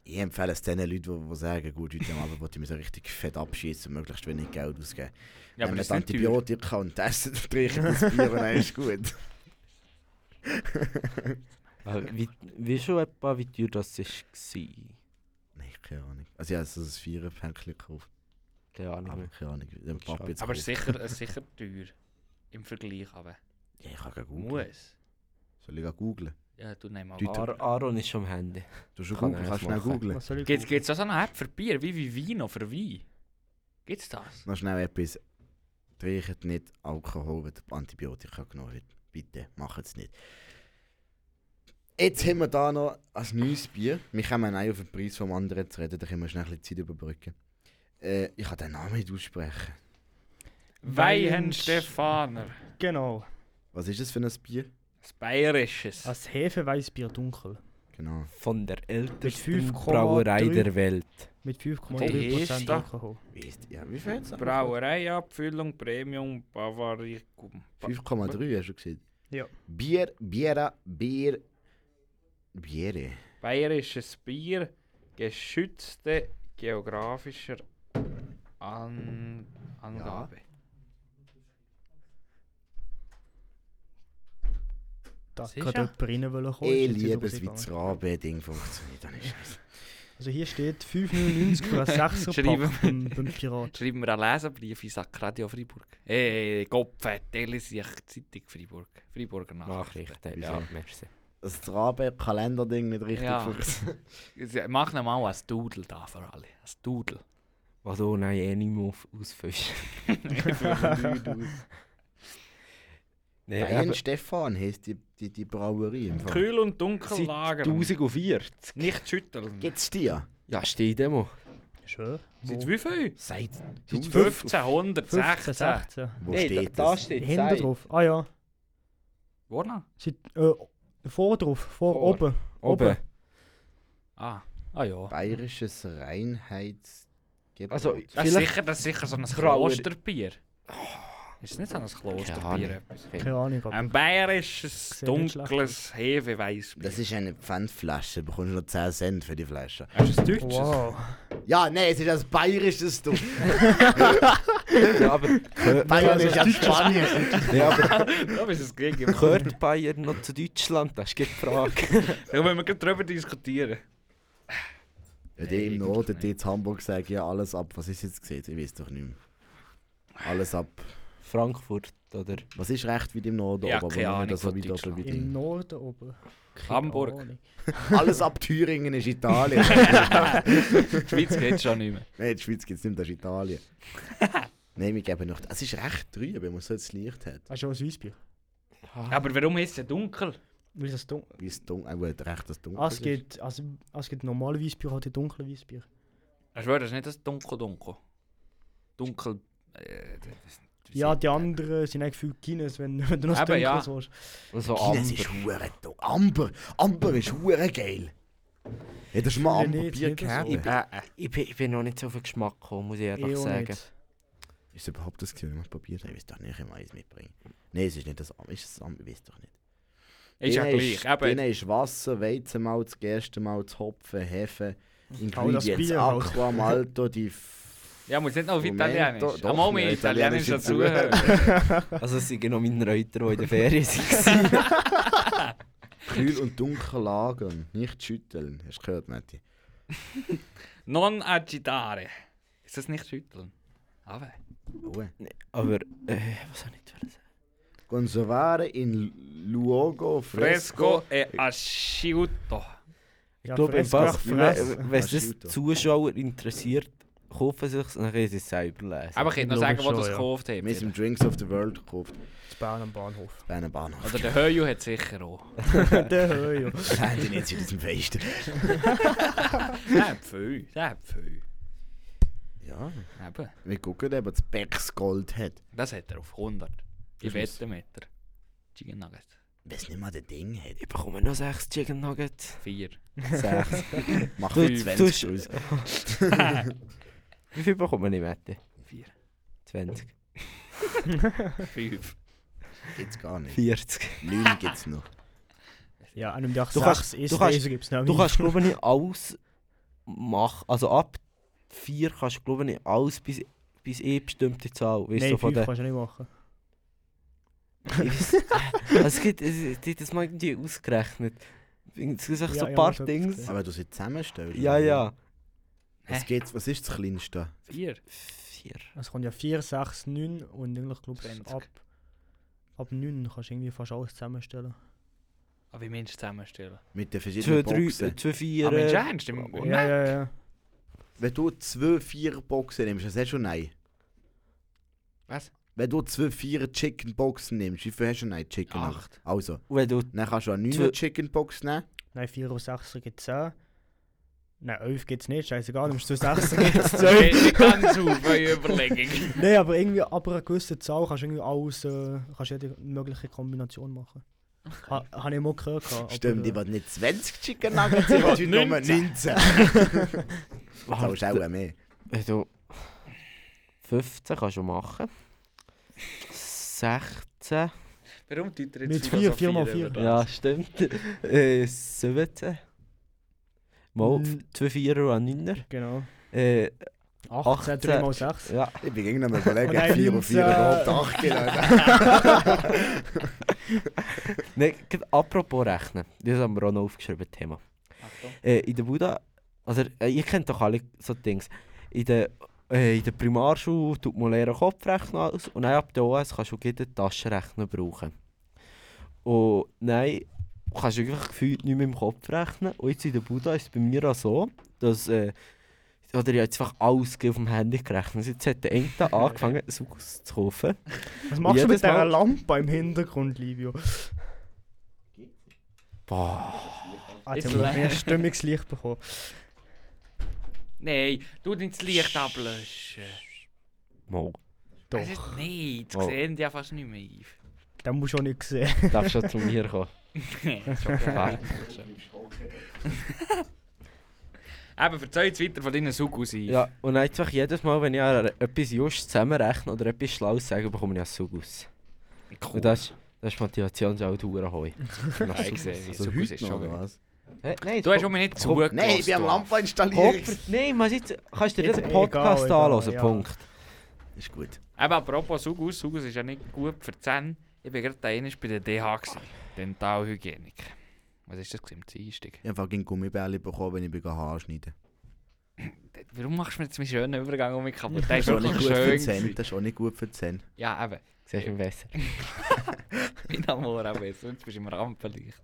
Speaker 4: Ich empfehle es den Leuten, die, die sagen, gut, heute am (laughs) Abend wollte ich mich so richtig fett abschießen und möglichst wenig Geld ausgeben.
Speaker 5: Ja, aber
Speaker 4: Wenn
Speaker 5: das
Speaker 4: man
Speaker 5: ist nicht teuer.
Speaker 4: Antibiotika und (laughs) testen, dann trinke ich das Bier und dann ist gut. (laughs)
Speaker 3: Wie, wie schon etwa, wie teuer das war?
Speaker 4: Nein, keine Ahnung. Also ich habe so ein Viererpäckchen gekauft,
Speaker 3: Keine Ahnung.
Speaker 4: aber
Speaker 3: mehr.
Speaker 4: keine Ahnung. Der Papa jetzt
Speaker 5: Aber es ist
Speaker 4: gekauft.
Speaker 5: sicher, es ist sicher teuer. Im Vergleich aber.
Speaker 4: Ja, ich kann gleich googlen.
Speaker 5: Muss.
Speaker 4: Soll ich gleich googlen?
Speaker 5: Ja, du nimm mal.
Speaker 4: Deuter-
Speaker 5: wahr.
Speaker 3: Ar Aaron ist am Handy.
Speaker 4: Du schon
Speaker 3: Kann
Speaker 4: googeln,
Speaker 3: er
Speaker 4: kannst
Speaker 3: jetzt
Speaker 4: schnell
Speaker 3: machen.
Speaker 4: googlen.
Speaker 2: Was soll ich
Speaker 5: Gibt's, gibt's auch so eine App für Bier, wie wie Vino für Wein? Gibt's das?
Speaker 4: Noch schnell etwas. Trinkt nicht Alkohol, wenn ihr Antibiotika genommen wird. Bitte, macht es nicht. Jetzt haben wir da noch ein neues Bier. Wir kommen auch auf den Preis vom anderen zu reden, da können wir schnell ein bisschen Zeit überbrücken. Äh, ich kann den Namen nicht aussprechen.
Speaker 5: Weihen Stefaner.
Speaker 2: Genau.
Speaker 4: Was ist das für ein Bier?
Speaker 5: Ein bayerisches.
Speaker 2: Als Hefeweißbier dunkel.
Speaker 4: Genau.
Speaker 3: Von der ältesten
Speaker 2: 5,3
Speaker 3: Brauerei der Welt.
Speaker 2: Mit
Speaker 5: Wie ist
Speaker 2: 5,3%
Speaker 5: das?
Speaker 2: Alkohol.
Speaker 4: Weißt ja, wie viel jetzt?
Speaker 5: Brauereiabfüllung Premium Bavaricum.
Speaker 4: 5,3 hast du gesehen.
Speaker 2: Ja.
Speaker 4: Bier, Biera, Bier. Biere.
Speaker 5: Bayerisches Bier, geschützte geografischer An Angabe.
Speaker 2: Da
Speaker 5: Was
Speaker 2: hat
Speaker 5: ist
Speaker 2: gerade
Speaker 5: ja?
Speaker 2: jemand rein wollen kommen.
Speaker 5: Eh,
Speaker 4: Ich
Speaker 2: ist jetzt wieder
Speaker 4: liebe es, wie
Speaker 2: rausgegangen.
Speaker 4: das Rabe-Ding funktioniert. Das ist
Speaker 2: Also hier steht 5,99 für ein
Speaker 5: (laughs)
Speaker 2: 6er
Speaker 5: Schreiben
Speaker 2: Pack beim, beim Pirat.
Speaker 5: Schreiben wir einen Leserbrief in Sack Radio Freiburg. Hey, Gottfried, Elisicht, Zeitung Freiburg. Freiburger Nachrichten.
Speaker 3: Nachrichten. Ja, merci.
Speaker 4: das Rabe-Kalender-Ding nicht richtig
Speaker 5: Ja.
Speaker 4: funktioniert.
Speaker 5: (laughs) Ja, Mach noch mal ein Dudel da für alle. Ein Dudel.
Speaker 3: Was oh nein, eh nicht mehr auf- ausfischen. Nein,
Speaker 4: Bayern
Speaker 3: eben,
Speaker 4: Stefan heisst die, die, die Brauerei. im Fall.
Speaker 5: Kühl und dunkel
Speaker 3: seit
Speaker 5: lagern.
Speaker 3: 1040.
Speaker 5: Nicht schütteln.
Speaker 4: Gibt's dir?
Speaker 3: Ja, steht Demo.
Speaker 2: Schön.
Speaker 5: Seit wie viel?
Speaker 4: Seit
Speaker 3: Seit
Speaker 5: 1516.
Speaker 2: 15, 16.
Speaker 4: Wo
Speaker 3: Nein, da-
Speaker 4: steht
Speaker 3: da
Speaker 4: das?
Speaker 3: steht
Speaker 2: Hinten
Speaker 3: Seid.
Speaker 2: drauf. Ah ja.
Speaker 5: Wo noch?
Speaker 2: Seit, äh, vor drauf. Vor,
Speaker 3: Vor.
Speaker 2: oben.
Speaker 3: Oben. (laughs)
Speaker 5: Ah, ah ja.
Speaker 4: Bayerisches Reinheitsgebot.
Speaker 3: Also,
Speaker 5: Das ist,
Speaker 3: vielleicht.
Speaker 5: sicher, das ist sicher so ein
Speaker 3: Grauer-
Speaker 5: Klosterbier. Ist es nicht so ein Klosterbier?
Speaker 3: Ahnung.
Speaker 5: etwas?
Speaker 2: Keine Ahnung. Aber
Speaker 5: Ein bayerisches,
Speaker 2: Sieht nicht
Speaker 5: dunkles Hefeweißbier.
Speaker 4: das ist eine Pfandflasche, du bekommst noch 10 Cent für die Flasche.
Speaker 5: Hast du ein deutsches? (laughs)
Speaker 2: wow.
Speaker 4: Ja, nein, es ist ein bayerisches Du.
Speaker 3: Ja, aber
Speaker 4: Bayern ist ja Spanien.
Speaker 3: ja, aber
Speaker 5: Da ist es gegen.
Speaker 3: gehört Bayern noch zu Deutschland? Das ist die Frage.
Speaker 5: Da wollen wir gerade drüber diskutieren.
Speaker 4: Ja, die im
Speaker 5: Nein,
Speaker 4: Norden,
Speaker 5: eigentlich
Speaker 4: die in Hamburg sagen ja alles ab. Was ist jetzt gesehen? Ich weiß doch nicht mehr. Alles ab.
Speaker 3: Frankfurt, oder?
Speaker 4: Was ist recht wie im Norden?
Speaker 5: Ja,
Speaker 4: aber
Speaker 5: keine
Speaker 4: nicht
Speaker 5: Ahnung
Speaker 4: so
Speaker 5: von
Speaker 4: weit oben
Speaker 5: Deutschland.
Speaker 4: wie
Speaker 2: Im
Speaker 4: die-
Speaker 2: Norden oben. Keine
Speaker 5: Mm. Hamburg.
Speaker 2: Ahnung.
Speaker 4: Alles ab Thüringen ist
Speaker 5: (laughs)
Speaker 4: Italien.
Speaker 5: Die Schweiz geht schon nicht mehr.
Speaker 4: Nein, in der Schweiz gibt es nicht mehr, das ist
Speaker 5: (laughs)
Speaker 4: Italien. Nein, wir geben noch. Es ist recht trüb, wenn man so das Licht hat.
Speaker 2: Ah, schon ein Weissbier.
Speaker 5: Aber warum ist es ja dunkel?
Speaker 2: Weil das dunkel
Speaker 4: Wie es dunkel, auch gut, recht das dunkel
Speaker 2: ah, es
Speaker 4: ist.
Speaker 2: gibt, also, ah, es gibt normale Weissbier, halt die dunkle Weissbier.
Speaker 5: Ich schwöre, das ist nicht das dunkel-dunkel. Dunkel. Äh, das- wie
Speaker 2: Ja,
Speaker 5: sagt
Speaker 2: die
Speaker 5: man?
Speaker 2: anderen sind eigentlich viel Guinness, wenn, wenn du noch
Speaker 5: Eben, ja.
Speaker 2: das Dunkle ja.
Speaker 3: Also
Speaker 4: China ist hure dunkel. Amber, Amber ist hure geil. Ja, das ist mal am
Speaker 2: Nicht,
Speaker 4: Papier
Speaker 2: nicht so.
Speaker 4: gehabt.
Speaker 3: Ich- Ich bin, ich bin noch nicht so auf den Geschmack gekommen, muss ich ehrlich
Speaker 2: Ich auch
Speaker 3: sagen.
Speaker 2: nicht.
Speaker 4: Ist es überhaupt das gewesen, wenn wir probiert haben? Ich weiß doch nicht, ich mal eins mitbringen. Nein, es ist nicht das Am. Ist es das Am? Ich weiß doch nicht.
Speaker 5: Ist ja
Speaker 4: Drin
Speaker 5: gleich. Eben,
Speaker 4: drin ist Wasser, Weizenmalz, Gerstenmalz, Hopfen, Hefe, Ingredients,
Speaker 2: Bier halt.
Speaker 4: Aquamalto, die... F-
Speaker 5: ja, muss nicht noch auf
Speaker 4: Moment,
Speaker 5: Italienisch.
Speaker 4: doch,
Speaker 5: Am Moment
Speaker 4: noch
Speaker 5: Italienisch
Speaker 4: italienische
Speaker 5: dazu.
Speaker 3: (laughs) Also es sind noch meine Reuter, die in der Ferien (laughs) waren.
Speaker 4: Kühl und dunkel lagern, nicht schütteln. Hast du gehört, Matti?
Speaker 5: (laughs) Non agitare. Ist das nicht schütteln? Ah, Aber.
Speaker 4: Ruhe.
Speaker 3: Aber, äh, was soll ich jetzt sagen?
Speaker 4: Conservare in luogo fresco.
Speaker 5: Fresco e asciutto.
Speaker 3: Ich
Speaker 2: Ja,
Speaker 3: glaube, im
Speaker 2: fress
Speaker 3: Bach,
Speaker 2: doch, fress.
Speaker 3: wenn wenn es das
Speaker 4: Prosciutto.
Speaker 3: Zuschauer interessiert, kaufen sie es und dann können sie es selber lesen.
Speaker 5: Aber ich könnte noch
Speaker 2: Logisch
Speaker 5: sagen, wo
Speaker 2: schon,
Speaker 5: das
Speaker 2: ja.
Speaker 5: gekauft hat.
Speaker 4: Wir sind Drinks of the World gekauft.
Speaker 2: In Bern am (laughs) Bahnhof.
Speaker 4: Bei einem Bahnhof. (laughs)
Speaker 5: Oder der Höju hat sicher auch. (laughs)
Speaker 2: Der Höhe.
Speaker 4: Nein, die nicht in diesem Fest.
Speaker 5: Der hat viel. Der hat viel.
Speaker 4: Ja,
Speaker 5: Eben.
Speaker 4: wir gucken, ob er das Becks Gold hat.
Speaker 5: Das hat er auf 100.
Speaker 4: Das
Speaker 5: Ich
Speaker 4: muss-
Speaker 5: wette mit er. Chicken Nuggets.
Speaker 4: Weiß nicht mal, der Ding hat.
Speaker 3: Ich bekomme noch sechs Chicken Nuggets.
Speaker 5: 4.
Speaker 3: Sechs.
Speaker 4: Mach
Speaker 3: Du-
Speaker 4: mir
Speaker 3: du
Speaker 4: 20
Speaker 3: hast-
Speaker 4: aus.
Speaker 3: Wie viel bekommen wir nicht, Mette?
Speaker 5: 4.
Speaker 3: 20.
Speaker 5: 5.
Speaker 4: Gibt's gar nicht.
Speaker 3: 40.
Speaker 4: 9 gibt's noch.
Speaker 2: Ja, an einem Tag
Speaker 3: Du kannst-
Speaker 2: 6 ist
Speaker 3: du kannst-
Speaker 2: es, gibt es noch
Speaker 3: Du
Speaker 2: nie.
Speaker 3: kannst, glaube ich, alles machen. Also ab 4 kannst du, glaube ich, alles bis, bis eine bestimmte Zahl. Weißt du,
Speaker 2: Nein,
Speaker 3: von
Speaker 2: 5
Speaker 3: der.
Speaker 2: kannst du nicht machen.
Speaker 3: (laughs) Ich weiss- also, es gibt, es, die hat das mal irgendwie ausgerechnet. Es gibt so
Speaker 2: Ja,
Speaker 3: ein
Speaker 2: ja,
Speaker 3: paar
Speaker 2: das hab ich
Speaker 3: Dings.
Speaker 2: gesehen.
Speaker 4: Aber wenn du sie zusammenstellst.
Speaker 3: Ja,
Speaker 4: oder?
Speaker 3: ja.
Speaker 4: Was, geht's, was ist das Kleinste?
Speaker 5: 4.
Speaker 3: 4.
Speaker 2: Es kommt ja 4, 6, 9 und eigentlich glaube ich
Speaker 5: 20.
Speaker 2: ab, ab 9 kannst du irgendwie fast alles zusammenstellen.
Speaker 5: Aber Ah, wie meinst du zusammenstellen?
Speaker 4: Mit den
Speaker 3: 2,
Speaker 4: verschiedenen
Speaker 3: 3,
Speaker 4: Boxen.
Speaker 3: 2,
Speaker 5: Aber im
Speaker 3: 4.
Speaker 5: Ernst? Im-
Speaker 2: Ja,
Speaker 5: Nein.
Speaker 2: ja, ja.
Speaker 4: Wenn du 2, 4 Boxen nimmst, das hast du schon nein.
Speaker 5: Was?
Speaker 4: Wenn du 2, 4 Chicken Boxen nimmst, wie viel hast du nein Chicken?
Speaker 5: Acht.
Speaker 4: Also,
Speaker 3: Wenn du
Speaker 4: dann kannst du auch 9
Speaker 3: Zwei-
Speaker 4: Chicken Box nehmen.
Speaker 2: Nein, 4 und 6 gibt es 10. Nein, 11 gibt es nicht, scheißegal, nimmst du 6 gibt es 12.
Speaker 5: Ich kann zu bei Überlegung. (laughs)
Speaker 2: Nein, aber irgendwie ab einer gewissen Zahl kannst du irgendwie alles, äh, kannst jede mögliche Kombination machen. Ha, Habe ich mal gehört. gehabt, aber,
Speaker 4: Stimmt, ich
Speaker 2: äh,
Speaker 4: will nicht 20 Chicken Nuggets, ich will heute nur
Speaker 5: 19.
Speaker 4: 19.
Speaker 3: Warte,
Speaker 4: Zahlst auch mehr.
Speaker 3: Wenn du 15 kannst du machen. 16.
Speaker 5: Warum tut er jetzt
Speaker 2: Mit vier, vier
Speaker 5: philosophieren
Speaker 2: mal vier.
Speaker 5: über das?
Speaker 3: Ja, (laughs) stimmt. Äh, 17. Mal
Speaker 2: Mm.
Speaker 3: 2 Vierer und 9er.
Speaker 2: Genau.
Speaker 3: Äh,
Speaker 2: 18, 3 mal 6.
Speaker 3: ja.
Speaker 4: Ich bin irgendwie noch mal überlegen,
Speaker 2: Nein,
Speaker 4: ob 4 und 4 überhaupt
Speaker 2: 19.
Speaker 4: 8 geladen.
Speaker 3: Nee, gerade apropos Rechnen. Das haben wir auch noch aufgeschrieben, Thema.
Speaker 5: Achtung.
Speaker 3: Äh, in der Buddha, also äh, ihr kennt doch alle so Dings. In der, äh, in der Primarschule tut man leeren Kopfrechnen aus und dann ab der OS kannst du jeden Taschenrechner brauchen. Und nein, kannst du einfach gefühlt nicht mehr im Kopf rechnen. Und jetzt in der Buddha ist es bei mir auch so, dass äh, oder ich habe jetzt einfach alles auf dem Handy Dus gerechnet. Jetzt hat der Ente angefangen, es auszukaufen.
Speaker 2: Was machst du
Speaker 3: Jedes
Speaker 2: mit dieser
Speaker 3: Mal-
Speaker 2: Lampe im Hintergrund, Livio?
Speaker 3: Boah,
Speaker 2: Ah, jetzt
Speaker 5: Ist
Speaker 2: haben wir
Speaker 5: leer.
Speaker 2: ein stimmiges Licht bekommen.
Speaker 5: Nein, du dein Licht ablöschen.
Speaker 3: mal,
Speaker 5: Das
Speaker 2: Doch,
Speaker 5: ist nicht.
Speaker 3: Oh.
Speaker 5: Das sehen die ja fast nicht mehr (laughs) Yves.
Speaker 2: den musst du auch nicht sehen.
Speaker 3: darfst schon zu mir kommen. (laughs)
Speaker 5: (laughs) Eben, erzähl jetzt weiter von deinen Sukus Yves.
Speaker 3: Ja, und dann einfach jedes Mal, wenn ich an etwas just zusammenrechne oder etwas Schlaues sage, bekomme ich einen Zug aus.
Speaker 5: Cool.
Speaker 3: Und das, ist- das ist Motivation, auch die Huren heu.
Speaker 5: Ja, ich sehe,
Speaker 4: Also
Speaker 5: Sukus
Speaker 4: heute
Speaker 5: ist
Speaker 4: noch,
Speaker 5: schon
Speaker 4: oder
Speaker 5: geil.
Speaker 4: was?
Speaker 3: Hey, nein,
Speaker 5: Du hast auch mir nicht zugelassen.
Speaker 4: Nein, ich bin am
Speaker 5: du.
Speaker 4: Lampe installieren.
Speaker 3: Hopper, nein, man sieht, kannst du dir
Speaker 2: Jetzt
Speaker 3: den
Speaker 2: egal,
Speaker 3: Podcast
Speaker 2: egal,
Speaker 3: anhören,
Speaker 2: ja.
Speaker 3: Punkt.
Speaker 4: Ist gut.
Speaker 5: Eben, apropos Sugus, Sugus ist ja nicht gut für die Zähne. Ich bin gerade einmal bei der DH gewesen. Dentalhygienik. Was ist das gewesen? am Dienstag?
Speaker 4: Ich habe fucking Gummibärli bekommen, wenn ich bin Haare schneiden.
Speaker 5: Warum machst du mir jetzt meinen schönen Übergang um mich (laughs) kaputt? Der
Speaker 4: Das
Speaker 5: ist
Speaker 4: ist auch nicht
Speaker 5: wirklich
Speaker 4: gut für die Zähne.
Speaker 5: schön.
Speaker 4: Das ist auch nicht gut für die Zähne.
Speaker 5: Ja, eben.
Speaker 3: Siehst du ihn besser.
Speaker 5: In Amor auch besser, jetzt bist du im Rampenlicht.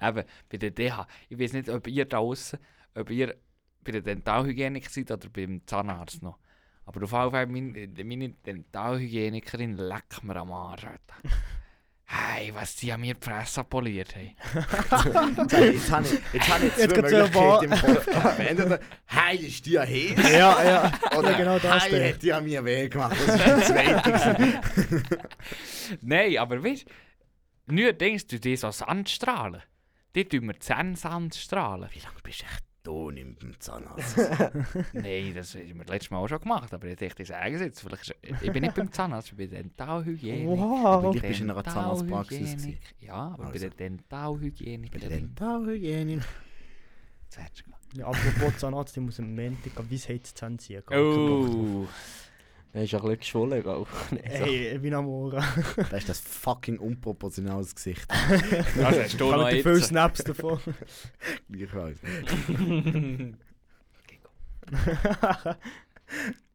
Speaker 5: Eben, bei der DH. Ich weiß nicht, ob ihr da draußen, ob ihr bei der Dentalhygienik seid oder beim Zahnarzt noch. Aber auf jeden Fall, mein, meine Dentalhygienikerin leckt mir am Arsch. Alter. Hey, was die an mir die Fresse poliert haben.
Speaker 4: (laughs) Jetzt habe ich, jetzt habe ich, jetzt habe ich zwei
Speaker 2: Jetzt geht's ja
Speaker 4: Möglichkeiten im Kopf. gehabt. Entweder, hey, ist die heiß?
Speaker 2: Ja, ja.
Speaker 4: Oder
Speaker 2: Ja, genau das
Speaker 4: hey,
Speaker 2: denke
Speaker 4: hat die an mir weh gemacht. Das (laughs) ist das Zweite.
Speaker 5: Nein, aber weißt du, nur denkst du dir so Sandstrahlen. Die tun mir die Zähne Sandstrahlen.
Speaker 4: Wie lange bist du echt Du nimmst einen (laughs) Zahnarzt.
Speaker 5: Nein, das haben wir das letzte Mal auch schon gemacht, aber ich dachte, ich sage es jetzt. Vielleicht ist, ich bin nicht beim Zahnarzt, ich bin bei der Dentalhygiene.
Speaker 3: Wow!
Speaker 4: Weil ich bist in einer Zahnarztpraxis
Speaker 5: Dentalhygienik.
Speaker 4: gewesen.
Speaker 5: Ja, aber bei
Speaker 4: Also.
Speaker 5: der Dentalhygiene.
Speaker 4: Bei der (laughs) Dentalhygiene.
Speaker 2: Ja, apropos Zahnarzt, ich muss am Montag an Weisheitszähne ziehen. gehen.
Speaker 5: Oh!
Speaker 3: Er ist ein bisschen geschwollen, gell?
Speaker 2: Ey, ich bin am Ohren.
Speaker 4: Da ist das fucking unproportionales Gesicht.
Speaker 5: Also hast du
Speaker 2: Ich
Speaker 5: noch
Speaker 2: habe viele
Speaker 5: jetzt.
Speaker 2: (laughs) Snaps davon.
Speaker 4: Ich weiß.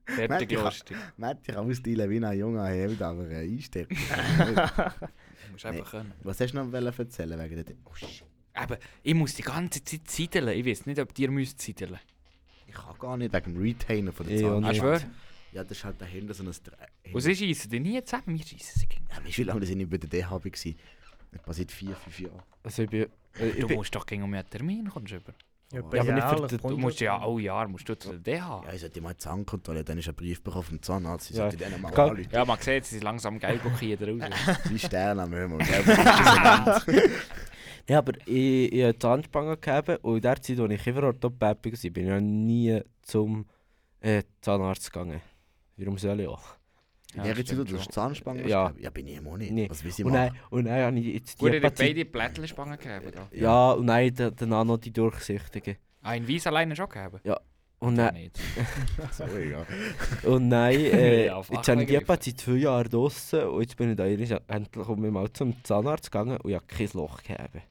Speaker 5: Fertig
Speaker 4: Merke ich-
Speaker 5: lustig.
Speaker 4: Matt, ich kann ausdealen wie ein junger Held, aber äh, (laughs) einstecken.
Speaker 5: Du musst einfach können.
Speaker 4: Was hast du noch wollen erzählen wegen der... De oh shit.
Speaker 5: Aber ich muss die ganze Zeit seideln. Ich weiß nicht, ob dir müsst seideln.
Speaker 4: Ich kann gar nicht wegen dem Retainer von der
Speaker 3: Ich auch
Speaker 4: Zahn.
Speaker 3: nicht.
Speaker 5: Ich
Speaker 3: Nein.
Speaker 5: schwöre.
Speaker 4: Ja, das ist halt dahinter so ein... Dre-
Speaker 5: Und sie schiessen dich nie zusammen. Wir schiessen sie gegen.
Speaker 4: Ja, weißt du, wie lange das ich nicht bei der DH war? Das passiert vier, fünf Jahre.
Speaker 3: Also ich bin... äh, Ich
Speaker 5: Du
Speaker 3: bin
Speaker 5: musst doch gegen um einen Termin kommst du über.
Speaker 2: Ja,
Speaker 4: aber
Speaker 3: nicht für
Speaker 2: jährlich
Speaker 3: die-
Speaker 5: Du
Speaker 2: kommt
Speaker 5: musst ja
Speaker 2: das.
Speaker 5: alle Jahre musst du zu der haben.
Speaker 4: Ja, ich sollte mal die Zahnkontrolle, dann ist ein Brief bekommen vom Zahnarzt. Ich
Speaker 3: Ah. Ja.
Speaker 4: sollte denen mal
Speaker 3: Kann-
Speaker 4: anrufen.
Speaker 5: Ja, man sieht, sie sind langsam geil
Speaker 4: (laughs)
Speaker 5: blockiert raus.
Speaker 4: Drei Sterne
Speaker 3: (laughs)
Speaker 4: am Himmel. gell?
Speaker 3: Ja, aber ich, ich habe Zahnspange gegeben und in der Zeit, als ich überall Top-Päppig war, bin ich ja nie zum äh, Zahnarzt gegangen. Warum soll ich auch?
Speaker 4: In der Zeit, wo du hast Zahnspangen
Speaker 3: Ja.
Speaker 4: gegeben? Ja, bin ich im Monat.
Speaker 3: Nee. Oh
Speaker 4: Was will ich
Speaker 3: Und
Speaker 4: machen?
Speaker 3: dann, und dann habe ich jetzt
Speaker 5: Gut, ihr habt
Speaker 3: Hepazit-
Speaker 5: beide Blättlspangen gegeben. da.
Speaker 3: Ja, und dann den, den auch noch die durchsichtige.
Speaker 5: Ah, in Weiss alleine schon gegeben?
Speaker 3: Und dann,
Speaker 5: Nicht.
Speaker 4: Sorry, ja.
Speaker 3: und dann äh,
Speaker 5: Ja, auf
Speaker 3: jetzt habe ich die
Speaker 5: Achmengriffen.
Speaker 3: etwa seit zwei Jahren draussen und jetzt bin ich da eigentlich endlich um mal zum Zahnarzt gegangen und ich habe kein Loch gegeben.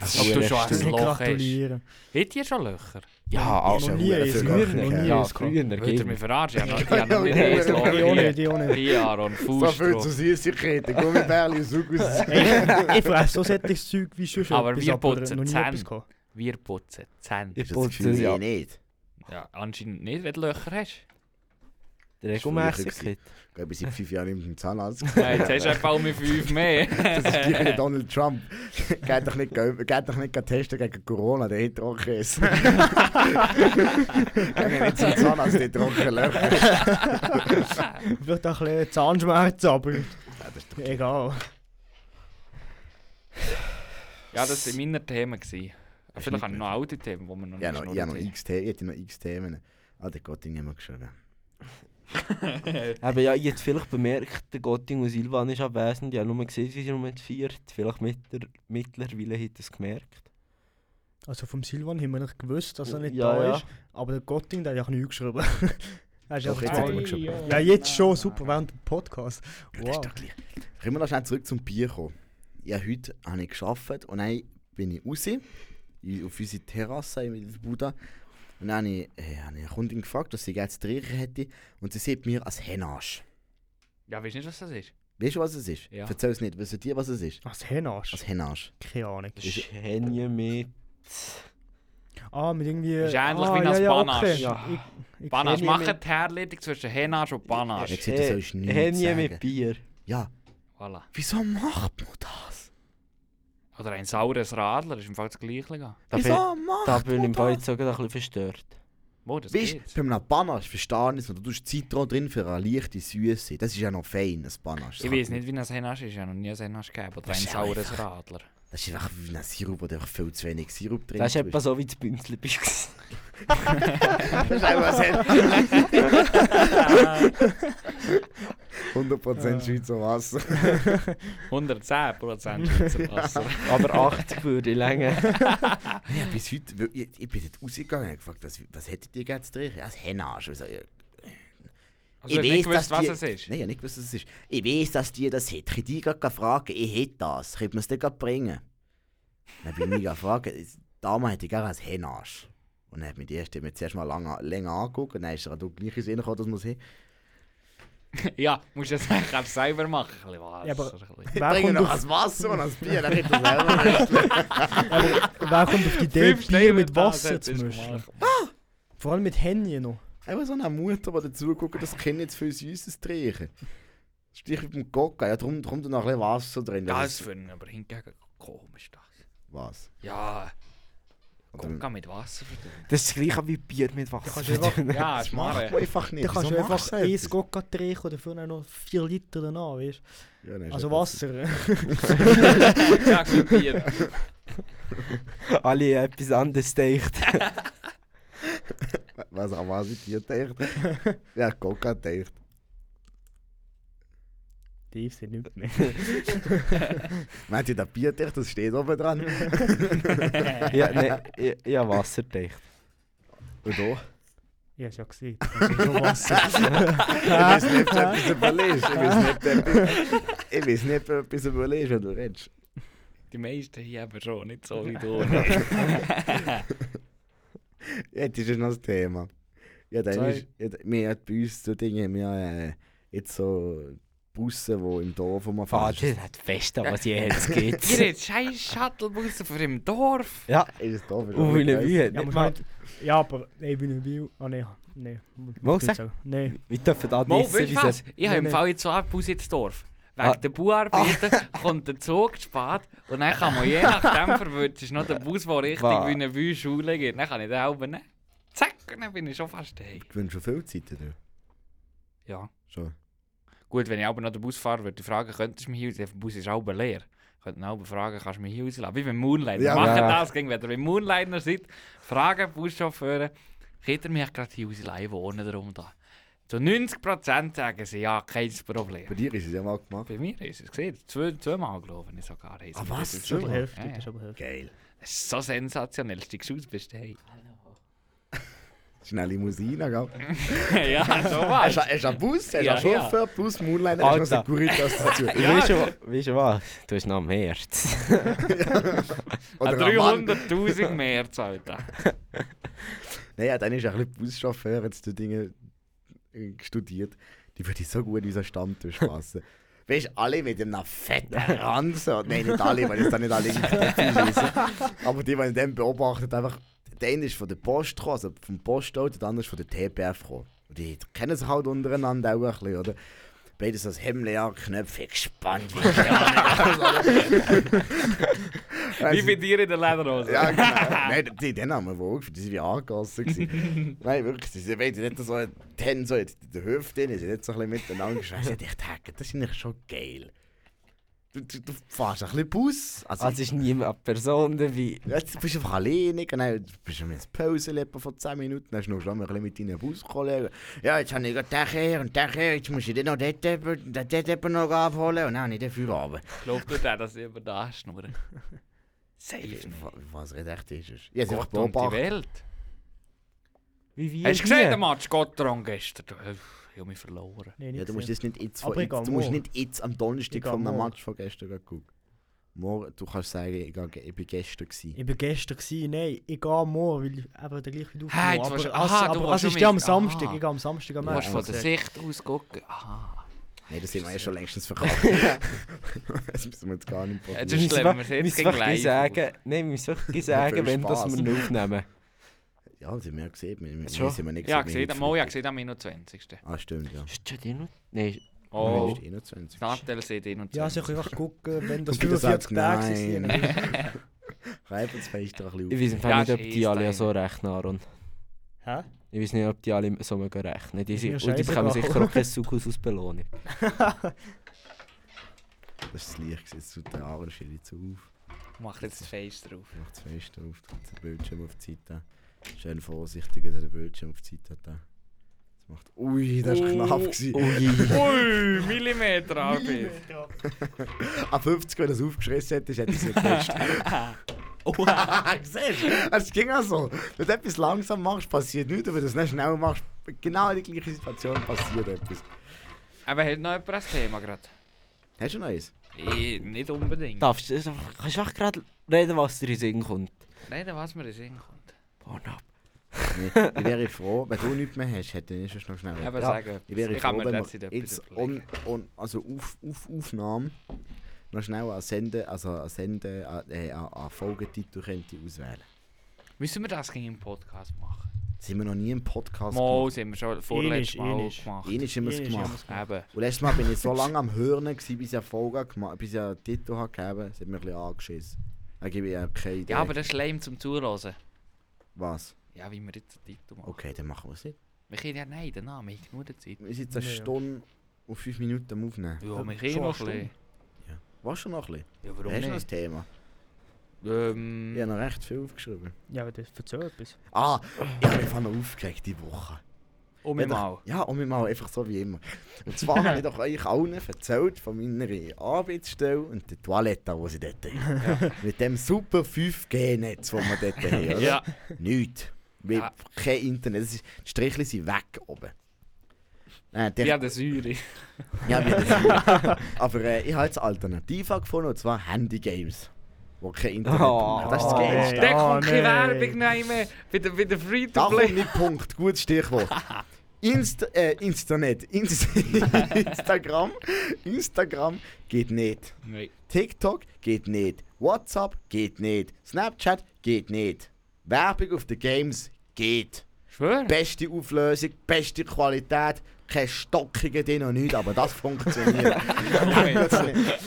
Speaker 5: Als ob du schon
Speaker 2: Ich
Speaker 5: ein Loch hast.
Speaker 2: gratulieren.
Speaker 5: Habt ihr schon Löcher?
Speaker 3: Ja,
Speaker 4: Noch
Speaker 3: also...
Speaker 2: Noch
Speaker 4: schon
Speaker 2: nie
Speaker 4: verdammt
Speaker 2: ist
Speaker 4: viel Loch
Speaker 2: früher, noch
Speaker 4: gegeben.
Speaker 2: nie
Speaker 3: Ja,
Speaker 2: ist
Speaker 3: früher
Speaker 5: Wollt ihr mich
Speaker 3: gegeben.
Speaker 5: verarschen? Ich habe noch- ich habe noch nicht
Speaker 4: Ja,
Speaker 5: ein
Speaker 4: ja,
Speaker 5: Loch
Speaker 2: Die ohne,
Speaker 5: hier.
Speaker 2: die ohne.
Speaker 5: Hier, Aaron, Fußstrom.
Speaker 4: Süßigkeiten,
Speaker 3: (laughs)
Speaker 4: Gummibärli, Sugus.
Speaker 2: Ey, Ich fresse so solches Zeug wie schon
Speaker 5: Aber wir putzen
Speaker 2: noch nie
Speaker 5: Zähne.
Speaker 2: etwas gehabt.
Speaker 5: Wir putzen Zähne.
Speaker 3: Ich
Speaker 4: Das ist
Speaker 3: putze
Speaker 4: für
Speaker 3: es ja
Speaker 4: mich nicht.
Speaker 5: Ja, anscheinend nicht, wenn du Löcher hast.
Speaker 3: regelmässig.
Speaker 4: Ich bin seit fünf Jahren nicht mit dem Zahnarzt.
Speaker 5: Ja, jetzt hast du einfach um fünf mehr.
Speaker 4: Das ist gleich wie Donald Trump. (laughs) Geht doch nicht, ge- geht doch nicht gleich testen gegen Corona, der hat Trockenkäse. Gehen nicht zum Zahnarzt, der trocken Löcher.
Speaker 2: Vielleicht auch ein bisschen Zahnschmerzen, aber egal.
Speaker 5: Ja, das waren meine Themen. Gewesen. Aber Vielleicht habe ich noch alte Themen, die wir noch nicht
Speaker 4: Ja, nou, noch, ich habe noch
Speaker 5: geschnurrt haben.
Speaker 4: x Themen. Ich hätte noch x Themen. Ah, der Gott, ich nicht mehr geschrieben.
Speaker 3: Aber ja, ich hätte vielleicht bemerkt, der Gotting und Silvan ist abwesend. Ich habe nur gesehen, wie sie nur mit viert. Vielleicht mit der, mittlerweile hätte ich es dus gemerkt.
Speaker 2: Also vom Silvan haben wir nicht gewusst, dass er nicht
Speaker 3: Ja,
Speaker 2: da
Speaker 3: ja.
Speaker 2: ist. Aber der Gotting, der hat auch nichts geschrieben. (laughs) er ist
Speaker 4: Doch,
Speaker 2: einfach
Speaker 4: jetzt
Speaker 2: zweimal
Speaker 4: hat er mir geschrieben.
Speaker 2: geschrieben. Ja, jetzt schon, super, während dem Podcast. Wow.
Speaker 4: Können wir noch schnell zurück zum Bier kommen? Ja, heute habe ich gearbeitet und dann bin ich raus in- auf unsere Terrasse in der Buda. Und dann habe ich, äh, habe ich eine Kundin gefragt, was sie gerne zu trinken hätte. Und sie sieht mir als Henage.
Speaker 5: Ja, weißt du nicht, was das ist?
Speaker 4: Weißt du, was es ist?
Speaker 5: Ja.
Speaker 4: Erzähl es nicht. Weißt du, was es ist?
Speaker 2: Was Henarsch?
Speaker 4: Als Henage.
Speaker 2: Keine Ahnung.
Speaker 3: Das ist Henje mit.
Speaker 2: Ah, mit irgendwie...
Speaker 5: Das ist ähnlich
Speaker 2: ah,
Speaker 5: wie
Speaker 2: ja,
Speaker 5: ein
Speaker 2: ja,
Speaker 5: Panache.
Speaker 2: okay.
Speaker 3: Ja.
Speaker 2: Ich, ich
Speaker 5: Panache.
Speaker 3: kenne
Speaker 5: Mach
Speaker 3: jemanden-
Speaker 5: die Herleitung zwischen Henage und Panache.
Speaker 4: Ich sehe, du sollst nichts
Speaker 3: Henje
Speaker 4: sagen.
Speaker 3: mit Eh, Bier.
Speaker 4: Ja,
Speaker 5: Voilà.
Speaker 4: wieso macht man das?
Speaker 5: Oder ein saures Radler ist im Fall das Gleiche.
Speaker 3: Da bin,
Speaker 4: wieso macht
Speaker 3: da bin ich
Speaker 4: man
Speaker 3: im Fall
Speaker 4: das?
Speaker 3: jetzt sogar ein bisschen verstört.
Speaker 5: Wo, das
Speaker 4: Weißt
Speaker 5: geht's.
Speaker 4: du, bei einem Panache verstehe ich es, weil du tust Zitron drin für eine leichte Süße. Das ist ja noch fein, ein Panache.
Speaker 5: Ich weiß nicht, wie ein Henage ist. Ich habe noch nie ein Henage gegeben. Oder ein
Speaker 4: Das ist ja
Speaker 5: saures Radler.
Speaker 4: Das ist einfach wie ein Sirup, wo du einfach viel zu wenig Sirup drin
Speaker 3: Das ist
Speaker 4: tust.
Speaker 3: etwa so wie das Bünzli bist.
Speaker 4: (laughs) Das ist einfach (laughs) sehr. 100% Schweizer Wasser.
Speaker 5: 110% (laughs) Schweizer Wasser.
Speaker 3: Aber 80 würde ich länger.
Speaker 4: Ja, bis heute, weil ich, ich bin dort rausgegangen und gefragt, was, was hättet ihr gerne zu trinken? Ja, das Henage. Also, ja,
Speaker 5: Also, ich nicht gewusst, was es ist. (laughs)
Speaker 4: Nein, ich hab nicht gewusst, was es ist. Ich weiß, dass die das hat. Ich hätte die gerade fragen, ich hätte das. Könnte man es dir gerade bringen? Dann bin ich gefragt, (laughs) damals hätte ich gerne ein Henage. Und dann hat mich die erste mir zuerst mal lang, länger angeguckt und dann ist er auch gleich ins Innenkommen, dass man es hat.
Speaker 5: Ja, musst du das eigentlich selber machen. Ein bisschen Wasser.
Speaker 2: Ja,
Speaker 5: Ja,
Speaker 2: aber-
Speaker 5: ein bisschen.
Speaker 4: Ich
Speaker 5: (laughs)
Speaker 2: Wer,
Speaker 4: trinke
Speaker 2: kommt
Speaker 4: noch
Speaker 2: auf,
Speaker 4: ein Wasser und ein Bier, dann hätte ich das selber. nicht.
Speaker 2: wer kommt auf die Idee,
Speaker 5: Fünf
Speaker 2: Bier
Speaker 5: Steine
Speaker 2: mit Wasser
Speaker 5: Tasse,
Speaker 2: zu
Speaker 5: das ist
Speaker 2: mischen? Ah!
Speaker 5: gemacht.
Speaker 2: Vor allem mit Henje noch.
Speaker 4: Eben so eine Mutter, die dazuguckt, dass Kind jetzt viel Süßes trinken. Das ist gleich wie beim Coca, ja, darum kommt noch ein bisschen Wasser drin.
Speaker 5: Das finde ich aber hingegen komisch. Das.
Speaker 4: was.
Speaker 5: Ja,
Speaker 4: Oder-
Speaker 5: Coca mit Wasser verdünnt.
Speaker 3: Das ist das gleiche wie Bier mit Wasser.
Speaker 2: kannst du
Speaker 5: (laughs)
Speaker 2: einfach-
Speaker 5: Ja,
Speaker 4: Das macht man
Speaker 5: schmarre.
Speaker 4: einfach nicht.
Speaker 2: Dann kannst
Speaker 4: Wieso
Speaker 2: du
Speaker 4: machst
Speaker 2: einfach
Speaker 4: du
Speaker 2: ein
Speaker 4: etwas?
Speaker 2: Coca trinken und dafür noch 4 Liter danach, weißt du?
Speaker 4: Ja, nein, ist
Speaker 2: Also
Speaker 4: etwas.
Speaker 2: Wasser. (laughs)
Speaker 4: (laughs)
Speaker 5: Sag mir Bier.
Speaker 3: (laughs) Alle haben etwas anderes denkt.
Speaker 4: Was an was ich dir gedacht?
Speaker 2: (laughs)
Speaker 4: Ja, Coca gedacht.
Speaker 2: Tief sind nicht mehr.
Speaker 4: Man hat ja den Bier gedacht, das steht oben
Speaker 2: (laughs)
Speaker 4: dran.
Speaker 3: ja, nein, ich, ich habe Wasser gedacht.
Speaker 4: Und da?
Speaker 2: Ich hab's
Speaker 4: (laughs)
Speaker 2: ja gesehen. Das ist schon Wasser.
Speaker 4: Ich weiß nicht, ob du etwas überlegst. Ich weiß nicht, ob du etwas- ich weiß nicht, ob du etwas überlegst, wenn du
Speaker 2: (laughs)
Speaker 4: redest.
Speaker 5: Die meisten hier eben schon, nicht so wie
Speaker 2: Oh
Speaker 5: du.
Speaker 4: (laughs) Jetzt ist es noch das Thema. Ja, dann
Speaker 5: Zwei.
Speaker 4: ist, ja, da- wir haben bei uns so Dinge, wir haben äh, jetzt so Busse, die im Dorf
Speaker 2: Ah,
Speaker 4: rumfahren.
Speaker 3: Vater, Ah, das ist das Beste, was
Speaker 5: (laughs)
Speaker 3: je jetzt gibt.
Speaker 5: (laughs) Ihr habt scheiß Shuttlebussen für im Dorf.
Speaker 3: ja,
Speaker 4: Ist es Dorf?
Speaker 2: Oh,
Speaker 3: und meine Oh, Mühe hat
Speaker 2: ja,
Speaker 3: nicht
Speaker 2: muss
Speaker 3: mal...
Speaker 2: halt, ja, aber nein, bin ich Bio. Ah, nein. Nein.
Speaker 3: Mal gesagt.
Speaker 2: Nein.
Speaker 3: Wir dürfen da
Speaker 5: Mo,
Speaker 3: nicht
Speaker 5: weißt du was? Ich habe im
Speaker 2: Nein,
Speaker 5: Fall jetzt so einen Bus ins Dorf.
Speaker 3: Ah.
Speaker 5: Wegen der Bauarbeiten (laughs) kommt der Zug zu spät und dann kann man je nachdem verwirrt, ist noch der Bus, (laughs) der richtig
Speaker 3: Wa-
Speaker 5: wie eine Wüste Schule geht. Dann kann ich den halben nehmen. Zack, und dann bin ich schon fast hey.
Speaker 4: Ich gewinne schon viel Zeit dadurch.
Speaker 5: Ja.
Speaker 4: Schon.
Speaker 5: Gut, wenn ich aber noch den Bus fahre, würde ich fragen, könntest du mich hier auslassen? Der Bus ist halb leer. Ich könnte halb fragen, kannst du mich hier auslassen? Wie beim Moonliner.
Speaker 4: Ja,
Speaker 5: Machen
Speaker 3: ja.
Speaker 5: das, gegen wenn ihr beim Moonliner seid, fragen die Buschauffeure, könnt ihr mich gerade hier auslassen, wohnen darum da? Zu 90% sagen sie, ja, kein Problem.
Speaker 4: Bei dir ist es ja mal gemacht.
Speaker 5: Bei mir ist es gesehen. Zwei, zweimal gelaufen ich sogar. Ah,
Speaker 4: was?
Speaker 5: Das ist,
Speaker 2: Schon
Speaker 5: so,
Speaker 2: aber Hälfte.
Speaker 5: Ja, ja.
Speaker 2: Das ist aber Hälfte.
Speaker 4: Geil.
Speaker 5: das ist so sensationell, dass du geschaut bist. Hey.
Speaker 4: Schnelle Limousine, gell?
Speaker 5: ja, so
Speaker 4: Hast
Speaker 5: was.
Speaker 4: du hast du einen Bus, hast du
Speaker 5: Ja,
Speaker 4: einen
Speaker 5: ja.
Speaker 4: Chauffeur, plus Moonliner, hast du noch
Speaker 3: Alter.
Speaker 4: Securitas dazu.
Speaker 3: Weißt du, weißt du was? Du hast noch mehr.
Speaker 5: Ein
Speaker 4: einen Mann.
Speaker 5: 300'000 mehr zahlt.
Speaker 4: Naja, dann ist auch ein bisschen Buschauffeur, jetzt die Dinge äh, studiert. Die würde so gut in unseren Stammtisch passen. Weißt du, alle mit einem fetten Ranzen. und- Nein, nicht alle, weil es da nicht alle in den Teppich schiessen. Aber die, die ich dann beobachtet, einfach. Der eine ist von der Post gekommen, also vom Postauto, der andere ist von der TPF gekommen. Und die kennen sich halt untereinander auch ein bisschen, oder? Beides das Hemd an, Knöpfe gespannt. wie gerne.
Speaker 5: Wie bei dir in der Lederhose.
Speaker 4: Ja,
Speaker 5: (laughs)
Speaker 4: genau. Nein, die, den haben wir wohl, für die sind wie angegossen. gewesen. Nein, wirklich, sie sind beide nicht so, die haben so in der Hüfte, die sind nicht so ein bisschen miteinander geschweißt. Ich dachte, das ist eigentlich schon geil. Du, du, du fährst ein bisschen Bus, also,
Speaker 3: Also ist niemand eine Person dabei.
Speaker 4: jetzt bist du einfach alleine, dann bist du mit einem Pausenleppen von 10 Minuten, dann hast du noch schon mal ein bisschen mit deinen Buskollegen. Ja, jetzt habe ich gerade den hier und den hier, jetzt musst du den noch dort, jemanden- den dort jemanden noch abholen und dann habe ich den Feierabend.
Speaker 5: Glaubt ihr denn, dass ich über das schnurre? Safe nicht.
Speaker 4: Was recht ist, ist... Ich habe es einfach
Speaker 5: Gott und die
Speaker 4: beobachtet.
Speaker 5: Welt.
Speaker 3: Wie wir
Speaker 5: Hast du gesehen, den Match Gotteron gestern? Äh, Ich habe mich verloren.
Speaker 2: Nein,
Speaker 4: Ja,
Speaker 2: nicht
Speaker 4: du musst
Speaker 2: gesehen.
Speaker 4: das nicht jetzt,
Speaker 2: Aber
Speaker 4: von jetzt
Speaker 2: egal,
Speaker 4: du musst
Speaker 2: morgen.
Speaker 4: nicht jetzt am Donnerstag
Speaker 2: Egal,
Speaker 4: vom
Speaker 2: morgen.
Speaker 4: Match von gestern gehen gucken. Morgen, du kannst sagen, ich, gehe, ich bin gestern gewesen.
Speaker 2: Ich war gestern, gewesen, nein, ich gehe morgen, weil ich eben der gleiche wie du.
Speaker 5: Hey,
Speaker 2: Flo,
Speaker 5: jetzt willst du-
Speaker 2: aber also,
Speaker 5: aha, du
Speaker 2: aber
Speaker 5: willst
Speaker 2: also
Speaker 5: schon
Speaker 2: ist ja am
Speaker 5: mit- Ah.
Speaker 2: Samstag,
Speaker 5: aha.
Speaker 2: ich gehe am Samstag am
Speaker 5: Du musst von
Speaker 2: Match.
Speaker 5: der Sicht aus gucken. Aha.
Speaker 4: Nein, das sind wir ja schon
Speaker 2: (laughs)
Speaker 4: längstens verkauft. (laughs) das müssen wir jetzt gar nicht
Speaker 5: Jetzt
Speaker 4: probieren.
Speaker 5: ist-
Speaker 3: müssen
Speaker 5: schlimm, wir sind
Speaker 3: wir
Speaker 5: jetzt
Speaker 3: müssen
Speaker 5: gegen
Speaker 3: wirklich
Speaker 5: live.
Speaker 3: sagen, nein, wir müssen (laughs) wirklich
Speaker 4: Viel
Speaker 3: sagen, wenn das
Speaker 4: Spaß.
Speaker 3: wir nicht aufnehmen.
Speaker 4: Ja, das haben wir ja gesehen. Wir, wir
Speaker 3: Schon?
Speaker 4: sind wir nicht
Speaker 5: Ja,
Speaker 4: gesehen, wir
Speaker 5: gesehen,
Speaker 4: haben
Speaker 5: Mo, ja,
Speaker 4: geflucht.
Speaker 5: gesehen am 21.
Speaker 4: Ah, stimmt, ja.
Speaker 3: Ist das noch? Nein,
Speaker 5: Oh,
Speaker 4: Du bist 21.
Speaker 5: Nattel sieht 21.
Speaker 2: Ja, also ich kann einfach gucken, wenn das
Speaker 4: Und wieder sagt
Speaker 2: 45 Tage sind.
Speaker 4: nein. (laughs) Reib uns vielleicht doch ein
Speaker 3: ich
Speaker 4: bisschen
Speaker 3: weiß im Fall
Speaker 5: Ja,
Speaker 3: nicht, ob
Speaker 5: scheiss
Speaker 3: die alle
Speaker 5: daheim.
Speaker 3: so rechnen, Aaron.
Speaker 2: Hä?
Speaker 3: Ich weiß nicht, ob die alle so mögen rechnen. Die
Speaker 2: Ist
Speaker 3: sind,
Speaker 2: mir
Speaker 3: und die bekommen
Speaker 2: scheissegal.
Speaker 3: (laughs) sicher auch keinen Sukkus aus Belohnung.
Speaker 4: auf. Das ist das Licht, jetzt tut der Aaron schiel jetzt auf.
Speaker 5: Mach jetzt das Face drauf.
Speaker 4: Macht das Fenster auf, tut den Bildschirm auf die Seite. Schön vorsichtig, dass er den Bildschirm auf die Seite hat. Das macht... Ui, das war
Speaker 5: Oh.
Speaker 4: knapp. gewesen.
Speaker 3: Ui.
Speaker 5: Ui, Millimeter Arbeit.
Speaker 4: An 50, wenn er es aufgeschrissen hätte, hätte ich es nicht gewusst. Oha, (laughs) siehst du? Es ging auch so. Wenn du etwas langsam machst, passiert nichts. Und wenn du es nicht schnell machst, genau in der gleichen Situation passiert etwas.
Speaker 5: Aber hat noch jemand ein Thema gerade?
Speaker 4: Hast du noch eins?
Speaker 5: Eh, Nicht unbedingt.
Speaker 3: Darfst du das einfach- kannst du einfach gerade reden, was dir in den Sinn kommt?
Speaker 5: Nein, dann was mir in den Sinn kommt.
Speaker 3: Pornhub.
Speaker 4: Nee, ich wäre froh, wenn du nichts mehr hast, hätte ich schon noch schnell.
Speaker 5: Eben
Speaker 4: Ja,
Speaker 5: sagen,
Speaker 4: ich wäre
Speaker 5: ich kann
Speaker 4: froh,
Speaker 5: mir
Speaker 4: wenn
Speaker 5: derzeit
Speaker 4: wir
Speaker 5: etwas
Speaker 4: jetzt on,
Speaker 5: überlegen.
Speaker 4: on, also auf, auf Aufnahme noch schnell an Senden, also an Senden, an, äh, an, an Folgetitel könnte ich auswählen.
Speaker 5: Müssen wir das gegen im Podcast machen?
Speaker 4: Sind wir noch nie im Podcast
Speaker 5: Mal sind wir schon vorletztes
Speaker 2: Einmal,
Speaker 5: Mal
Speaker 2: einmal.
Speaker 5: gemacht.
Speaker 4: Einmal haben wir es
Speaker 2: Einmal haben wir es
Speaker 4: gemacht.
Speaker 5: Eben.
Speaker 4: Und letztes Mal bin ich
Speaker 5: (laughs)
Speaker 4: so lange am Hören, gewesen, bis ich eine Folge gemacht bis ich einen Titel habe gegeben habe. Es hat mich ein bisschen angeschissen. Dann gebe ich ihr keine Idee.
Speaker 5: Ja, aber das ist lame zum Zuhören.
Speaker 4: Was?
Speaker 5: Ja, wie wir jetzt den Titel machen.
Speaker 4: Okay, dann machen wir es nicht.
Speaker 5: Wir können ja nein, den Namen, ich nur die Zeit.
Speaker 4: Wir sind jetzt eine
Speaker 2: Ja, ja.
Speaker 4: Stunde und fünf Minuten am Aufnehmen.
Speaker 5: Ja, wir
Speaker 2: schon
Speaker 5: können noch ein
Speaker 2: eine
Speaker 5: bisschen.
Speaker 4: Was schon noch ein bisschen?
Speaker 5: Ja, warum
Speaker 4: Hast du noch ein
Speaker 5: nicht?
Speaker 4: Thema?
Speaker 5: Ähm,
Speaker 4: Ich habe noch recht viel aufgeschrieben.
Speaker 2: Ja, aber das erzähl etwas.
Speaker 4: Ah, ich habe mich vorhin noch aufgeregt diese Woche.
Speaker 5: um mich
Speaker 4: Ja, doch-
Speaker 5: mal.
Speaker 4: Ja, um mich mal, einfach so wie immer. Und zwar habe ich
Speaker 5: (laughs)
Speaker 4: doch euch allen erzählt von meiner Arbeitsstelle und der Toilette, die sie dort haben. Mit dem super 5G-Netz, das wir dort haben. Oder?
Speaker 5: Ja,
Speaker 4: Nichts. Weil
Speaker 5: Ja.
Speaker 4: Kein Internet. Es ist, die Strichli sind weg oben. Äh, der,
Speaker 5: die haben eine Säure.
Speaker 4: ja, wie
Speaker 5: (laughs)
Speaker 4: das Aber äh, ich habe jetzt eine Alternative gefunden, und zwar Handygames. Wo kein Internet
Speaker 3: Oh.
Speaker 4: brauchen. Das ist das Geilste.
Speaker 2: nee.
Speaker 5: Da kommt
Speaker 2: Oh,
Speaker 5: keine
Speaker 2: nee.
Speaker 5: Werbung rein mehr. Bei der, bei der
Speaker 4: Da kommt
Speaker 5: Free-to-Play.
Speaker 4: mein Punkt. Gutes Stichwort. Inst äh, Internet. Inst (laughs) Instagram. Instagram geht nicht.
Speaker 5: Nein.
Speaker 4: TikTok geht nicht. WhatsApp geht nicht. Snapchat geht nicht. Werbung auf den Games geht.
Speaker 5: Schwör?
Speaker 4: Beste Auflösung, beste Qualität, keine Stockungen drin und nichts, aber das funktioniert.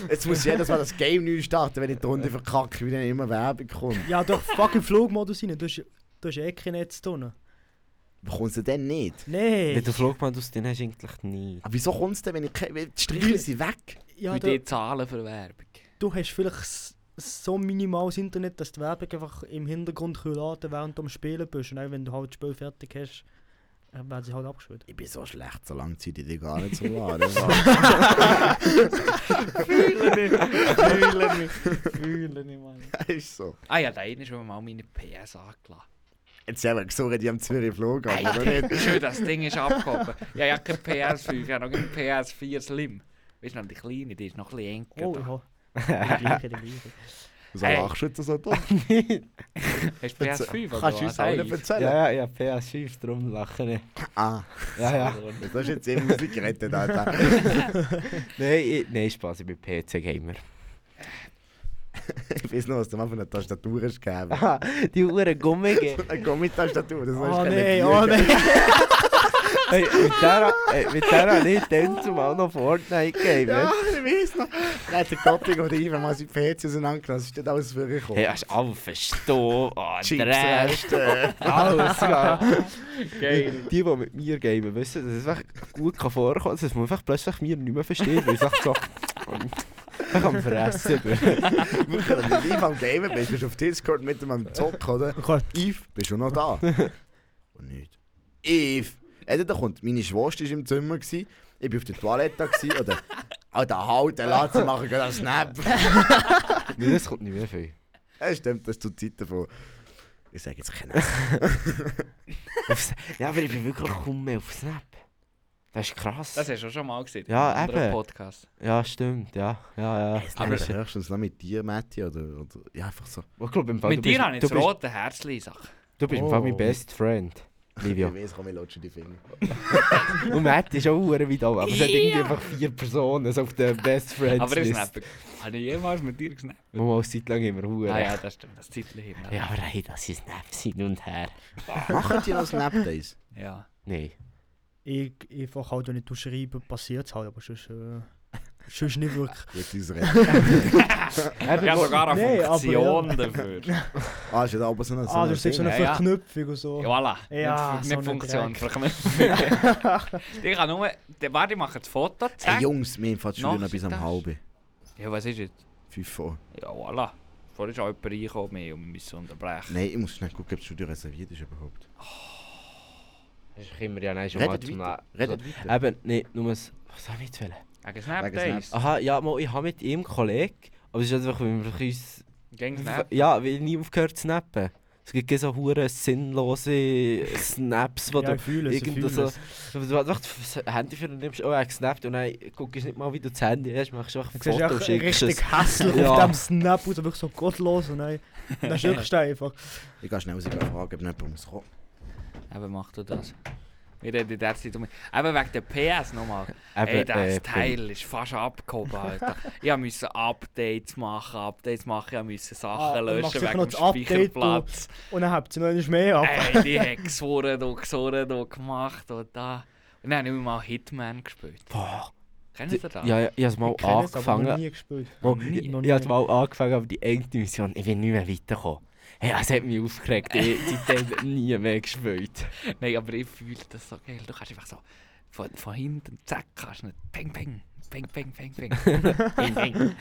Speaker 4: Jetzt muss ich jedes Mal das Game neu starten, wenn ich die Runde verkacke, weil dann immer Werbung kommt.
Speaker 2: Ja, doch, fucking Flugmodus rein. Du hast, du hast eh kein Netz drin.
Speaker 4: Bekommst du denn nicht?
Speaker 2: Nee.
Speaker 3: Wenn du Flugmodus drin hast, eigentlich nie.
Speaker 4: Aber wieso kommt es denn, wenn ich keine... weil Die Striche sind weg.
Speaker 2: Ja,
Speaker 5: Wie
Speaker 2: du,
Speaker 5: die Zahlen für Werbung.
Speaker 2: du hast vielleicht s- so minimales Internet, dass die Werbung einfach im Hintergrund kann laden während du am Spielen bist. Und auch wenn du halt das Spiel fertig hast, äh, werden sie
Speaker 4: (laughs)
Speaker 2: halt abgeschüttet.
Speaker 4: Ich bin so schlecht, so lange Zeit ich dich gar nicht so laden.
Speaker 5: Fühle mich. Fühle mich, Mann.
Speaker 2: Oh,
Speaker 4: ist so.
Speaker 5: Ah ja, da hinten ist mir mal meine PS angelassen.
Speaker 4: Jetzt haben wir gesagt, ich am Zürich Flug
Speaker 5: Hey,
Speaker 4: aber nicht.
Speaker 5: Schön, das Ding ist abgehoben. Ja, ich habe kein PS5, ich habe noch kein PS4 Slim. Weißt du noch, die kleine, die ist noch ein bisschen enger.
Speaker 2: Oh,
Speaker 5: da.
Speaker 2: ja. Der (laughs) gleiche, der gleiche.
Speaker 4: So
Speaker 5: Hey.
Speaker 4: lachst du jetzt so dumm.
Speaker 5: Hast du PS5 oder
Speaker 4: Kannst du uns
Speaker 5: was?
Speaker 4: allen
Speaker 5: Hey,
Speaker 4: erzählen?
Speaker 3: Ja, ja, ja, PS5, drum lachen nicht.
Speaker 4: Ah,
Speaker 3: Ja, ja.
Speaker 4: das hast jetzt eh Musik gerettet, Alter.
Speaker 3: Nein, ich, nein, Spaß, ich bin PC-Gamer.
Speaker 4: Ich weiß noch, was du mal von einer Tastatur hast gegeben.
Speaker 3: (laughs) Die Uhren Gummige.
Speaker 4: Eine Gummitastatur, das ist
Speaker 2: Oh
Speaker 4: keine
Speaker 2: nee,
Speaker 4: Bier.
Speaker 2: oh nee.
Speaker 3: Hey, mit der, hey, mit der habe ich dann zumal noch Fortnite gegeben.
Speaker 4: Ja, ich weiß noch. Dann hat der Koppig oder Ivan mal seine PC auseinangenommen, das ist nicht alles für mich
Speaker 3: Hey, hast du alle verstanden? Oh, Dreck.
Speaker 4: Chips
Speaker 3: Alles klar.
Speaker 5: Geil.
Speaker 3: Die, die mit mir gamen, wissen, dass es echt gut kann vorkommen kann, dass man einfach plötzlich mir nicht mehr versteht, weil ich sage so... Ich kann fressen.
Speaker 4: Wenn du am Gamen bist, bist du auf Discord mit ihm am Zocken, oder? Yves, bist du noch da? Und nicht. Yves! Ey, da kommt, meine Schwester war im Zimmer, gewesen, ich war auf der Toilette, gewesen, oder... (laughs) Alter, halt, der lass sie machen, gerade einen Snap. (laughs)
Speaker 3: Nein, das kommt nicht mehr viel.
Speaker 4: Ja, stimmt, das ist zu Zeiten von... Ich sage jetzt keine.
Speaker 3: Aufs- Ja, aber ich bin wirklich kaum mehr auf Snap. Das ist krass.
Speaker 5: Das hast du schon mal gesehen.
Speaker 3: Ja,
Speaker 5: in einem anderen
Speaker 3: eben.
Speaker 5: Podcast.
Speaker 3: ja, stimmt, ja. Ja, ja.
Speaker 4: Aber
Speaker 5: Aber-
Speaker 4: höchstens noch mit dir, Matti, oder... oder ja, einfach so.
Speaker 3: Ich glaube, im Fall,
Speaker 5: Mit
Speaker 3: du bist-
Speaker 5: dir habe ich
Speaker 3: du
Speaker 5: das
Speaker 3: bist,
Speaker 5: rote Herzli-Sache.
Speaker 3: du bist im Fall mein
Speaker 2: Oh.
Speaker 3: best friend. Livio.
Speaker 4: Ich weiß, komm, ich lutsche die
Speaker 5: (laughs)
Speaker 4: Finger.
Speaker 3: Und Matt ist auch hure weit oben, aber es hat irgendwie einfach vier Personen so auf der Best Friends
Speaker 5: Aber ich
Speaker 3: List.
Speaker 5: snappe. Habe ich jemals mit dir gesnappt?
Speaker 3: Wo man auch seit lang immer hure.
Speaker 5: Ah ja, das stimmt. Das Titel hier.
Speaker 3: ja, aber hey, das ist Snap hin und her.
Speaker 4: Machen die noch Snapdays?
Speaker 5: Ja.
Speaker 3: Nein.
Speaker 2: Ich, ich einfach halt, wenn ich du schreibe, passiert es halt, aber sonst, äh, sonst nicht wirklich.
Speaker 4: Gut, unsere.
Speaker 5: Ich habe sogar eine
Speaker 2: Nee, aber
Speaker 5: Funktion dafür. Ja,
Speaker 4: Ah, ist ja da oben so eine...
Speaker 2: ah, du siehst so eine
Speaker 5: Ja, ja.
Speaker 2: Verknüpfung und so.
Speaker 5: voilà.
Speaker 2: Ja,
Speaker 5: nicht
Speaker 2: so
Speaker 5: nicht
Speaker 2: ein
Speaker 5: Funktion.
Speaker 2: Dreck.
Speaker 5: Verknüpfung. (laughs) ich kann nur... Der- Warte, ich mache das Foto.
Speaker 4: Hey
Speaker 5: Zack.
Speaker 4: Jungs, wir haben fast schon
Speaker 5: Nacht
Speaker 4: noch bis am
Speaker 5: das.
Speaker 4: halben.
Speaker 5: Ja, was ist jetzt?
Speaker 4: Fünf vor.
Speaker 5: Ja, voilà. Vorher ist auch jemand reingekommen und wir müssen unterbrechen.
Speaker 4: Nein, ich muss schnell gucken, ob das Studio reserviert ist überhaupt.
Speaker 3: Das ist immer ja nein, schon mal
Speaker 4: Redet
Speaker 3: zum
Speaker 4: weiter. Redet weiter.
Speaker 3: Eben, nein, nur es. Was soll ich jetzt wollen?
Speaker 5: Wegen Snap
Speaker 4: Wegen
Speaker 5: Days.
Speaker 3: Aha, ja, mal, ich habe mit ihm einen Kollegen, aber es ist einfach, weil wir uns.
Speaker 5: Gegen Snap.
Speaker 3: Ja, weil ich nie aufgehört zu snappen. Es gibt keine so hure sinnlose Snaps, wo
Speaker 2: Ja,
Speaker 3: du
Speaker 2: ich fühle es, ich
Speaker 3: irgend
Speaker 2: fühle
Speaker 3: so-
Speaker 2: es.
Speaker 3: Wenn du einfach das Handy für nimmst, oh, er gesnappt und dann guckst du nicht mal, wie du das Handy hast, machst einfach ein
Speaker 2: Du siehst
Speaker 3: Foto
Speaker 2: echt
Speaker 3: und schickst es.
Speaker 2: richtig hässlich
Speaker 3: Ja.
Speaker 2: auf dem Snap aus, wirklich so gottlos und nein. Dann schickst du einfach.
Speaker 4: Ich gehe schnell sogar fragen, ob jemand muss kommen.
Speaker 5: Eben, mach du das. Wir reden in der Zeit um. Eben wegen der PS nochmal.
Speaker 3: Eben,
Speaker 5: Ey, das
Speaker 3: äh,
Speaker 5: Teil ist fast
Speaker 3: (laughs)
Speaker 5: abgehoben, Alter. ich musste Updates machen, Updates machen, ich musste
Speaker 2: Ah,
Speaker 5: Sachen
Speaker 2: und machst
Speaker 5: löschen
Speaker 2: sicher
Speaker 5: wegen
Speaker 2: noch
Speaker 5: dem
Speaker 2: das Update, du-
Speaker 5: Speicherplatz.
Speaker 2: Und dann habt ihr noch eines mehr
Speaker 3: Äh,
Speaker 2: ab.
Speaker 5: Ey, die haben gesoren und gesoren und gemacht und da. Und dann habe ich mal Hitman gespielt.
Speaker 3: Boah.
Speaker 5: Kennt ihr das?
Speaker 3: Ja, ja, ich habe es mal
Speaker 2: Ich kenne es, aber noch
Speaker 3: angefangen.
Speaker 2: nie gespielt.
Speaker 3: Mal,
Speaker 2: Noch
Speaker 3: ich
Speaker 2: nie, noch
Speaker 3: ich habe
Speaker 2: nie.
Speaker 3: mal angefangen, aber die eine Mission, ich bin nicht mehr weitergekommen. Hey, es hat mich aufgeregt, ich habe seitdem (laughs) nie mehr gespielt.
Speaker 5: Nein, aber ich fühle das so geil. Du kannst einfach so Von, von hinten, zack, kannst du nicht. Peng, peng. Peng, peng, peng, peng. peng, peng.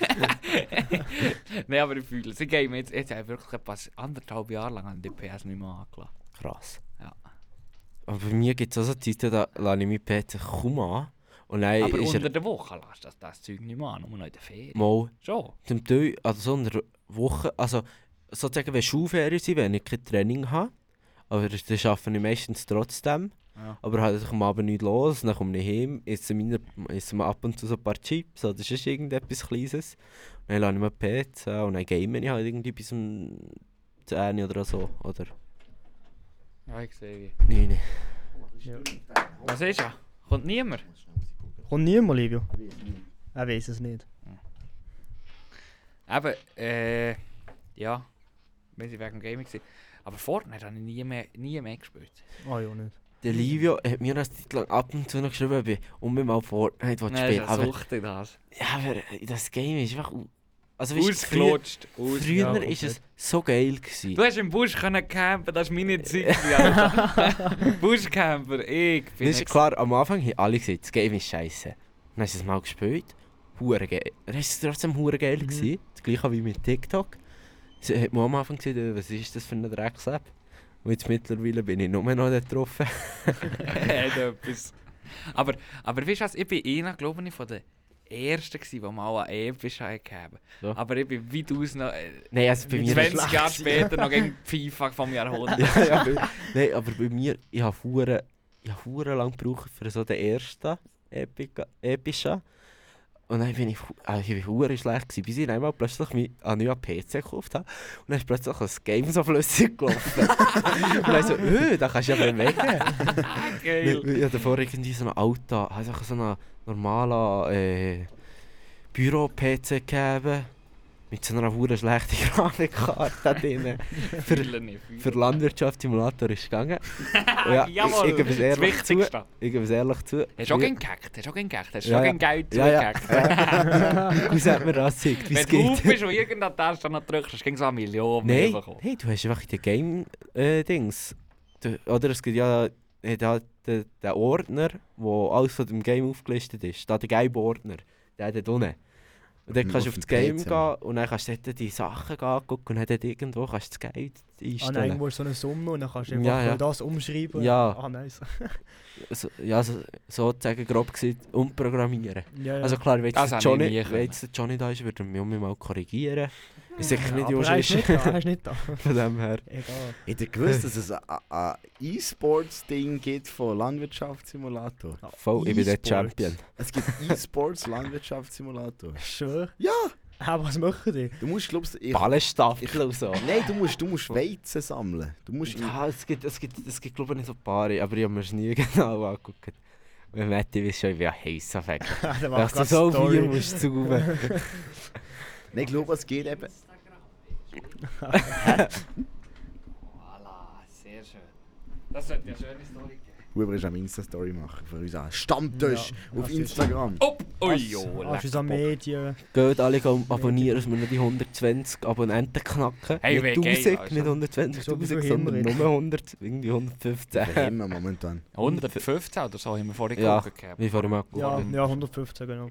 Speaker 5: Nein, aber ich fühle es. Ich gehe mir jetzt, jetzt habe ich wirklich etwas anderthalb Jahre lang an DPS nicht mehr angelassen.
Speaker 3: Krass.
Speaker 5: Ja.
Speaker 3: Aber bei mir gibt es auch so Zeiten, da lasse ich meinen PC kaum an. Und dann
Speaker 5: aber
Speaker 3: ist
Speaker 5: unter
Speaker 3: er
Speaker 5: der Woche lässt das, das Zeug nicht mehr an, nur noch in der Ferien.
Speaker 3: mal
Speaker 5: Schon.
Speaker 3: zum Teil, also so eine Woche, also sozusagen wenn Schulferien sind, wenn ich kein Training habe. Aber das das arbeite ich meistens trotzdem.
Speaker 5: Ja.
Speaker 3: Aber halt ich am Abend nicht los, dann komme ich heim, esse, meine, esse mir ab und zu so ein paar Chips oder sonst irgendetwas Kleines. Und dann lasse ich mir PC und dann game ich halt irgendwie bis um 10 oder so. Oder
Speaker 5: Ja, ich sehe wie.
Speaker 3: 9.
Speaker 5: Was ist ja? Kommt niemand?
Speaker 2: Kommt niemand, Livio? Er weiß es nicht.
Speaker 5: Eben, äh, ja. Wir sind wegen dem Gaming. Gewesen. Aber Fortnite habe ich nie mehr, nie mehr gespielt.
Speaker 2: Ah ja, nicht.
Speaker 3: Der Livio hat mir noch eine Zeit lang ab und zu noch geschrieben, ob ich unbedingt mal Fortnite will
Speaker 5: Nein, das ist
Speaker 3: spielen
Speaker 5: eine
Speaker 3: aber,
Speaker 5: Sucht in das.
Speaker 3: ja, aber das Game ist einfach... u- Also weisst du, früher,
Speaker 5: Ausgelutscht. Aus.
Speaker 3: früher
Speaker 2: ja,
Speaker 3: ist es
Speaker 2: komplett.
Speaker 3: so geil gewesen.
Speaker 5: Du hast im Busch können campen, das war meine Zeit.
Speaker 3: (laughs)
Speaker 5: gewesen, Buschcamper, ich bin
Speaker 3: Das ist
Speaker 5: ex-
Speaker 3: klar, am Anfang haben alle gesagt, das Game ist scheiße. Dann hast du es mal gespielt, hure geil. Dann ist es trotzdem hure geil
Speaker 2: Mhm.
Speaker 3: gewesen. Das gleiche wie mit TikTok. Sie hat man am Anfang gesagt, äh, was ist das für eine Drecks-App? Und jetzt mittlerweile bin ich nur noch dort getroffen.
Speaker 5: Hat etwas. Aber, aber weißt du was, ich bin einer, glaube ich, von den Ersten, gewesen, die mal einen epischen haben.
Speaker 3: So.
Speaker 5: Aber ich bin weitaus noch äh,
Speaker 3: Nein, also bei mir...
Speaker 5: 20 Jahre später noch
Speaker 3: (laughs)
Speaker 5: gegen die FIFA vom Jahrhundert.
Speaker 3: ja, ja, aber, nein, aber bei mir, ich habe hure, ich habe hure lang gebraucht für so den ersten Epica, epischen. Und dann bin ich, hu- also ich bin hure schlecht gewesen, bis ich dann einmal plötzlich ah, mi- einen neuen PC gekauft habe. Und dann ist plötzlich ein Game so flüssig gelaufen. und dann so, öh, da kannst du ja bewegen.
Speaker 5: Geil.
Speaker 3: Ich, ich hatte vorher irgendwie so einen Auto, also so einen normalen äh, Büro-PC gegeben. Mit so einer hure schlechten (laughs) Grafikkarte drin. für-
Speaker 5: Fühle nicht, fühle.
Speaker 3: Für Landwirtschaftssimulator ist es gegangen. ja, ich- ich gebe es
Speaker 5: das
Speaker 3: ehrlich zu.
Speaker 5: Wichtigste.
Speaker 3: Ich gebe es ehrlich zu.
Speaker 5: Hast du auch
Speaker 3: früher-
Speaker 5: gegen gehackt? Hast du auch gegen gehackt? Hast du
Speaker 3: Ja,
Speaker 5: auch
Speaker 3: ja.
Speaker 5: gegen Geld
Speaker 3: Ja, ja.
Speaker 5: zugehackt?
Speaker 3: Wie (laughs) sagt man das? Zeigt, wie
Speaker 5: Wenn
Speaker 3: es
Speaker 5: du auf
Speaker 3: geht.
Speaker 5: bist und irgendeinen Test noch drückst, hast du gegen so eine Million mehr
Speaker 3: Nein,
Speaker 5: bekommen.
Speaker 3: hey, du hast einfach die Game-Dings. eh, oder es gibt ja äh, da, den, den Ordner, wo alles von dem Game aufgelistet ist. Da der Game-Ordner. Der hat dort unten. Und dann
Speaker 4: Mhm,
Speaker 3: kannst du
Speaker 4: auf
Speaker 3: auf das
Speaker 4: dem
Speaker 3: Game
Speaker 4: PC.
Speaker 3: gehen und dann kannst du dort die Sachen angucken und dann dort irgendwo kannst du das Geld
Speaker 2: Ah nein,
Speaker 3: einstellen.
Speaker 2: irgendwo ist so eine Summe und dann kannst du
Speaker 3: Ja,
Speaker 2: einfach
Speaker 3: ja.
Speaker 2: das umschreiben.
Speaker 3: Ja. Also,
Speaker 2: Ah, nice.
Speaker 3: so, ja, so, sozusagen grob gesagt, umprogrammieren.
Speaker 2: Ja, ja.
Speaker 3: Also klar, wenn jetzt
Speaker 5: Das
Speaker 3: der
Speaker 5: habe ich
Speaker 3: Johnny,
Speaker 5: nie
Speaker 3: wenn
Speaker 5: können.
Speaker 3: jetzt der Johnny da ist, würde er mich mal korrigieren. Ich sicher nicht,
Speaker 2: Hm. ja, aber
Speaker 3: Josh
Speaker 2: er ist
Speaker 3: ist
Speaker 2: nicht da, er
Speaker 3: (laughs)
Speaker 2: ist nicht da.
Speaker 3: von dem her.
Speaker 2: Egal.
Speaker 4: Hätte ihr gewusst, dass es ein- ein ein E-Sports-Ding gibt von Landwirtschaftssimulator?
Speaker 3: Voll, ich bin der
Speaker 4: E-Sports.
Speaker 3: Champion.
Speaker 4: Es
Speaker 2: (laughs)
Speaker 4: gibt E-Sports-Landwirtschaftssimulator.
Speaker 2: Schön.
Speaker 4: Ja!
Speaker 2: Aber was machen die?
Speaker 4: Du musst, glaubst ich,
Speaker 3: Ballenstaffel und so.
Speaker 4: Nein, du musst, du musst Weizen sammeln. Du musst in-
Speaker 3: Ja, es gibt, es gibt, es gibt glaube ich nicht so Paare, aber ich habe mir es nie (laughs) genau angeguckt. Wenn Matti weiß schon, ich bin ein heißer Fänger.
Speaker 2: der
Speaker 3: Dass
Speaker 2: macht
Speaker 3: du
Speaker 2: grad
Speaker 3: so
Speaker 2: Story.
Speaker 3: viel musst zauben.
Speaker 4: Nein, ich glaube, es geht eben.
Speaker 5: Voilà, sehr schön. Das sollte ja schöne Story geben.
Speaker 4: Huber ist am Insta-Story machen für unseren Stammtisch
Speaker 2: Ja,
Speaker 4: auf
Speaker 2: das ist-
Speaker 4: Instagram.
Speaker 2: (laughs)
Speaker 5: Upp! Ui,
Speaker 2: Als- als unsere
Speaker 5: oh,
Speaker 2: Ah, Medien.
Speaker 3: Geht alle go abonnieren, dass wir noch die 120 Abonnenten knacken.
Speaker 5: Hey,
Speaker 3: nicht
Speaker 5: wie geil,
Speaker 3: 1000,
Speaker 5: also.
Speaker 3: nicht 120,
Speaker 2: So wie viel
Speaker 3: 1000,
Speaker 2: haben wir
Speaker 3: sondern
Speaker 2: jetzt?
Speaker 3: nur 100, irgendwie 115.
Speaker 4: Wir haben momentan.
Speaker 5: 115 oder so haben wir vorhin
Speaker 3: Ja.
Speaker 5: geguckt. gehabt.
Speaker 3: Wie vorher mal
Speaker 2: Ja,
Speaker 3: geworden.
Speaker 2: ja, 115, genau.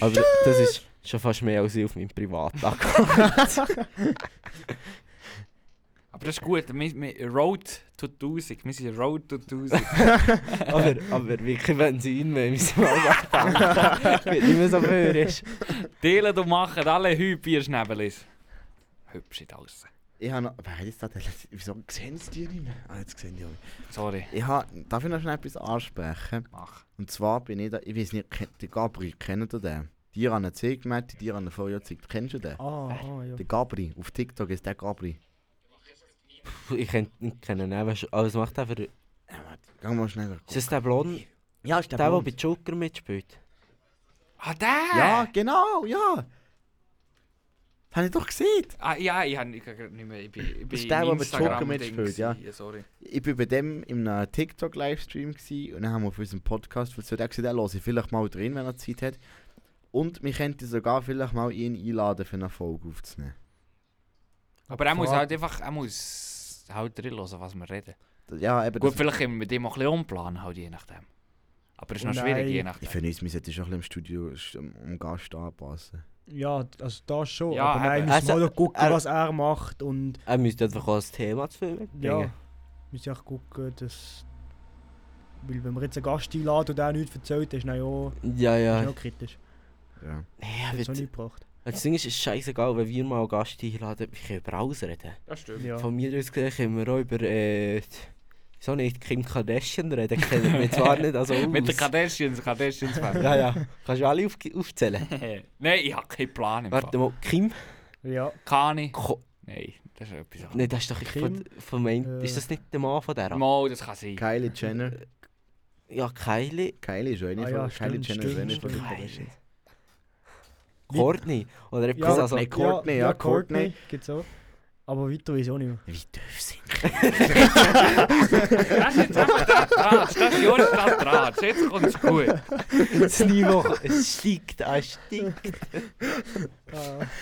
Speaker 3: Aber das ist schon fast mehr als ich auf meinem
Speaker 2: (laughs)
Speaker 3: Privatakt.
Speaker 5: Aber das ist gut. Wir, wir, Road to 1000. Wir sind Road to 1000.
Speaker 3: aber, aber wirklich Benzin mehr in meinem
Speaker 2: (laughs)
Speaker 3: Alltag. Wenn nicht mehr so viel ist.
Speaker 5: Teilen und machen alle Hübier-Schnebelis. Hübsch in draußen.
Speaker 4: Ich habe noch. Wer hat jetzt da den letzten- Wieso sehen sie die nicht mehr? Ah, jetzt sehen die alle.
Speaker 5: Sorry,
Speaker 4: Ich habe. Darf ich noch schnell etwas ansprechen?
Speaker 5: mach.
Speaker 4: Und zwar bin ich da. Ich weiß nicht, kennt- der Gabri, kennt ihr den? Dir an der Zeig, Matti, dir an der Feuer zeigt. Kennst du den?
Speaker 2: Ah, ah ja.
Speaker 4: Der Gabri. Auf TikTok ist der Gabri.
Speaker 3: Ich kenne ich kenne ihn auch. weißt du, Aber was macht er für... Ist
Speaker 4: Ja, Matti, geh mal schnell.
Speaker 3: das der Blond?
Speaker 4: Ja, ist
Speaker 3: Der, der bei Joker mitspielt?
Speaker 5: Ah, der!
Speaker 4: Ja, genau, ja. Das habe ich doch gesehen.
Speaker 5: Ah, ja, ich habe nicht mehr. Ich bin, ich bin
Speaker 4: Ist der,
Speaker 5: im
Speaker 4: der mit Joker
Speaker 5: Instagram-Ding
Speaker 4: mitspielt, ja.
Speaker 5: gewesen, Sorry.
Speaker 4: Ich war bei dem in einem TikTok-Livestream gewesen und dann haben wir auf unserem Podcast erzählt. Er hat gesagt, er höre ich vielleicht mal drin, wenn er Zeit hat. Und wir könnten sogar vielleicht mal ihn einladen, für eine Folge aufzunehmen.
Speaker 5: Aber er muss
Speaker 2: Frage-
Speaker 5: halt einfach. Er muss halt reinhören, was wir reden.
Speaker 4: Ja, eben.
Speaker 5: Gut,
Speaker 4: das-
Speaker 5: vielleicht können wir mit dem auch ein bisschen umplanen, halt, je nachdem. Aber es ist
Speaker 2: Oh
Speaker 5: noch schwierig,
Speaker 2: nein.
Speaker 5: je
Speaker 4: Ich
Speaker 5: nachdem.
Speaker 4: finde, wir sollten schon ein bisschen im Studio am am Gast anpassen.
Speaker 2: Ja, also das schon.
Speaker 5: Ja,
Speaker 2: aber nein,
Speaker 5: eben.
Speaker 2: wir müssen
Speaker 3: Also,
Speaker 2: mal noch gucken,
Speaker 3: er-
Speaker 2: was er macht. Und
Speaker 3: Er müsste einfach auch ein Thema zu filmen.
Speaker 2: ja, wir müssen auch gucken, dass. Weil wenn wir jetzt einen Gast einladen und der nichts erzählt, ist dann ja,
Speaker 3: Ja,
Speaker 2: ja.
Speaker 3: ja.
Speaker 2: Ist ja kritisch.
Speaker 4: Ja.
Speaker 3: Nee, aber
Speaker 2: Das hat es auch
Speaker 3: jetzt-
Speaker 2: nicht gebracht.
Speaker 3: das Ding ist, es ist scheißegal, wenn wir mal einen Gast einladen, wir können über alles reden.
Speaker 5: Das (laughs) stimmt.
Speaker 2: Ja.
Speaker 3: Von mir aus gesehen können wir auch über, äh, so nicht Kim Kardashian reden, kennen wir
Speaker 2: (laughs)
Speaker 3: zwar nicht, also aus.
Speaker 5: Mit den Kardashians,
Speaker 3: (laughs)
Speaker 5: Kardashians
Speaker 3: Ja, ja. Kannst du alle auf,
Speaker 5: (laughs)
Speaker 3: aufzählen?
Speaker 5: Nein, ich habe keinen Plan. Im
Speaker 3: Warte
Speaker 5: Fall.
Speaker 3: mal, Kim?
Speaker 2: Ja,
Speaker 5: Kani?
Speaker 3: Ko
Speaker 5: Nein, das ist etwas anderes.
Speaker 3: Nein, das ist doch
Speaker 2: Kim,
Speaker 3: von, von mein,
Speaker 2: äh,
Speaker 3: Ist das nicht der Mann von der?
Speaker 5: Mal, das kann sein.
Speaker 4: Kylie Jenner.
Speaker 3: Ja, Kylie.
Speaker 4: Kylie ist auch eine
Speaker 2: Ah
Speaker 4: von
Speaker 2: ja,
Speaker 4: Kylie
Speaker 2: stimmt,
Speaker 4: Jenner ist eine
Speaker 2: stimmt,
Speaker 4: von den
Speaker 2: stimmt.
Speaker 4: Kardashians.
Speaker 3: Courtney. Oder etwas
Speaker 2: Ja,
Speaker 3: also.
Speaker 4: Courtney. Courtney, ja, Courtney.
Speaker 2: Gibt's auch. Aber weiter weiß ich auch nicht mehr.
Speaker 4: Wie dürfen sie?
Speaker 5: Das ist jetzt einfach der Draht. Das ist Jonas der Draht. Jetzt kommt es gut.
Speaker 3: Das Niveau es steigt, es steigt.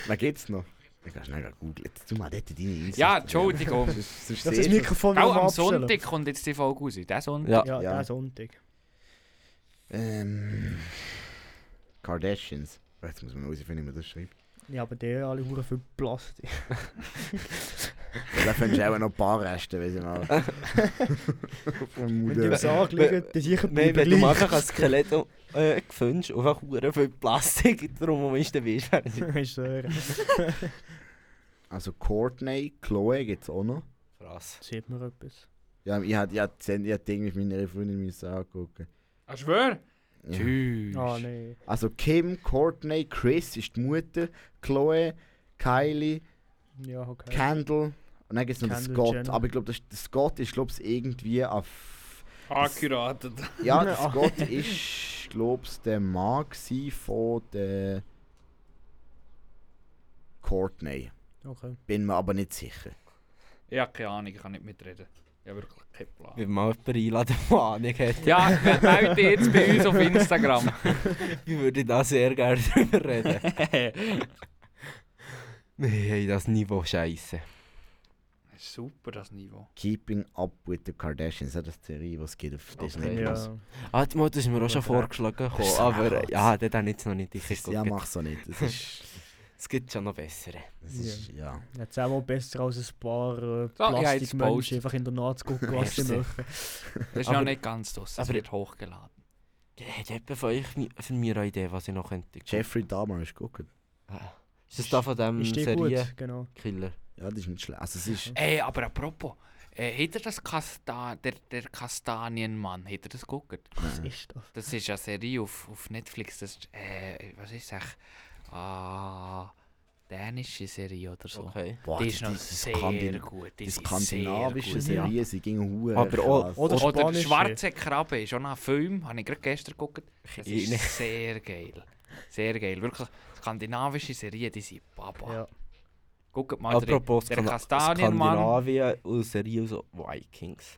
Speaker 4: Wen gibt's noch? Ich kann schnell googeln. Jetzt tu mal dort deine Insicht.
Speaker 5: Ja, Entschuldigung.
Speaker 4: Sonst- sonst
Speaker 2: Das
Speaker 4: siehst
Speaker 2: ist das
Speaker 4: du-
Speaker 2: Mikrofon
Speaker 5: Auch
Speaker 2: wieder
Speaker 5: am
Speaker 2: abstellen.
Speaker 5: Sonntag kommt jetzt die Folge raus. Der Sonntag.
Speaker 3: Ja.
Speaker 2: Ja,
Speaker 4: Ja.
Speaker 2: der Sonntag.
Speaker 4: Ähm. Kardashians. Jetzt muss man herausfinden, wie man das (laughs) schreibt.
Speaker 2: Ja, aber die haben alle hure viel Plastik.
Speaker 4: Da findest du auch noch ein paar Reste, weiss ich mal. Vom
Speaker 2: Wenn die im
Speaker 4: Mund.
Speaker 2: Sarg liegen, die sicher
Speaker 3: Nein, wenn
Speaker 2: bleiben
Speaker 3: du mal
Speaker 2: (laughs) gleich.
Speaker 3: einfach ein Skelett äh, findest, auf einen Huren viel Plastik, darum am meisten weißt wer es ist.
Speaker 2: Ist so, ja.
Speaker 4: (laughs) Also Courtney, Chloe gibt's auch noch.
Speaker 3: Krass.
Speaker 2: Sieht man etwas.
Speaker 4: Ja, ich hatte ich hat, ich hat Ding mit meiner Freundin müssen angucken.
Speaker 5: Ich schwöre.
Speaker 4: Ja.
Speaker 5: Tschüss.
Speaker 2: Ah, nein.
Speaker 4: Also Kim, Courtney, Chris ist die Mutter, Chloe, Kylie,
Speaker 2: Ja, okay.
Speaker 4: Kendall und dann gibt es noch den
Speaker 2: Kendall
Speaker 4: Scott.
Speaker 2: Jenner.
Speaker 4: Aber ich glaube, der Scott ist glaube ich irgendwie auf...
Speaker 5: Akkurat.
Speaker 4: Ja, der
Speaker 2: Ja.
Speaker 4: Scott ist glaube ich der Mann gsi von der Courtney.
Speaker 2: okay.
Speaker 4: Bin mir aber nicht sicher.
Speaker 5: Ich habe keine Ahnung, ich kann nicht mitreden. Ich habe wirklich keinen Plan.
Speaker 3: Wenn man jemanden einladen, der Ahnung hat,
Speaker 5: (laughs) Ja, meldet dich jetzt bei uns auf Instagram.
Speaker 3: ich würde da sehr gerne drüber reden. Nein, das Niveau scheiße.
Speaker 5: (laughs) Super, das Niveau.
Speaker 4: Keeping Up with the Kardashians, das ist die Serie, was geht auf Disney+.
Speaker 3: Okay.
Speaker 4: Plus.
Speaker 2: Ja.
Speaker 3: Ah, das ist mir auch schon vorgeschlagen
Speaker 4: Das ist
Speaker 3: gekommen,
Speaker 4: so
Speaker 3: aber
Speaker 4: krass.
Speaker 3: ah, ja, dort habe ich jetzt noch nicht
Speaker 4: Das ist,
Speaker 3: sicher
Speaker 4: ja,
Speaker 3: geguckt.
Speaker 4: mach's auch nicht. Das ist...
Speaker 3: Es gibt schon noch bessere.
Speaker 4: Das ist ja.
Speaker 2: Jetzt auch mal besser als ein paar äh,
Speaker 5: So, ja, jetzt Post.
Speaker 2: Plastikmenschen einfach in der Nacht zu gucken, was sie
Speaker 3: Merci.
Speaker 2: machen.
Speaker 5: Das ist
Speaker 3: Aber-
Speaker 5: noch nicht ganz draussen. Es
Speaker 3: aber-
Speaker 5: wird hochgeladen.
Speaker 3: Hat jemand von euch mi- von mir eine Idee, was ich noch könnte? gucken?
Speaker 4: Jeffrey Dahmer ist gucken.
Speaker 3: Ah. Ist das da von dem
Speaker 2: Ist die
Speaker 3: Serienkiller?
Speaker 2: gut? Genau.
Speaker 4: Ja, das ist nicht schlecht. Also es ist...
Speaker 5: Ey, Eh, aber apropos. Äh, hat er das Kasta der, der Kastanienmann, hat er das geguckt?
Speaker 2: Was ist das?
Speaker 5: Das ist eine Serie auf, auf Netflix, das ist, äh, was ist das? Ah, dänische Serie oder so.
Speaker 3: Okay.
Speaker 4: Boah,
Speaker 5: Die ist noch
Speaker 4: die- die
Speaker 5: sehr
Speaker 4: Skandin-
Speaker 5: gut.
Speaker 4: Die
Speaker 5: ist
Speaker 4: skandinavischen
Speaker 5: sehr gut.
Speaker 4: Serien, sie gingen hure
Speaker 3: Aber auch-
Speaker 4: krass.
Speaker 2: oder-
Speaker 5: Oder, die
Speaker 2: spanische.
Speaker 5: Schwarze Krabbe ist auch noch ein Film, habe ich gerade gestern geguckt. Das
Speaker 3: Ich-
Speaker 5: ist sehr geil. Sehr geil, wirklich. Skandinavische Serien, die sind Baba.
Speaker 2: Ja.
Speaker 5: Guckt mal, der,
Speaker 3: Apropos
Speaker 5: der
Speaker 3: Skana-
Speaker 5: Kastanienmann.
Speaker 3: Skandinavien und Serie so Vikings.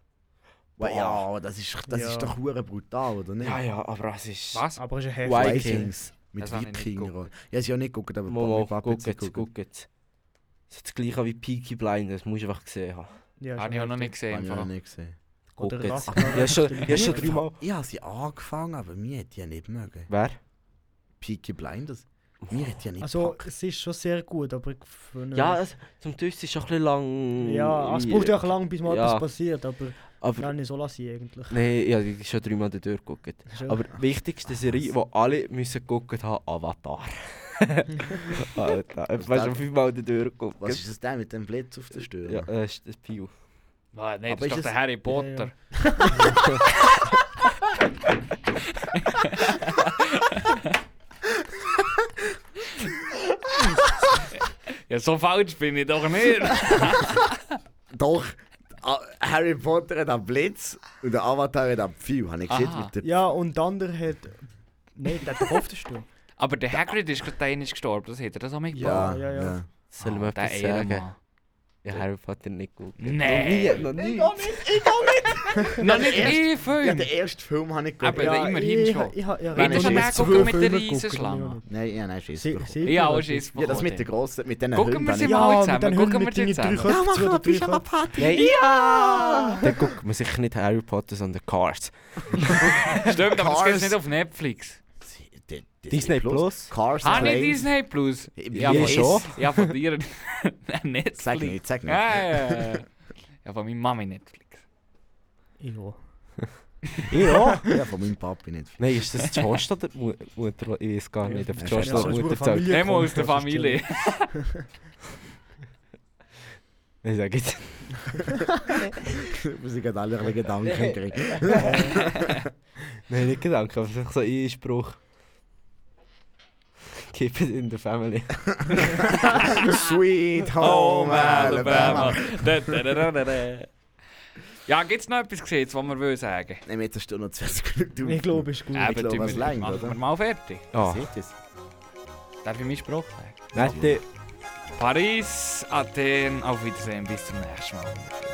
Speaker 4: Boah, ja, aber das ist, das
Speaker 2: Ja.
Speaker 4: ist doch hure brutal, oder nicht?
Speaker 3: Ja, ja, ah, aber es ist...
Speaker 5: Was?
Speaker 2: Aber es ist ein heftig.
Speaker 3: Vikings.
Speaker 4: Mit
Speaker 5: Das habe ich nicht
Speaker 4: Wikingern.
Speaker 5: geguckt.
Speaker 4: Ja, sie haben nicht geguckt, aber
Speaker 3: Momo,
Speaker 4: Papa hat sie
Speaker 3: guckt, guckt. So das gleiche wie Peaky Blinders, musst du einfach gesehen haben.
Speaker 2: Ja, ist
Speaker 5: Habe ich auch noch
Speaker 2: heftig.
Speaker 4: Hab
Speaker 5: nicht gesehen.
Speaker 4: Ich habe
Speaker 5: einfach.
Speaker 4: nicht gesehen.
Speaker 2: Oder
Speaker 3: Guckt. Ich (laughs)
Speaker 2: Ragnar.
Speaker 3: habe schon, ich hab schon dreimal...
Speaker 4: Ich habe sie angefangen, aber mir hat die ja nicht mögen.
Speaker 3: Wer?
Speaker 4: Peaky Blinders. Mir hat die ja nicht
Speaker 2: Also,
Speaker 4: gepackt.
Speaker 2: es ist schon sehr gut, aber ich finde-
Speaker 3: Ja, es, zum Teil ist es schon ein bisschen lang...
Speaker 2: ja, ah, es braucht ja auch lange, bis mal
Speaker 3: Ja.
Speaker 2: etwas passiert, aber
Speaker 3: Aber
Speaker 2: ja, nicht so lassen eigentlich.
Speaker 3: Nein, ich habe schon dreimal da durchgeguckt.
Speaker 2: Das ist ja-
Speaker 3: Aber die wichtigste Serie, die alle müssen geguckt haben,
Speaker 2: (laughs)
Speaker 3: Avatar. Alter, ich habe schon fünfmal da durchgeguckt.
Speaker 4: Was ist das denn mit dem Blitz auf der Stirn?
Speaker 3: Ja, das ist das Pio.
Speaker 5: Ah, Nein,
Speaker 4: Aber ist
Speaker 5: das ist doch der
Speaker 4: es-
Speaker 5: Harry Potter. Ja, so falsch bin ich doch nicht.
Speaker 4: Doch, ah, Harry Potter hat einen Blitz und der Avatar hat einen Pfeil. Habe ich gesehen
Speaker 5: Aha.
Speaker 4: mit der
Speaker 2: Ja, und der andere hat. Nein, der hat den Kopf zerstören.
Speaker 5: Aber der Hagrid ist gerade einmal gestorben, das hat er das auch mitbekommen.
Speaker 4: Ja, ja,
Speaker 2: Ja, ja, ja.
Speaker 3: Sollen wir
Speaker 5: Ah, der
Speaker 3: etwas sagen?
Speaker 5: Ehrenmann.
Speaker 3: Ich habe Harry Potter nicht gut.
Speaker 5: Nein!
Speaker 3: Noch nie,
Speaker 4: gar
Speaker 3: noch nie.
Speaker 4: nicht.
Speaker 5: Noch nicht eh
Speaker 4: Ja,
Speaker 5: Film!
Speaker 4: den ersten Film habe ich nicht
Speaker 5: Aber- (laughs) immerhin
Speaker 2: ich,
Speaker 5: schon.
Speaker 2: Ich, ich, ja,
Speaker 4: Wenn du
Speaker 2: ich- ich-
Speaker 4: schon
Speaker 2: ich-
Speaker 5: mehr
Speaker 2: ich-
Speaker 5: gucken mit der
Speaker 2: ich- ich-
Speaker 5: Riesenschlange.
Speaker 4: Nein, ich habe einen Schiss
Speaker 2: Sie,
Speaker 4: bekommen.
Speaker 2: sie
Speaker 5: Ja, aber Schiss
Speaker 4: Ja, das mit den grossen, mit diesen
Speaker 5: Gucken wir sie
Speaker 4: Hunden.
Speaker 5: mal
Speaker 2: Ja, mit
Speaker 5: zusammen,
Speaker 2: den Hunden
Speaker 5: gucken wir
Speaker 2: mit
Speaker 5: sie
Speaker 2: den drei
Speaker 5: zusammen.
Speaker 2: Köpfen. zwei oder drei Köpfe.
Speaker 3: Nein. Dann guckt man sicher nicht Harry Potter, sondern Cars.
Speaker 5: Stimmt, aber das
Speaker 4: Cars.
Speaker 5: gibt nicht auf Netflix.
Speaker 4: Di-
Speaker 3: Disney Plus?
Speaker 4: Cars
Speaker 5: Habe ich
Speaker 4: Play.
Speaker 5: Ah, Disney Plus?
Speaker 4: Ja,
Speaker 5: von-
Speaker 3: Ja, schon.
Speaker 5: Ja, von dir. (laughs) Netflix.
Speaker 4: Sag nicht, sag nicht.
Speaker 5: Ja, ja, ja. (laughs) ja, von meiner Mami Netflix.
Speaker 2: Ja.
Speaker 3: Ja.
Speaker 4: Oh. Ja, von meinem Papi nicht.
Speaker 3: Nein, ist das die Schwester oder die Mu- Mutter? Ich weiß gar nicht, ob die
Speaker 4: Ja,
Speaker 3: Schwester
Speaker 4: das
Speaker 3: oder
Speaker 4: ist
Speaker 3: die Mutter
Speaker 2: pure
Speaker 3: zählt.
Speaker 2: Familie.
Speaker 5: Demo aus der
Speaker 2: kommt, das ist
Speaker 5: Familie.
Speaker 3: Ich sage jetzt.
Speaker 4: (laughs) Wir sind gerade alle ein bisschen (laughs) Gedanken kriegen.
Speaker 3: Nein, nicht Gedanken, aber einfach so ein Spruch. Keep it in the family.
Speaker 4: Sweet Home Alabama.
Speaker 5: Da, da, da, da, da, da. Ja, nou gibt es noch etwas gesehen, was wir wollen sagen?
Speaker 4: Nein, jetzt hast du noch 20 Minuten.
Speaker 2: Ich glaube, es ist gut.
Speaker 5: Eben,
Speaker 4: glaube,
Speaker 5: tun wir-
Speaker 4: es reicht,
Speaker 5: machen
Speaker 4: oder?
Speaker 5: wir mal fertig.
Speaker 3: Ah,
Speaker 4: Seht ihr's?
Speaker 5: Darf ich meinen Spruch sagen?
Speaker 3: nette.
Speaker 5: Paris, Athen, auf Wiedersehen, bis zum nächsten Mal.